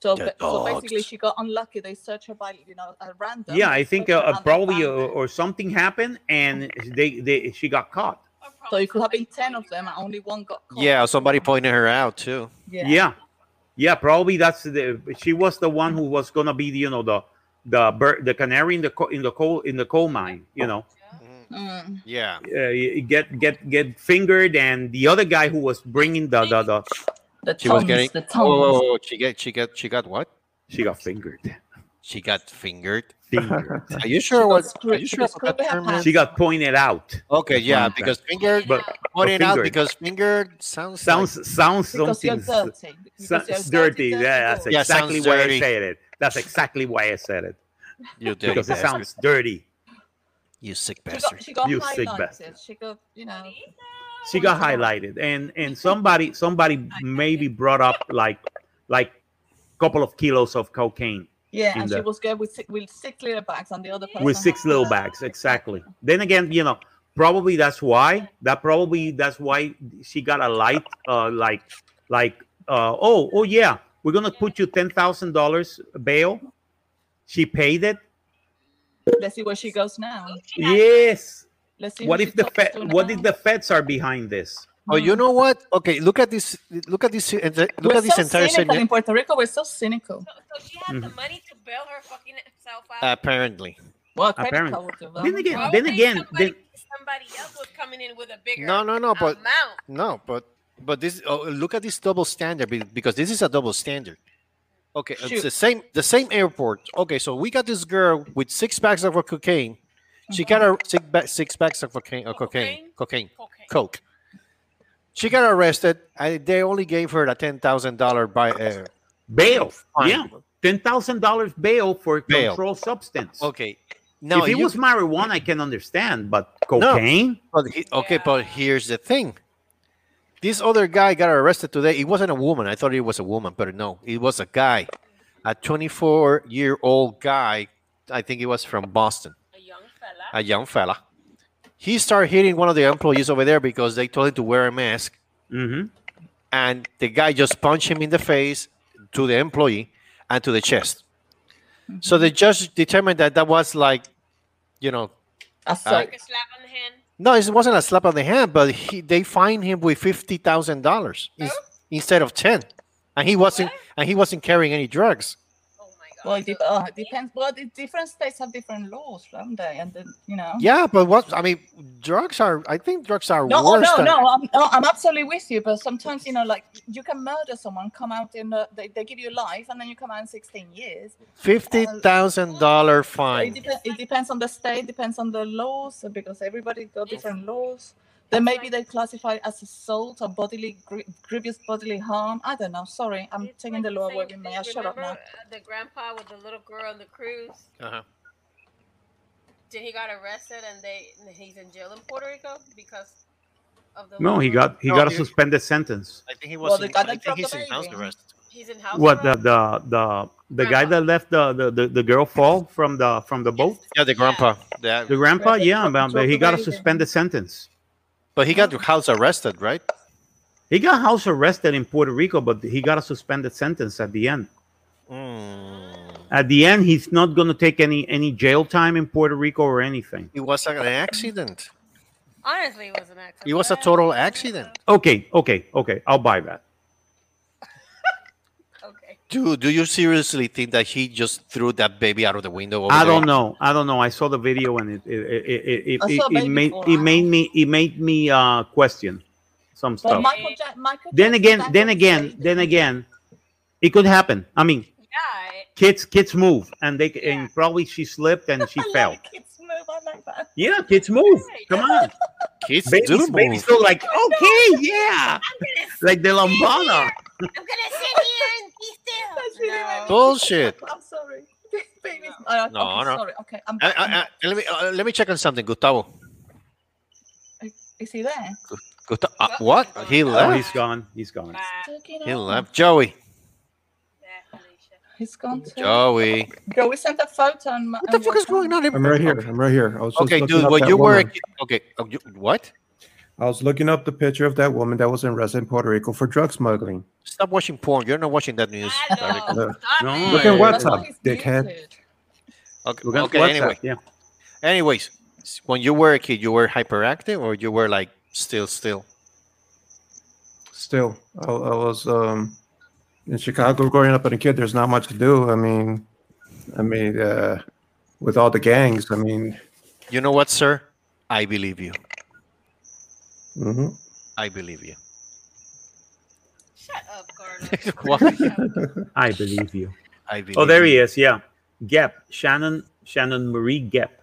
G: so,
B: The
G: ba- so basically,
B: dogs.
G: she got unlucky. They searched her by, you know, at random.
B: yeah,
G: They
B: I think uh,
G: searched her
B: uh,
G: and they
B: probably
G: found
B: uh, or something happened, and they they she got caught.
G: her. So it could have been 10 of them and only one got caught.
B: Yeah,
E: somebody pointed her out too.
G: Yeah.
B: yeah, Yeah, Probably that's the she was the one who was gonna be you know the the bird the canary in the co- in the coal in the coal mine. You know,
F: mm.
E: Yeah.
B: uh, y- get get get fingered, and the other guy who was bringing the the, the
E: she was getting. oh, whoa, whoa, whoa, she get. She got. She got what?
B: She got fingered.
E: She got fingered.
B: Fingered.
E: Are you sure what? Are you
B: she
E: sure
B: got
E: what that term is?
B: she got pointed out.
E: Okay, yeah,
B: Pointed
E: because
B: out.
E: fingered.
B: But-
E: pointed
B: but
E: out
B: fingered.
E: because fingered sounds
B: sounds
E: like-
B: sounds
E: Because
B: something
E: you're
B: s-
E: dirty.
B: s-
E: Because you're dirty,
B: dirty.
E: dirty
B: Yeah, that's
E: boy. Yeah, sounds
B: exactly why
E: dirty.
B: I said it. That's exactly why I said it.
E: You dirty
B: because it
E: bastard.
B: sounds dirty.
E: You sick
G: She got, she got
B: You sick bastard.
G: highlighted. She got, you know.
B: She got highlighted, and and somebody somebody maybe brought up like like couple of kilos of cocaine.
G: Yeah,
B: in
G: and she
B: the-
G: was good with six, with six little bags, and the other person
B: with
G: had
B: six little bags exactly then again you know probably that's why that probably that's why she got a light uh like like uh oh oh yeah we're gonna put you ten thousand dollars bail she paid it
G: Let's see where she goes now.
B: yes
G: Let's see.
B: what
G: who she
B: if the
G: talks
B: fed
G: to
B: what
G: now.
B: if the feds are behind this
E: Oh, you know what? Okay, look at this. Look at this. ent- Look
G: We're
E: at this
G: so
E: entire
G: cynical
E: scenario. Mm-hmm.
G: in Puerto Rico. We're so cynical.
E: Apparently.
G: Well,
E: credit
B: Apparent-
E: card would do that.
B: then again
E: Well,
B: then
E: then
B: again then,
F: Somebody else was coming in with a bigger.
E: No, no, no. But
F: amount.
E: no, but but this. Oh, look at this double standard be- because this is a double standard. Okay, it's
J: Shoot.
E: the same. The same airport. Okay, so we got this girl with six packs of cocaine. She got a six, ba- six packs of cocaine, uh, cocaine, cocaine, coke. She got arrested, and they only gave her a ten thousand dollar by uh,
B: bail.
E: fine.
B: Yeah, ten thousand dollars bail for
E: Bail.
B: controlled substance.
E: Okay, now
B: if it
E: you-
B: was marijuana, I can understand, but
E: No,
B: cocaine.
E: but he- okay, but here's the thing. This other guy got arrested today. It wasn't a woman. I thought it was a woman, but no, it was a guy, a 24 year old guy. I think he was from Boston. A young fella. A young fella. He started hitting one of the employees over there because they told him to wear a mask.
B: Mm-hmm.
E: And the guy just punched him in the face to the employee and to the chest. So the judge determined that that was like, you know, uh, no, it wasn't a slap on the hand, but he, they fined him with fifty thousand dollars instead of ten, and he wasn't and he wasn't carrying any drugs.
G: Well, it dep- oh, it depends. Well, the different states have different laws, don't they? And then,
F: Oh.
G: you know.
E: Yeah, but what I mean, drugs are. I think drugs are
G: No, oh,
E: worse.
G: no,
E: than,
G: no, I'm, no, I'm absolutely with you. But sometimes, you know, like you can murder someone, come out in, uh, they, they give you life, and then you come out in 16 years.
E: Fifty thousand
F: Um,
E: dollar
G: It,
E: fine.
G: dep- it depends on the state, depends on the laws, because everybody got different laws. Then maybe they classify as assault or bodily gr- grievous bodily harm. I don't know. Sorry, I'm taking the law away with me. I shut up
F: Remember
G: now.
F: uh, the grandpa with the little girl on the cruise?
E: Uh-huh.
F: Did he got arrested and they and he's in jail in Puerto Rico because of the
B: No, he
F: little girl?
B: got he got a suspended sentence.
E: I think he
F: was Well, the in- guy I that
E: think he's in house arrest.
F: He's in house
B: What the
F: arrest.
B: the the, the guy that left the, the the the girl fall from the from the boat?
E: Yeah, the grandpa. The,
B: The grandpa, yeah, but but he got a suspended sentence.
E: But he got house arrested, right?
B: He got house arrested in Puerto Rico, but he got a suspended sentence at the end.
E: Mm,
B: At the end, he's not going to take any any jail time in Puerto Rico or anything.
E: It was an accident.
F: Honestly, it was an accident.
E: It was a total accident.
B: Okay, okay, okay. I'll buy that.
E: Do Do you seriously think that he just threw that baby out of the window? Over
B: I
E: there?
B: don't know. I don't know. I saw the video and it it it it, it,
G: I saw
B: it,
G: baby
B: made
G: fall
B: it
G: out.
B: made me it made me uh question some
G: But
B: stuff.
G: Michael, ja- Michael
B: then
G: Jackson
B: again,
G: died
B: then
G: on
B: again,
G: stage.
B: then again, it could happen. I mean,
F: Yeah, it,
B: kids kids move and they and probably she slipped and she fell
G: Kids move. I like that.
B: yeah kids move come on
E: Kids
B: babies,
E: do
B: babies
E: move.
B: go like okay yeah
F: gonna sit
B: like the lambada
F: I'm gonna sit here and be still.
G: That's really
F: No.
G: amazing.
E: Bullshit.
G: I'm sorry. Babies. Uh,
E: No,
G: okay,
E: no.
G: Sorry. Okay. I'm,
E: Uh, uh, uh, let me uh, let me check on something, Gustavo.
G: is he there?
E: Gusta- uh, what? He
B: oh
E: left.
B: he's gone he's gone
F: Bye.
G: Taking
E: He
G: off.
E: left. Joey.
F: Yeah, Alicia.
G: He's gone too.
E: Joey.
G: Go. We sent a photo. And,
E: What the fuck is going on?
C: I'm right here. I'm right here. I was just
E: Okay,
C: looking
E: dude.
C: up
E: When
C: that
E: you were a
C: woman.
E: kid, okay, oh, you- what?
C: I was looking up the picture of that woman that was in arrested in Puerto Rico for drug smuggling.
E: Stop watching porn. You're not watching that news.
F: Hello.
C: Look
F: Stop
B: No,
E: Mm.
F: it.
B: Look at
C: what-
G: That's why
C: WhatsApp,
G: he's
C: dickhead.
G: muted.
E: Okay.
B: We're gonna
E: okay
B: watch
E: anyway,
B: that, yeah
E: anyways, s- when you were a kid, you were hyperactive, or you were like still, still.
C: Still, I, I was um, in Chicago growing up as a kid. There's not much to do. I mean, I mean, uh, with all the gangs. I mean,
E: You know what, sir? I believe you.
C: mhm.
E: I believe you.
F: Shut up, Carlos.
E: Why?
B: i believe you
E: I believe.
B: oh there he
E: you.
B: is yeah gep shannon shannon marie gep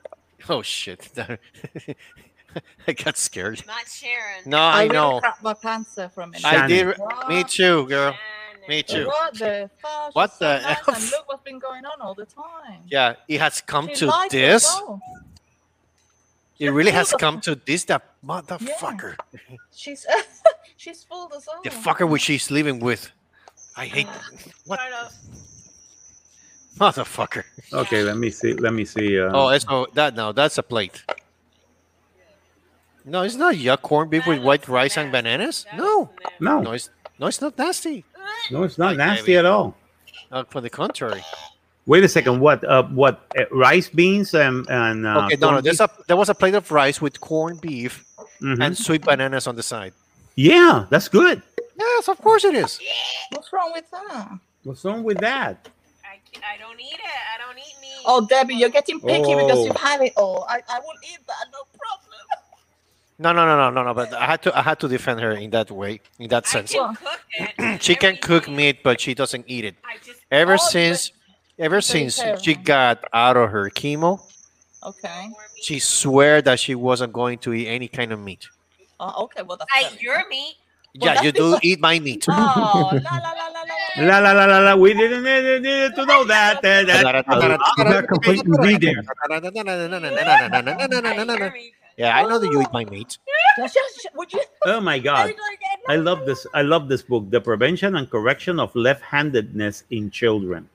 E: Oh shit! I got scared.
F: Not Sharon.
E: No, I
G: really
E: know.
G: crapped my pants there for a minute.
E: I did.
F: Shannon.
E: Me too, girl.
F: Shannon.
E: Me too.
G: What the fuck?
E: What
G: She's
E: the
G: so nice,
E: hell?
G: and look what's been going on all the time.
E: Yeah, it has come
G: She
E: to
G: lied as
E: this.
G: well.
E: It really
G: She
E: has
G: fooled
E: come
G: us.
E: to this. That motherfucker.
G: She's she's fooled us all.
E: The fucker which she's living with. I hate what
F: Carlos.
E: motherfucker.
B: okay let me see let me see uh,
E: Oh, that's oh, that now. That's a plate. No, it's not yuck corned beef with
F: That
E: white
F: looks
E: rice and
F: nasty.
E: bananas.
F: That
E: No,
F: was nasty.
B: no
E: no, it's no, it's not nasty.
B: No, it's not
E: Like
B: nasty
E: maybe-
B: at all.
E: Uh, for the contrary.
B: Wait a second. What? Uh, what? Uh, rice beans and and uh,
E: okay, no, no.
B: corned
E: There's
B: beef?
E: a there was a plate of rice with corned beef
B: Mhm.
E: and sweet bananas on the side.
B: yeah, that's good.
E: Yes, of course it is.
G: What's wrong with that?
B: What's wrong with that?
F: I, ca- I don't eat it. I don't eat meat.
G: Oh, Debbie, you're getting picky because
B: Oh.
G: you've had it all. I, I will eat that, no problem.
E: No, no, no, no, no, no. But I had to I had to defend her in that way, in that
F: I
E: sense.
F: can cook it.
E: She
F: I
E: can
F: don't
E: cook
F: eat
E: meat, but she doesn't eat it.
F: I just
E: Ever
G: Oh, but-
E: since, ever since she
G: vegetarian.
E: got out of her chemo,
G: Okay.
E: she swear that she wasn't going to eat any kind of meat.
G: Oh, okay. Well, that's
F: I
G: better.
F: eat your meat.
G: Well,
E: yeah, you
G: that's
E: do
G: because-
E: eat my meat.
G: Oh, la la la la la. la.
B: La la la la la. We didn't need, need to know that. Uh, that-
C: that completely vegan.
E: Yeah, I know that you eat my meat.
G: Just- just- just- Would you?
B: oh my God! I love this. I love this book, The Prevention and Correction of Left-Handedness in Children.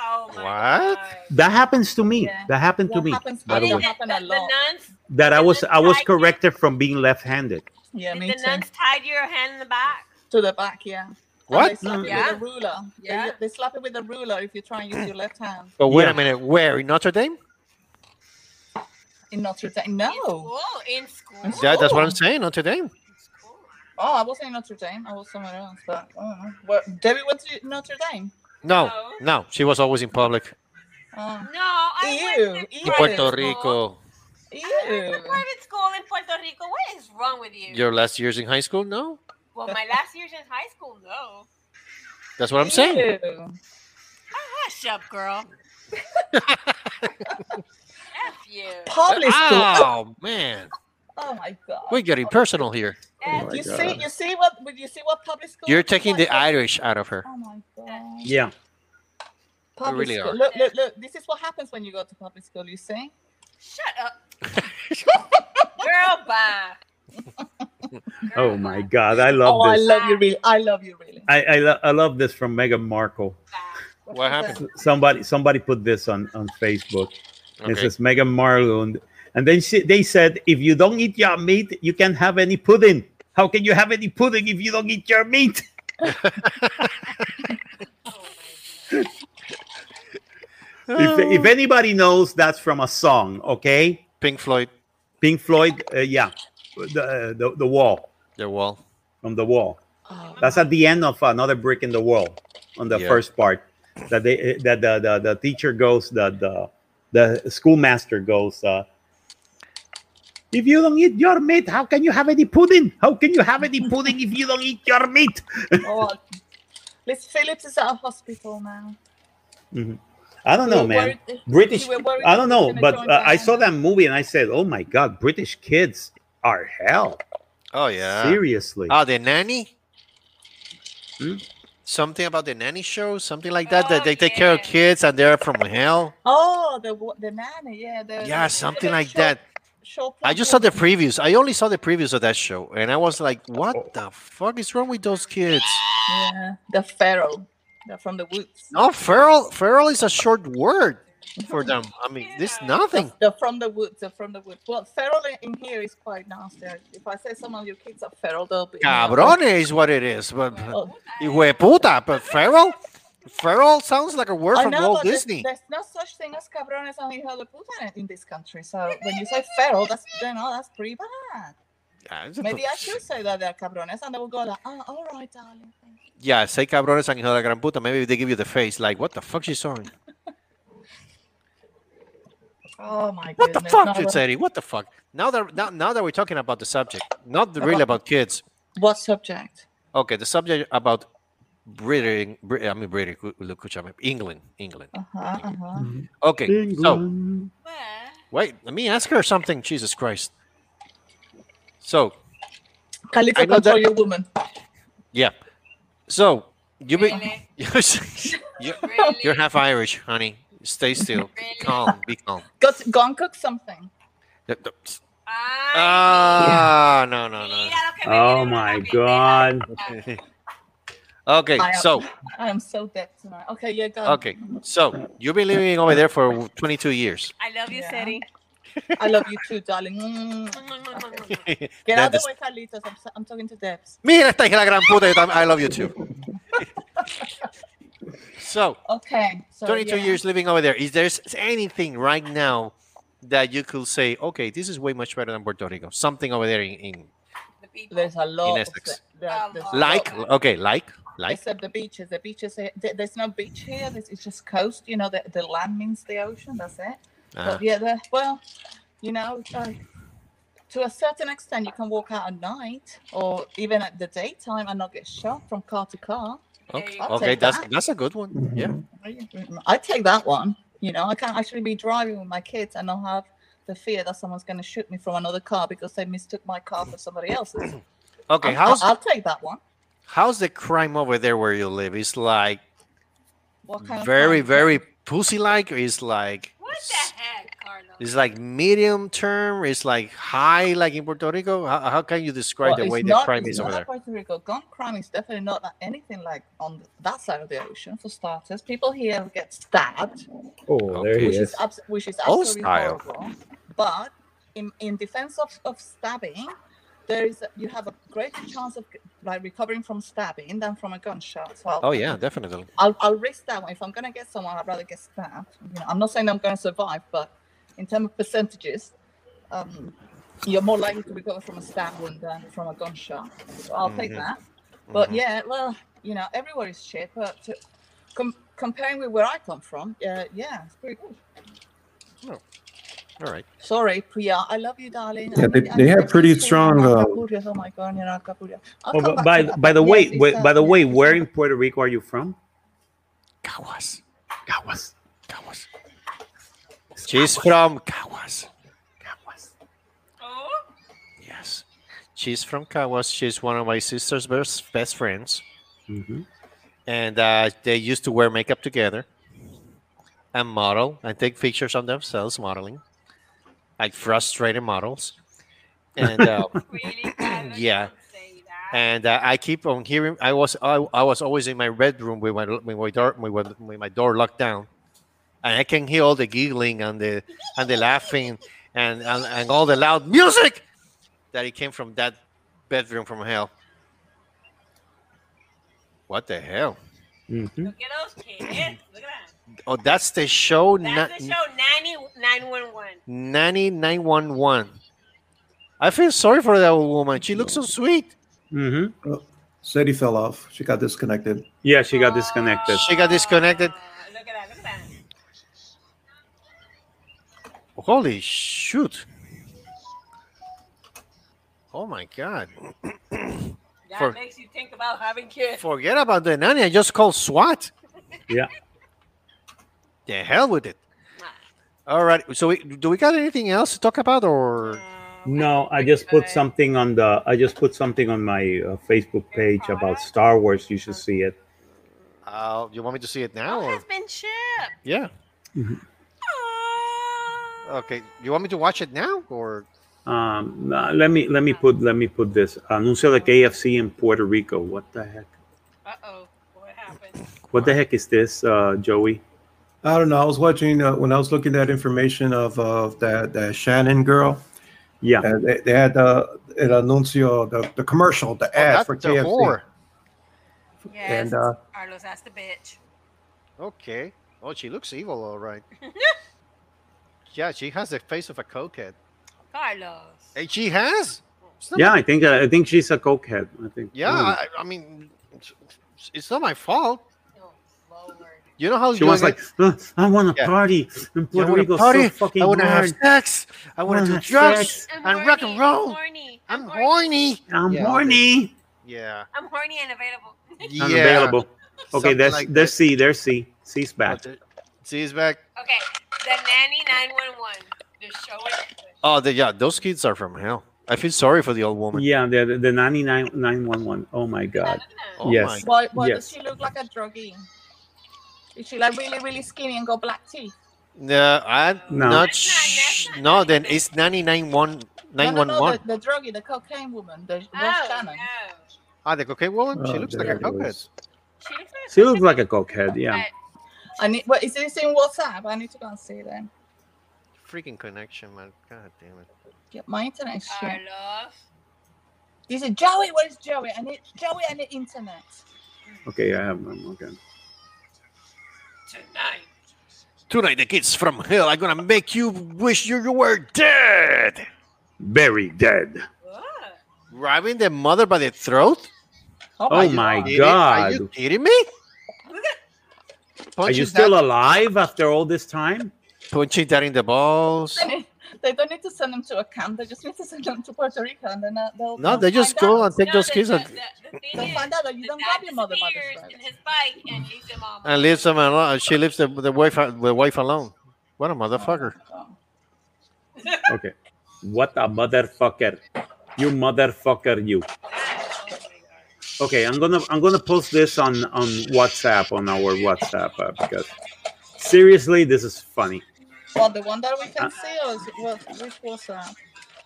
F: Oh my
E: What?
F: God.
B: That happens to me.
G: Yeah.
B: That happened to
G: That
B: me.
G: happens
B: by the
G: to
B: way,
G: me. happened a
F: the,
G: lot.
F: nuns,
B: that I was I was
F: I-
B: corrected from being left-handed.
G: Yeah,
F: did
G: me
F: the
G: too.
F: nuns tied your hand in the back?
G: To the back, yeah. And They
E: What?
B: Mm,
G: slap
F: Yeah.
G: it with a ruler. They-
F: Yeah.
G: They, slap it with a ruler if you try and use your left hand
E: But wait
B: Yeah.
E: a minute, where in Notre Dame?
G: in Notre Dame.
F: In
G: No.
F: school. In school.
G: Is
E: That, that's what I'm
G: Oh.
E: saying. Notre Dame.
F: School.
G: Oh, I wasn't in Notre Dame. I was somewhere else. But I don't know. Where, Debbie went to Notre Dame.
E: No,
F: No.
E: no, she was always in public.
G: Oh.
F: No, I went to
G: Ew,
E: In
G: Right.
F: private
E: Puerto
F: school.
E: Rico,
F: I went to
G: Ew.
F: private school in Puerto Rico. What is wrong with you?
E: your last years in high school. No,
F: well, my last year's in high school, no.
E: that's what I'm saying.
G: Ew.
F: Ah, hush up, girl. F you.
G: Public school.
E: Oh man,
G: Oh my god.
E: we're getting personal here.
B: Oh
F: F
B: my
G: you
B: God.
G: see, you see what? would You see what public school?
E: You're
G: is
E: taking
G: like?
E: the Irish out of her.
G: Oh my god.
B: Yeah.
G: Public
E: really
G: school.
E: are.
G: Look, look, look. This is what happens when you go to public school. You see?
F: Shut up. Girl, bye.
B: Oh my God! I love
G: oh,
B: this.
G: I love you really. I love you really.
B: I I, lo- I love this from Meghan Markle.
E: Ah, What happened?
B: Somebody somebody put this on on Facebook. It
E: Okay.
B: says Meghan Markle, and- and then she, they said, if you don't eat your meat, you can't have any pudding. How can you have any pudding if you don't eat your meat?
E: Oh.
B: If, if anybody knows, that's from a song. Okay,
E: Pink Floyd,
B: Pink Floyd. Uh, yeah, the, uh, the the wall
E: The Wall.
B: from the wall.
G: Oh,
B: That's at the end of another brick in the wall, on the
E: Yeah.
B: first part. That they eh, that the the, the teacher goes the the the schoolmaster goes. Uh, if you don't eat your meat, how can you have any pudding? How can you have any pudding if you don't eat your meat?
G: oh. Liz Phillips is at a hospital now.
B: Mhm. I don't know,
F: You were
B: man.
F: worried- you
B: British.
F: were worried
B: I don't
F: that he
B: know,
F: was gonna
B: but
F: join
B: uh, I
F: the-
B: saw that movie and I said, "Oh my God, British kids are hell."
E: Oh yeah.
B: Seriously.
E: Oh, the nanny.
B: Hmm?
E: Something about the nanny show, something like that. that
F: Oh,
E: they take care of
F: yeah.
E: kids and they're from hell.
G: Oh, the wo- the nanny, yeah, the,
E: Yeah,
G: the-
E: something
G: the
E: like
G: short-
E: that.
G: short
E: I
G: plump
E: just saw the
G: woman.
E: previews. I only saw the previews of that show, and I was like, "What the fuck is wrong with those kids?"
G: Yeah, the pharaoh, the from the woods.
E: No, feral. Feral is a short word for them. I mean, this nothing.
G: The from the woods, the from the woods. Well, feral in- in here is quite nasty. If I say some of your kids are feral, they'll be.
E: Cabrone is what it is. But
G: Oh,
E: puta, but feral. Feral sounds like a word
G: I
E: from
G: know,
E: Walt
G: but there's,
E: Disney.
G: there's no such thing as cabrones and hijo de puta in- in this country. So when you say feral, that's you know, that's pretty bad.
E: Yeah, it's a-
G: Maybe I should say that they're cabrones, and they will go like, oh, all right, darling. thank you."
E: Yeah, say cabrones and hijo de la gran puta. Maybe they give you the face like, what the fuck she's on?
G: Oh my
E: What the
G: goodness! no,
E: fuck, you
G: but-
E: Eddie? What the fuck? Now that now, now that we're talking about the subject, not
G: Uh-huh.
E: really about kids.
G: What subject?
E: Okay, the subject about breeding. Brit- I mean, breeding. cu- look, escúchame, England, England.
G: Uh huh. Uh huh.
E: Mm-hmm. Okay, so
B: England.
F: Well,
E: wait, let me ask her something. Jesus Christ. So I
G: Calico
E: know that-
G: control your woman.
E: yeah, so you be
F: Really?
E: you're,
F: really,
E: you're half Irish, honey. Stay still,
F: Really?
E: calm, be calm.
G: Go, go and cook something.
F: Ay,
E: Ah, no, no,
F: mira,
E: no.
F: mira lo que me
B: Oh
F: viene
B: my
F: una
B: God.
E: okay,
G: I am,
E: so
G: I am so dead tonight. Okay, yeah, go.
E: okay, so you've been living over there for 22 years.
F: I love you,
G: Yeah.
F: Seri.
G: I love you too, darling. Mm.
E: Then
G: Get out
E: the
G: of the way, Carlitos. I'm, so- I'm talking to Debs.
E: Mira esta hija de la gran puta. yo tam- I love you too. so,
G: Okay. So,
E: 22
G: yeah.
E: years living over there. Is there s- anything right now that you could say, okay, this is way much better than Puerto Rico? Something over there in, in
F: The people.
G: There's a lot. Of,
E: Essex.
G: there-
F: Um,
G: there's a
E: like,
G: lot.
E: okay, like, like.
G: Except the beaches. The beaches. here- there- There's no beach here. There's, it's just coast. You know, the, the land means the ocean. That's it.
E: Uh,
G: But yeah, the, well, you know, uh, to a certain extent, you can walk out at night or even at the daytime and not get shot from car to car.
E: okay,
G: I'll
E: okay
G: take
E: that's
G: that.
E: that's a good one. Yeah.
G: I take that one. You know, I can't actually be driving with my kids and not have the fear that someone's going to shoot me from another car because they mistook my car for somebody else's.
E: Okay,
G: I,
E: how's
G: will take that one.
E: how's the crime over there where you live? It's like
G: What kind
E: very,
G: of crime?
E: very pussy like, or it's like
F: What
E: s-
F: the heck, Carlos?
E: It's like medium term. It's like high, like in Puerto Rico. How, how can you describe
G: Well,
E: the
G: it's
E: way the
G: not-
E: crime
G: it's
E: is over
G: not
E: there?
G: Puerto Rico. Gun crime is definitely not like anything like on th- that side of the ocean, for starters. People here get stabbed,
B: Oh, there
E: Okay.
B: he
G: which is,
B: is.
G: abs- which is
E: Old
G: absolutely
E: style.
G: horrible. But in, in defense of, of stabbing, there is you have a greater chance of like recovering from stabbing than from a gunshot. So I'll,
E: Oh yeah, definitely.
G: I'll, I'll risk that one. If I'm going to get someone, I'd rather get stabbed. You know, I'm not saying I'm going to survive, but in terms of percentages, um, you're more likely to recover from a stab wound than from a gunshot. So I'll take
B: Mm-hmm.
E: Mhm.
G: that. But
E: Mhm.
G: yeah, well, you know, everywhere is shit. But to, com- comparing with where I come from, uh, yeah, it's pretty good.
B: Oh.
E: All right.
G: Sorry, Priya, I love you, darling.
C: Yeah,
G: I
C: they-
G: mean, I
C: they have
G: text
C: pretty
G: you saying
C: strong,
G: you're
C: uh,
G: Acapulco. Oh my God, you're Acapulco. I'll
B: Oh,
G: come
B: but
G: back
B: by
G: to that,
B: by
G: but
B: the
G: yeah,
B: way,
G: it's,
B: wh-
G: uh,
B: by the
G: yeah,
B: way,
G: it's, uh,
B: where in Puerto Rico are you from?
E: Caguas.
B: Caguas.
E: Caguas. She's from Caguas.
B: Caguas.
F: oh,
E: Yes. She's from Caguas. She's one of my sister's best, best friends,
B: Mhm.
E: and uh, they used to wear makeup together and model and take pictures of themselves modeling, like frustrated models. And uh,
F: really? Carlos,
E: Yeah.
F: don't say that.
E: and uh, I keep on hearing. I was I, I was always in my bedroom with my with my door with, with my door locked down, and I can hear all the giggling and the and the laughing and and, and all the loud music that it came from that bedroom from hell. What the hell?
B: Mhm.
F: Look at those kids. Look at
E: Oh, that's the show.
F: them.
E: na-
F: That's the show 90911.
E: 90911. I feel sorry for that old woman. She looks so sweet.
B: Mhm.
C: Said he Oh, fell off. She got disconnected.
B: Yeah, she got disconnected.
E: She got disconnected.
F: Look at that. Look at that.
E: Holy shoot. Oh my god.
F: That
E: For-
F: makes you think about having kids.
E: Forget about the nanny. I just called SWAT.
B: Yeah.
E: The hell with it. All right. So we, do we got anything else to talk about, or
B: No, I just put something on the. I just put something on my uh, Facebook page about Star Wars. You should see it.
E: uh, you want me to see it now? Or?
F: Been Mm-hmm. shit.
E: Yeah.
B: Mhm.
E: Okay. You want me to watch it now, or
B: Um, uh, let me let me put let me put this anuncio de KFC in Puerto Rico. What the heck?
F: Uh oh, what happened?
B: What the heck is this, uh, Joey?
C: I don't know. I was watching uh, when I was looking at information of uh, that that Shannon girl.
B: Yeah.
C: Uh, they, they had uh, an anuncio, the, the commercial, the ad
E: that's
C: for
E: the
C: KFC.
E: whore.
C: And
F: Yes.
C: uh,
F: Carlos asked the bitch.
E: Okay. Oh, she looks evil, all right. yeah, she has the face of a cokehead.
F: Carlos.
E: And she has. It's not
B: Yeah,
E: my-
B: I think uh, I think she's a cokehead. I think.
E: yeah. I, I mean, it's, it's not my fault.
F: Oh, Lord.
E: You know how
B: She
E: you
B: was
E: wanna
B: like,
E: get-
B: "Uh, I want to
E: Yeah.
B: party in
E: I
B: Puerto
E: wanna
B: Rico
E: party,
B: so fucking
E: I want to have
B: hard.
E: sex. I want
B: wanna
E: to do
B: have
E: drugs
B: sex.
E: and rock and
F: horny, I'm
E: roll.
F: horny.
E: I'm horny.
B: I'm
E: Yeah, okay.
B: horny.
E: Yeah.
F: I'm horny and available.
E: Yeah.
B: Unavailable. Okay,
E: something
B: there's
E: like
B: there's
E: that.
B: C. There's C. C's
E: Oh,
B: back.
E: the- See, he's back.
F: Okay, the nanny 911. The show is good.
E: Oh, the, yeah. Those kids are from hell. I feel sorry for the old woman.
B: Yeah, the the- the 99911. Oh my god.
E: Oh
B: yes.
E: my-
G: Why, why
B: Yes.
G: does she look like a druggie? Is she like really, really skinny and got black teeth?
E: No, I'm
B: No.
E: not.
F: That's
E: Sh-
F: not- that's
E: no,
F: not
E: then
F: nice.
E: it's 991
G: No, no, no,
E: 911.
G: the, the druggie, the cocaine woman, the Ross
F: Oh,
G: Shannon.
F: no.
E: Ah, the cocaine woman? she
C: Oh,
E: looks like a
C: there it
E: cokehead.
C: is.
F: She looks like,
B: She looks like a cokehead. Yeah.
G: I need. What is this in WhatsApp? I need to go and see them.
E: Freaking connection, man. God damn it.
G: Get my internet. Shit.
F: Carlos.
G: This is Joey. Where's Joey? I need Joey. I need internet.
B: Okay, I have them. Okay.
F: Tonight.
E: Tonight, the kids from hell are gonna make you wish you were dead.
B: Very dead.
F: What?
E: Grabbing the mother by the throat?
B: Oh
E: Are you
B: my
E: kidding- Are you
B: god.
E: kidding me?
F: Look at
B: Are
E: Punching
B: you still
E: that,
B: alive after all this time?
E: punching that in the balls?
G: They need- They don't need to send them to a camp. They just need to send them to Puerto Rico, and then uh, they'll.
E: No,
G: they'll
E: they just
G: find
E: go
G: out.
E: and take
F: no,
E: those
F: the-
E: kids
F: the,
E: and,
F: the, the thing
G: They'll
F: is,
G: find out that you
F: the
G: don't
F: dad
G: grab your mother by the
F: disappears
G: throat.
F: in his bike and leaves him on.
E: and leaves them alone. and She leaves the, the wife the wife alone. What a motherfucker.
G: Oh.
B: Okay. What a motherfucker. You motherfucker you. Okay, I'm gonna I'm gonna post this on on WhatsApp on our WhatsApp uh, because seriously, this is funny.
G: Well, the one that we
B: Uh,
G: can see, or is it, what, which uh, WhatsApp?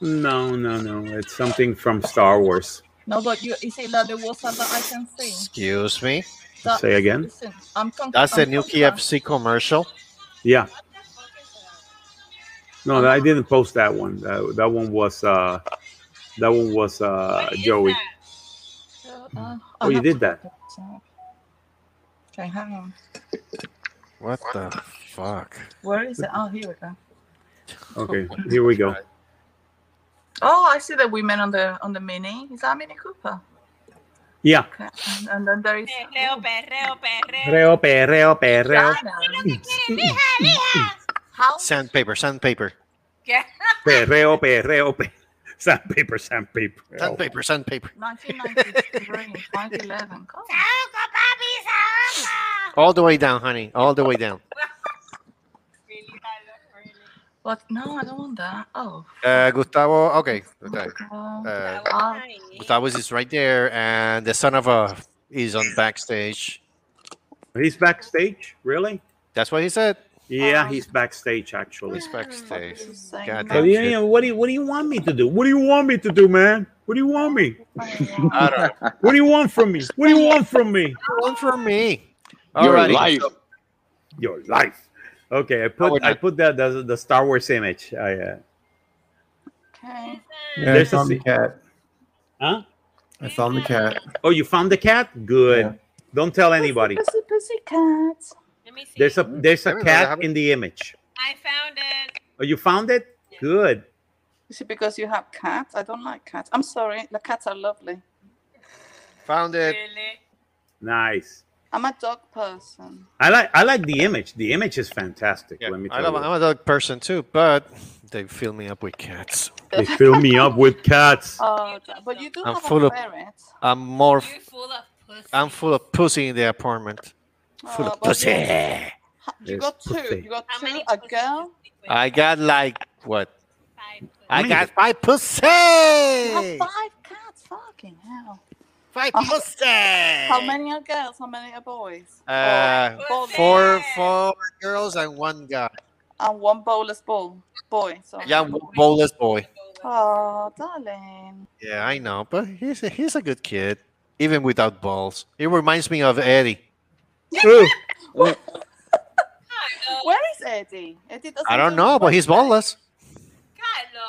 B: No, no, no. It's something from Star Wars.
G: No, but you is it like the WhatsApp that I can see?
E: Excuse me.
G: That,
B: Say again.
G: Listen, I'm con-
E: That's
G: I'm
E: the new
G: concerned.
E: KFC commercial.
B: Yeah. No, I didn't post that one. That, that one was uh that one was uh Joey.
G: Uh,
B: Oh,
G: I
B: you
G: have
B: did
G: to
B: that.
G: look at WhatsApp. Okay, hang on.
E: What the fuck?
G: Where is it? Oh, here we go.
B: Okay, here we go.
G: Oh, I see the women on the on the mini. Is that Mini Cooper?
B: Yeah.
G: Okay. And, and then there is
F: Perreo, perreo, perreo.
B: Perreo, perreo, perreo.
G: Diana.
F: Lija, lija.
G: How
E: Sandpaper, sandpaper,
F: Yeah.
B: Perreo, perreo, perreo. Sandpaper, sandpaper.
E: sandpaper, sandpaper.
G: 1993, 511. God.
F: Saoco, papi, saoco.
E: All the way down, honey. All the way down.
F: Really, Carlos, really.
G: What? No, I don't want that. Oh.
E: Uh, Gustavo, okay. okay.
G: God.
E: Uh,
G: Ah.
F: That was nice.
E: Gustavo is right there, and the son of a is on backstage.
B: He's backstage? Really?
E: That's what he said.
B: Yeah, he's backstage actually.
E: He's backstage.
G: This is saying
E: God
B: But
E: damn.
G: that.
B: yeah, yeah, what do you what do you want me to do? What do you want me to do, man? What do you want me?
E: I don't know.
B: What do you want from me? What do you want from me?
E: One from me.
I: Your
E: Alrighty.
I: life.
B: Your life. Okay, I put
E: would
B: I
E: not-
B: put that the, the Star Wars image. I uh,
G: Okay.
C: Yeah, I
B: There's a
C: found the
B: se-
C: cat.
B: huh?
C: I found the cat.
B: Oh, you found the cat? Good.
C: Yeah.
B: Don't tell anybody.
G: Pussy, pussy, cat.
F: Let me see.
B: There's a there's a
E: Everybody have
B: cat
E: it.
B: in the image.
F: I found it.
B: Oh, you found it? Good.
G: Is it because you have cats? I don't like cats. I'm sorry. The cats are lovely.
E: Found it.
F: Really?
B: Nice.
G: I'm a dog person.
B: I like I like the image. The image is fantastic.
E: Yeah,
B: Let me
E: I
B: tell
E: love,
B: you.
E: I'm a dog person too, but they fill me up with cats.
B: They fill me up with cats.
G: Oh, da- but you do
E: I'm
G: have
E: full
G: a
E: of-
G: ferret.
E: I'm more.
F: You're full of pussy.
E: I'm full of pussy in the apartment. Full
G: Oh,
E: of
G: but
E: pussy.
G: you- You got two. You got two. A girl.
E: I got like what? I
B: Mira.
E: got five
G: You have
E: pussy.
G: five cats. Fucking hell.
E: Five
G: How-
E: pussy.
G: How many are girls? How many are boys?
E: Uh,
G: Or-
E: four, four girls and one guy.
G: And one bowler's ball. Boy. Sorry.
E: Yeah, I'm a boneless boy.
G: Oh, darling.
E: Yeah, I know, but he's a, he's a good kid, even without balls. He reminds me of Eddie.
G: Where is Eddie? Eddie doesn't
E: I don't
G: do
E: know, but he's
G: work.
E: ballless.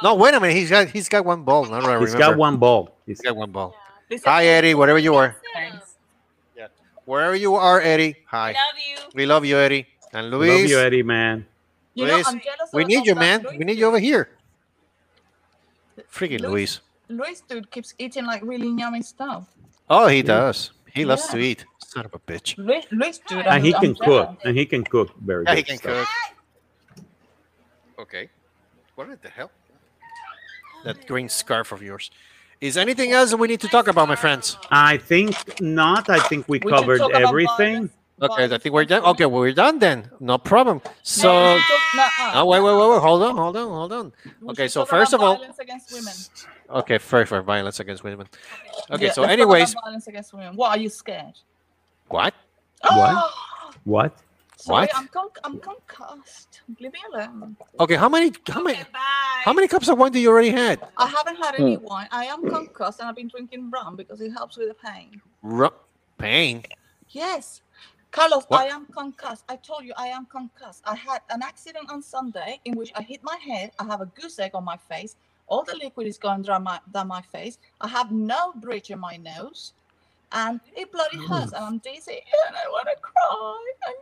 E: No, wait a minute. He's got he's got one ball. Now I remember.
B: He's got one ball. He's-
E: He's got one ball.
G: This is
E: Hi, Eddie. Wherever you are,
G: Thanks.
E: wherever you are, Eddie. Hi.
F: Love you.
E: We love you, Eddie. And
B: Love
E: Luis,
B: you, Eddie, man.
G: You know,
E: Luis,
G: I'm jealous
E: we
G: of-
E: need
G: of
E: you,
G: that
E: man.
G: Luis
E: We need
G: dude.
E: you over here. Freaking
G: Luis-
E: Luis.
G: Luis dude keeps eating like really yummy stuff.
E: Oh, he does. He loves to
G: Yeah.
E: eat. Son of a bitch.
G: Luis, Luis dude.
B: And
G: I'm,
B: he
G: I'm
B: can
G: jealous.
B: cook. And he can cook very
E: Yeah,
B: good.
E: he can
B: stuff.
E: cook. Okay. What the hell? That green scarf of yours. Is anything else that we need to talk about, my friends?
B: I think not. I think we,
G: We should
B: covered
G: talk about
B: everything.
G: violence.
E: Okay, I
G: Violence.
E: think we're done. Okay, well, we're done then. No problem.
G: No,
E: So,
G: we should talk- no, uh,
E: oh, wait, wait, wait, wait. Hold on, hold on, hold on.
G: we
E: okay,
G: should
E: so
G: talk
E: first
G: about
E: of all-
G: violence against women.
E: Okay, first for violence against women. Okay,
G: Yeah,
E: so,
G: let's talk about
E: anyways,
G: violence against women. What are you scared?
E: what?
B: What?
G: Oh,
B: What?
G: sorry,
E: What?
G: I'm con- I'm concussed. Leave me alone.
E: Okay, how many, how many,
F: Okay,
E: how
F: bye.
E: many cups of wine do you already had?
G: I haven't had any wine. I am concussed, and I've been drinking rum because it helps with the pain.
E: Ru- pain.
G: Yes. Carlos,
E: What?
G: I am concussed. I told you I am concussed. I had an accident on Sunday in which I hit my head. I have a goose egg on my face. All the liquid is going down my, down my face. I have no bridge in my nose. And it bloody hurts. And I'm dizzy. And I want to cry. And,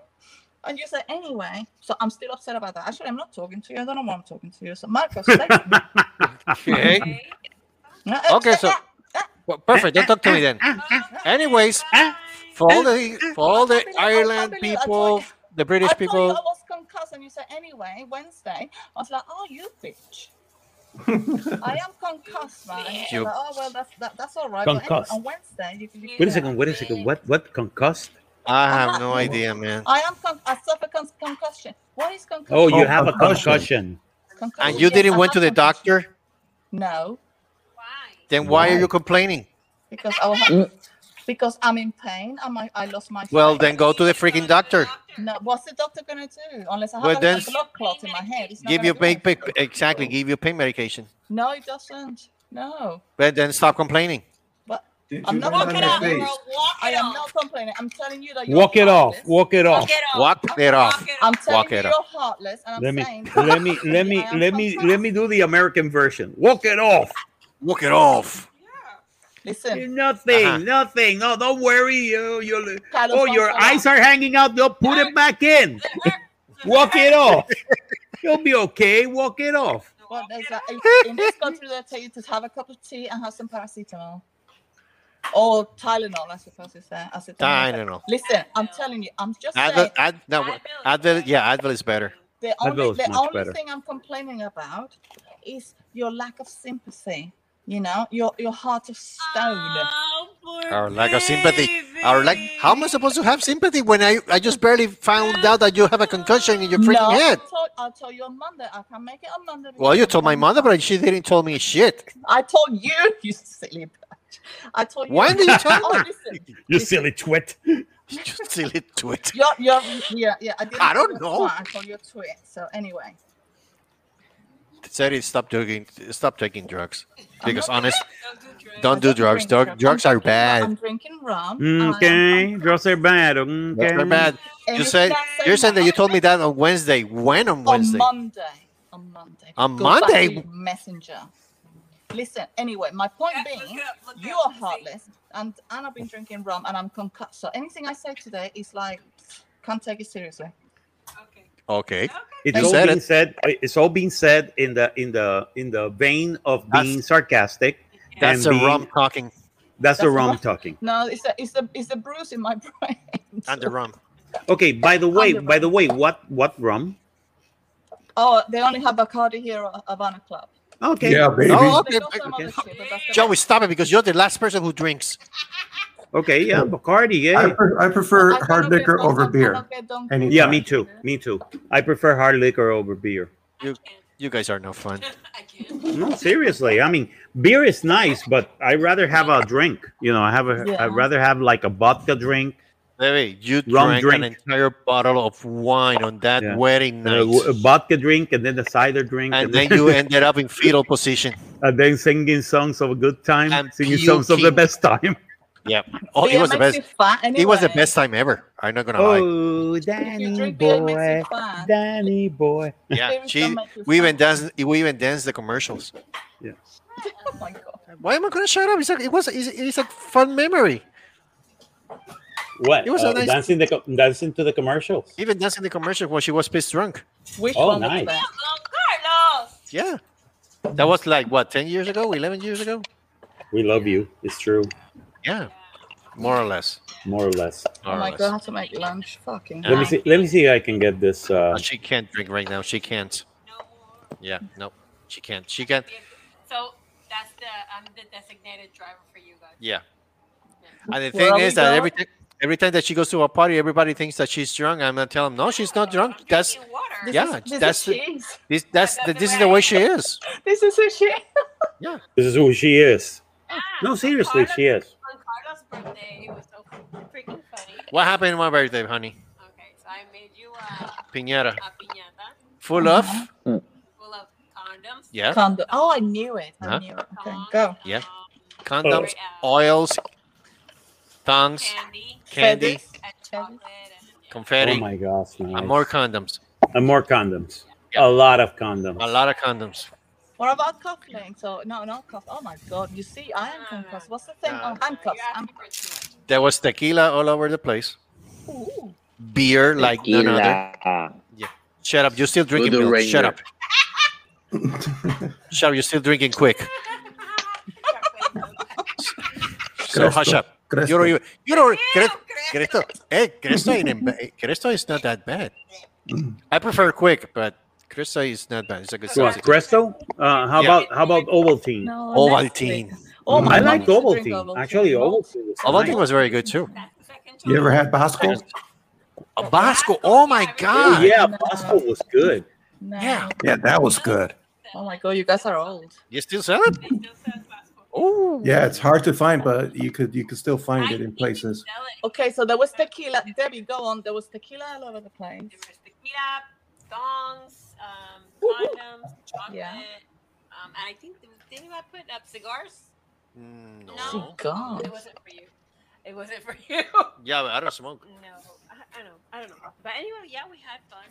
G: and you say, anyway. So I'm still upset about that. Actually, I'm not talking to you. I don't know why I'm talking to you. So, Marcos, thank you.
E: Okay.
F: Okay.
G: No,
E: Okay, so- Well, perfect. Don't talk to me then. Anyways,
F: Bye.
E: for all the for all the
G: Unbelievable,
E: Ireland
G: unbelievable.
E: people, the British
G: I told you
E: people,
G: I was concussed, and you said anyway Wednesday. I was like, "Oh, you bitch." I am concussed, man. And you said,
E: You-
G: like, "Oh well, that's that, that's all right." but anyway,
B: Concussed.
G: on Wednesday, you can. You
B: Wait a
G: can-
B: second. Wait a second. What? What? Concussed?
E: I have no idea, man.
G: I am. Con- I suffer con- concussion. What is concussion?
B: Oh, you
C: Oh,
B: have a
C: concussion.
B: concussion.
G: Concussion,
E: And you
G: yes, I
E: didn't went
G: have
E: to the
G: concussion.
E: doctor.
G: No,
F: Why?
E: Then why are
C: Why?
E: you complaining?
G: because I was, because I'm in pain. I'm, I lost my.
E: Mm. Well,
G: faith.
E: then go to the freaking doctor.
G: No, what's the doctor gonna do? Unless I have
E: Well,
G: a
E: then-
G: blood clot in my head. it's not
E: Give
G: gonna
E: you
G: do
E: pain,
G: anything.
E: pain- exactly. Give you pain medication.
G: No, it doesn't. No.
E: But then stop complaining.
G: But
I: Did
G: I'm
I: you
G: not
I: land
F: Walk
I: on
F: it
I: your
F: off,
I: face?
F: girl. Walk
G: I
F: it
G: am
F: off.
G: not complaining. I'm telling you that you're
B: Walk it off.
G: heartless.
B: Walk it
F: Walk
B: off.
F: it off.
E: Walk it off.
F: Walk it
G: I'm
F: off.
G: telling
E: Walk
G: you
E: it
G: you're
E: off.
G: heartless, and I'm
B: Let me.
G: saying
B: Let me. Let me.
G: I am
B: Let me. Let me do the American version. Walk it off.
E: Walk it off.
G: concussed. Listen,
B: Nothing.
E: Uh-huh.
B: Nothing. No, don't worry. You. You.
G: Carlos
B: Oh, your
G: Gonzalez,
B: eyes are hanging out. They'll put it back in. Walk it off. You'll be okay. Walk it off.
G: Well, there's a, in this country they tell you to have a cup of tea and have some paracetamol or Tylenol, I suppose it's there. Acetamol.
E: Tylenol.
G: Listen, I'm telling you, I'm just
E: Advil,
G: saying
E: Ad, no, what- Advil, yeah, Advil is better.
G: the
B: Advil
G: only
B: is
G: the
B: much
G: only
B: better.
G: thing I'm complaining about is your lack of sympathy. You know, your your heart of stone.
F: Oh, poor
E: Our lack of sympathy. Our lack.
F: baby.
E: How am I supposed to have sympathy when I, I just barely found out that you have a concussion in your freaking
G: no,
E: head?
G: I'll tell, I'll tell you on Monday. I can make it on Monday.
E: Well,
G: because
E: you
G: I'm
E: told my
G: coming
E: mother,
G: back.
E: but she didn't tell me shit.
G: I told you, you silly bitch. I told you.
E: Why did you tell
G: Oh,
E: me?
G: listen,
B: You silly twit.
E: You silly twit.
G: you're, you're, yeah, yeah. I, didn't
E: I don't
G: tell you a
E: know.
G: twat, I told you a twit. So anyway,
E: Said stop doing, stop taking drugs. Because honest,
F: Don't do
E: don't do drugs.
F: drugs.
G: drink
E: Drug, drugs
G: I'm
E: are
G: drinking rum-
E: bad.
G: I'm drinking rum.
E: mm,
B: Okay. Drugs are bad. Okay.
E: They're bad. You said you're saying that you told me that on Wednesday. When on
G: on
E: Wednesday?
G: Monday. On Monday.
E: On
G: Go back to
E: Monday?
G: your messenger. Listen. Anyway, my point
F: Yeah, look
G: being.
F: it up, look it
G: You
F: up.
G: are heartless, and and I've been drinking rum, and I'm concussed. So anything I say today is like, can't take it seriously.
F: Okay.
E: Okay.
B: It's
E: You
B: all
E: said
B: being
E: it.
B: said. It's all being said in the in the in the vein of
E: That's-
B: being sarcastic.
E: That's the
B: and being-
E: rum talking
B: That's, the
G: That's
B: wrong
G: wrong.
B: talking.
G: No, it's the it's the it's the bruise in my brain.
E: and the rum.
B: Okay. By the way,
G: the
B: by
G: rum.
B: the way, what what rum?
G: oh, they only have Bacardi here at Havana Club.
B: Okay.
C: Yeah, baby.
E: Oh, okay.
G: They got some other shit, but that's the-
E: Joey, stop it because you're the last person who drinks.
B: Okay, yeah, Bacardi, yeah.
C: I, pre- I prefer hard liquor over beer. Anytime.
B: Yeah, me too. Me too. I prefer hard liquor over beer.
E: You, you guys are no fun.
B: No, seriously. I mean, beer is nice, but I rather have a drink. You know, I have a.
G: Yeah.
B: would rather have like a vodka drink,
E: Baby, you
B: Wrong
E: drank an
B: drink.
E: entire bottle of wine on that
B: Yeah.
E: wedding
B: a,
E: night,
B: w- uh, a vodka drink, and then a cider drink,
E: and then you ended up in fetal position.
B: and then singing songs of a good time,
E: And
B: singing songs of the
E: puking.
B: best time.
E: Yeah. Oh, it
G: Beer
E: was the best.
G: makes you fat
E: It was the
G: anyway.
E: best time ever. I'm not gonna lie.
B: Oh,
G: If you
B: Danny
G: drink beer, it
B: boy,
G: makes you fat.
B: Danny boy.
E: Yeah.
G: Beer is gonna
E: She,
G: make you
E: we even
G: fat.
E: danced. We even danced the commercials.
G: Oh my god.
E: Why am I gonna shut up? It's like, it was. It's, it's a fun memory.
B: What? Oh,
E: It was a nice-
B: Dancing the co- dancing to the commercials.
E: Even dancing the commercial when she was pissed drunk.
G: Which
B: Oh,
G: one
B: nice.
G: was that?
F: Carlos.
E: Yeah. That was like what ten years ago, eleven years ago.
B: We love you. It's true,
E: Yeah. More or less.
B: more or less.
E: More
G: oh
E: or
G: my
E: less.
G: god, I have to make lunch. Fucking
B: Let me
G: hell.
B: see. Let me see. If I can get this. Uh,
E: No, she can't drink right now. She can't. Yeah. No. She can't. She can't.
F: So that's the I'm the designated driver for you guys.
E: Yeah. And the
G: Where
E: thing
G: are we
E: is that every
G: going?
E: time every time that she goes to a party, everybody thinks that she's drunk. I'm not telling them, no, she's not drunk. That's
F: Drinking water.
G: This
E: Yeah,
G: is, this
E: that's
G: is
E: the-
G: she is.
E: this that's the, this is the way she is.
G: This is who she is.
B: this is who she is.
F: Yeah.
B: No, seriously, she is.
F: On Carlos' birthday, it was so freaking funny.
E: What happened on my birthday, honey?
F: Okay, so I made you a,
E: Piñera.
F: a piñata
E: Full of
G: Mm-hmm.
F: full of condoms.
E: yeah,
G: Condo. Oh, I knew it. I
E: Huh?
G: knew it. Okay,
F: Condoms,
G: go.
E: Yeah.
F: um,
E: condoms,
F: uh,
E: oils, tongues,
F: Candy
E: candy,
G: Feathers.
F: and chocolate. And, yeah.
B: Oh
E: confetti,
B: my gosh! Nice.
E: and Uh, more condoms.
B: and more condoms.
E: Yeah.
B: A lot of condoms.
E: A lot of condoms.
G: What about cufflinks? Oh, no, not cuff. Oh my god. You see, I am handcuffs. What's the thing?
E: No.
G: Oh, handcuffs.
F: You're
G: I'm,
F: asking for too much.
E: There was tequila all over the place.
G: ooh.
E: Beer like none other.
J: Tequila.
E: Shut up, you're still drinking
I: the
E: milk. Shut
I: ringer.
E: up. Shut up, you're still drinking quick. So
C: Cresto.
E: hush up. You
C: Cresto.
E: don't even you don't
F: Ew,
E: Cres- Cresto, hey, Cresto, ain't em- Cresto is not that bad. I prefer quick, but Cresto is not bad. It's a good
B: So, uh,
E: size.
B: Cresto? Uh, how
E: Yeah.
B: about how about Ovaltine?
G: No.
E: Ovaltine.
G: Oh my
B: I
G: God,
B: like
G: you should drink
B: Ovaltine. Actually,
G: Ovaltine.
B: Ovaltine. Is
E: Ovaltine
B: nice.
E: was very good too.
F: That's the second
C: You ever
F: choice.
C: had Basco?
E: A Basco, oh my
B: Oh
E: god.
B: yeah,
G: No.
B: Bosco was good.
G: No.
E: Yeah.
C: Yeah, that was good.
G: Oh my god, you guys are old.
E: You still sell it?
F: They still sell Glasgow.
E: Oh
C: Yeah, it's hard to find, but you could you could still
F: I
C: find it in
F: think
C: places.
F: they sell it.
G: Okay, so there was tequila. Debbie, go on. There was tequila all over the place.
F: There was tequila, thongs, um,
G: Woo-hoo.
F: condoms, chocolate.
G: Yeah.
F: Um, and I think didn't I put up cigars?
E: no.
G: God.
F: It wasn't for you. It wasn't for you.
E: Yeah, but I don't smoke.
F: no, I, I know, I don't know. But anyway, yeah, we had fun.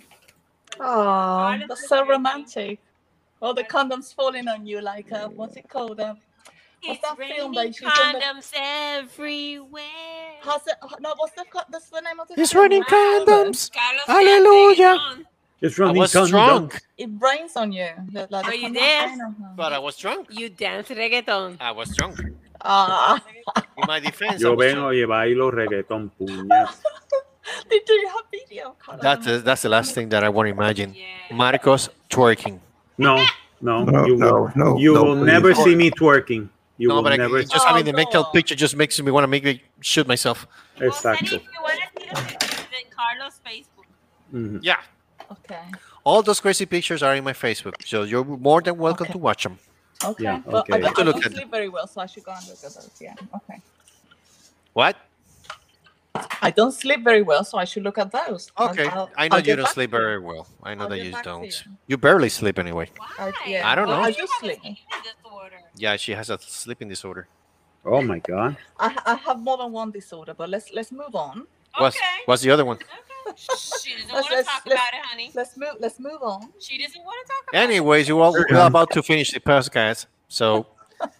G: Oh,
F: Carlos
G: that's
F: was
G: so
F: drinking.
G: romantic. All the condoms falling on you like uh, what's it called? Um, What's
F: It's
G: that film that
F: raining
G: she's in the-
F: condoms everywhere.
G: how's it, no, what's the co- that's the name of the
E: It's
G: film?
E: raining condoms.
F: Carlos
E: Hallelujah.
F: had things
B: It's
E: I
B: running
E: was
B: condoms.
E: drunk,
G: It rains on you. the- Like
F: Are
G: the
F: you
G: condoms
F: there?
G: rain on her.
E: but I was drunk.
F: on. You dance reggaeton.
E: I was drunk. In
G: Ah,
E: my defense, I
B: Yo
E: was
B: vengo
E: drunk.
B: a llevar los reggaeton puñas.
G: did you have video? Carlos?
E: That's the, that's the last thing that I want to imagine.
F: Yeah.
E: Marcos twerking.
B: No, no,
C: No,
B: you
C: no,
B: will,
C: no,
B: you
C: no,
B: will
C: please.
B: never see me twerking. You
E: no,
B: will
E: but I,
B: never.
E: just having the
G: Oh,
E: mental
G: God.
E: picture just makes me want to make me shoot myself.
F: Well, Sunny,
B: Exacto.
F: if you want to see the pictures, then Carlos Facebook.
B: Mhm.
E: Yeah.
G: okay.
E: All those crazy pictures are in my Facebook, so you're more than welcome
G: Okay.
E: to watch them.
G: Okay.
B: Yeah,
G: Well,
B: okay.
G: I,
E: Have
G: don't-
E: to
G: I
E: look
G: don't
E: at
G: sleep very well, so I should go and look at those. Yeah. Okay.
E: What?
G: I don't sleep very well, so I should look at those. I'll-
E: Okay.
G: I'll-
E: I know
G: I'll
E: you
G: get
E: don't
G: back
E: sleep
G: to you.
E: very well. I know
G: I'll
E: that
G: get
E: you
G: back to
E: don't.
G: you.
E: You barely sleep anyway.
F: Why?
G: yeah.
E: I don't
G: Well,
E: know.
G: I
F: You
G: do
F: have
G: sleep.
F: an eating disorder.
E: Yeah, she has a sleeping disorder.
B: Oh my god.
G: I, I have more than one disorder, but let's let's move on.
E: What's
F: Okay.
E: what's the other one?
F: Okay. She doesn't want
G: Let's-
F: to
G: let's-
F: talk
G: let's-
F: about it, honey.
G: Let's move let's move on.
F: She doesn't want to talk about
E: Anyways, you all
C: Sure,
E: we're
C: um,
E: about to finish the podcast, so
F: it.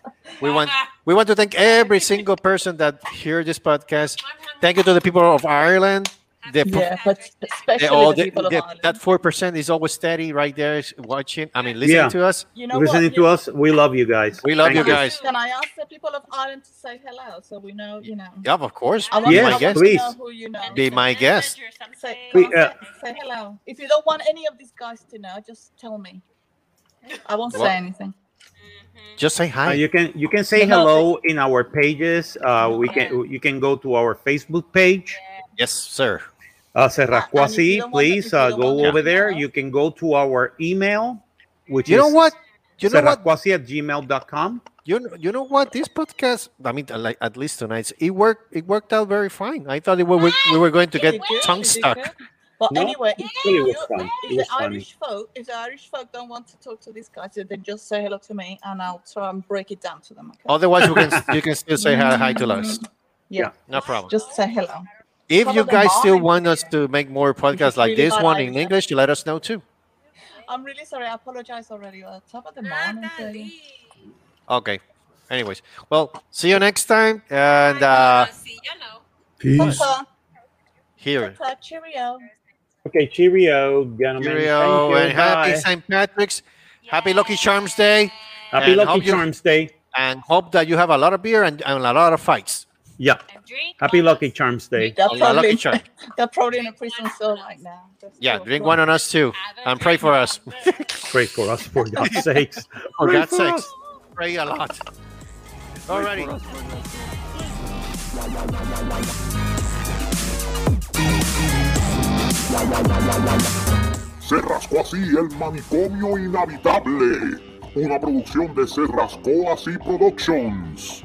E: we want we want to thank every single person that hear this podcast. Thank you to the people of Ireland. The,
F: Yeah,
G: Yeah, but especially
E: the, all
G: the
E: the,
G: people of
E: the-
G: Ireland.
E: that four percent is always steady right there, is watching. I mean, listening
B: Yeah.
E: to us.
G: you know
B: Listening
G: what?
B: to us, we love you guys.
E: We love
B: Thank
E: you
G: can I-
E: guys.
G: Can I ask the people of Ireland to say hello so we know, you know?
E: Yeah, of course.
G: I
E: Be
G: want,
B: Yes,
G: I
E: my
G: want
E: guest.
G: to know
B: please.
G: who you know.
E: Be my guest.
G: Say,
B: Please,
G: say-
B: uh,
G: say hello. If you don't want any of these guys to know, just tell me. I won't
E: Well-
G: say anything.
E: Just say hi.
B: Uh, you can you can say hello in our pages. Uh, we can you can go to our Facebook page.
E: Yes, sir.
B: Uh, Se Rascó Así,
G: don't want- if
B: please
G: you
B: uh,
G: don't
B: go
G: want to
B: over there.
G: email-
B: You can go to our email, which
E: You
B: is
E: know what? You know what?
B: at gmail.com.
E: You know, you know what? This podcast, I mean, uh, like at least tonight's, it worked. It worked out very fine. I thought it, we, we, we were going to get
G: Is Ah, it good?
E: tongue
G: Is it
E: stuck.
G: good? But
B: No,
G: anyway, if,
B: really
G: you-
B: was fun. It
G: if
B: was
G: the
B: funny.
G: Irish folk, if the Irish folk don't want to talk to these guys, then just say hello to me, and I'll try and break it down to them. Okay?
E: Otherwise, you can you can still say hi, hi to us.
G: yeah.
B: yeah.
E: No problem.
G: Mm-hmm. just say hello.
E: If you
G: Follow the
E: guys still
G: mind.
E: want us to make more podcasts like
G: really
E: this
G: bad
E: one in
G: idea.
E: English, let us know too.
G: I'm really sorry. I apologize already. Uh, top of the morning. to you.
F: Natalie.
E: Okay. Anyways, well, see you next time, and uh,
F: I see, you know.
C: Peace.
G: Ta-ta,
E: here.
G: ta-ta, cheerio.
B: Okay, cheerio, gentlemen.
E: Cheerio
B: Thank you.
E: and happy
B: Bye.
E: St. Patrick's, happy Lucky Charms Day,
B: Happy
E: and
B: Lucky
E: hope you-
B: Charms Day.
E: and hope that you have a lot of beer and, and a lot of fights.
B: Yeah.
F: And drink
B: Happy
F: all
B: Lucky
F: the-
B: Charms Day.
G: They're
E: A lot of
G: probably,
E: lucky charm.
G: they're probably in a prison cell right now. That's
E: Yeah,
G: so
E: drink
G: cool.
E: one on us too,
F: Have a
E: and pray
F: drink
E: for
F: on
E: us.
F: this.
B: Pray for us, for God's sakes.
E: For
B: Pray
E: God's
B: for
E: sakes,
B: us.
E: pray a lot.
B: Pray
E: Alrighty.
B: for us, for God's
A: Se rascó así el manicomio inhabitable. Una producción de Se rascó así Productions.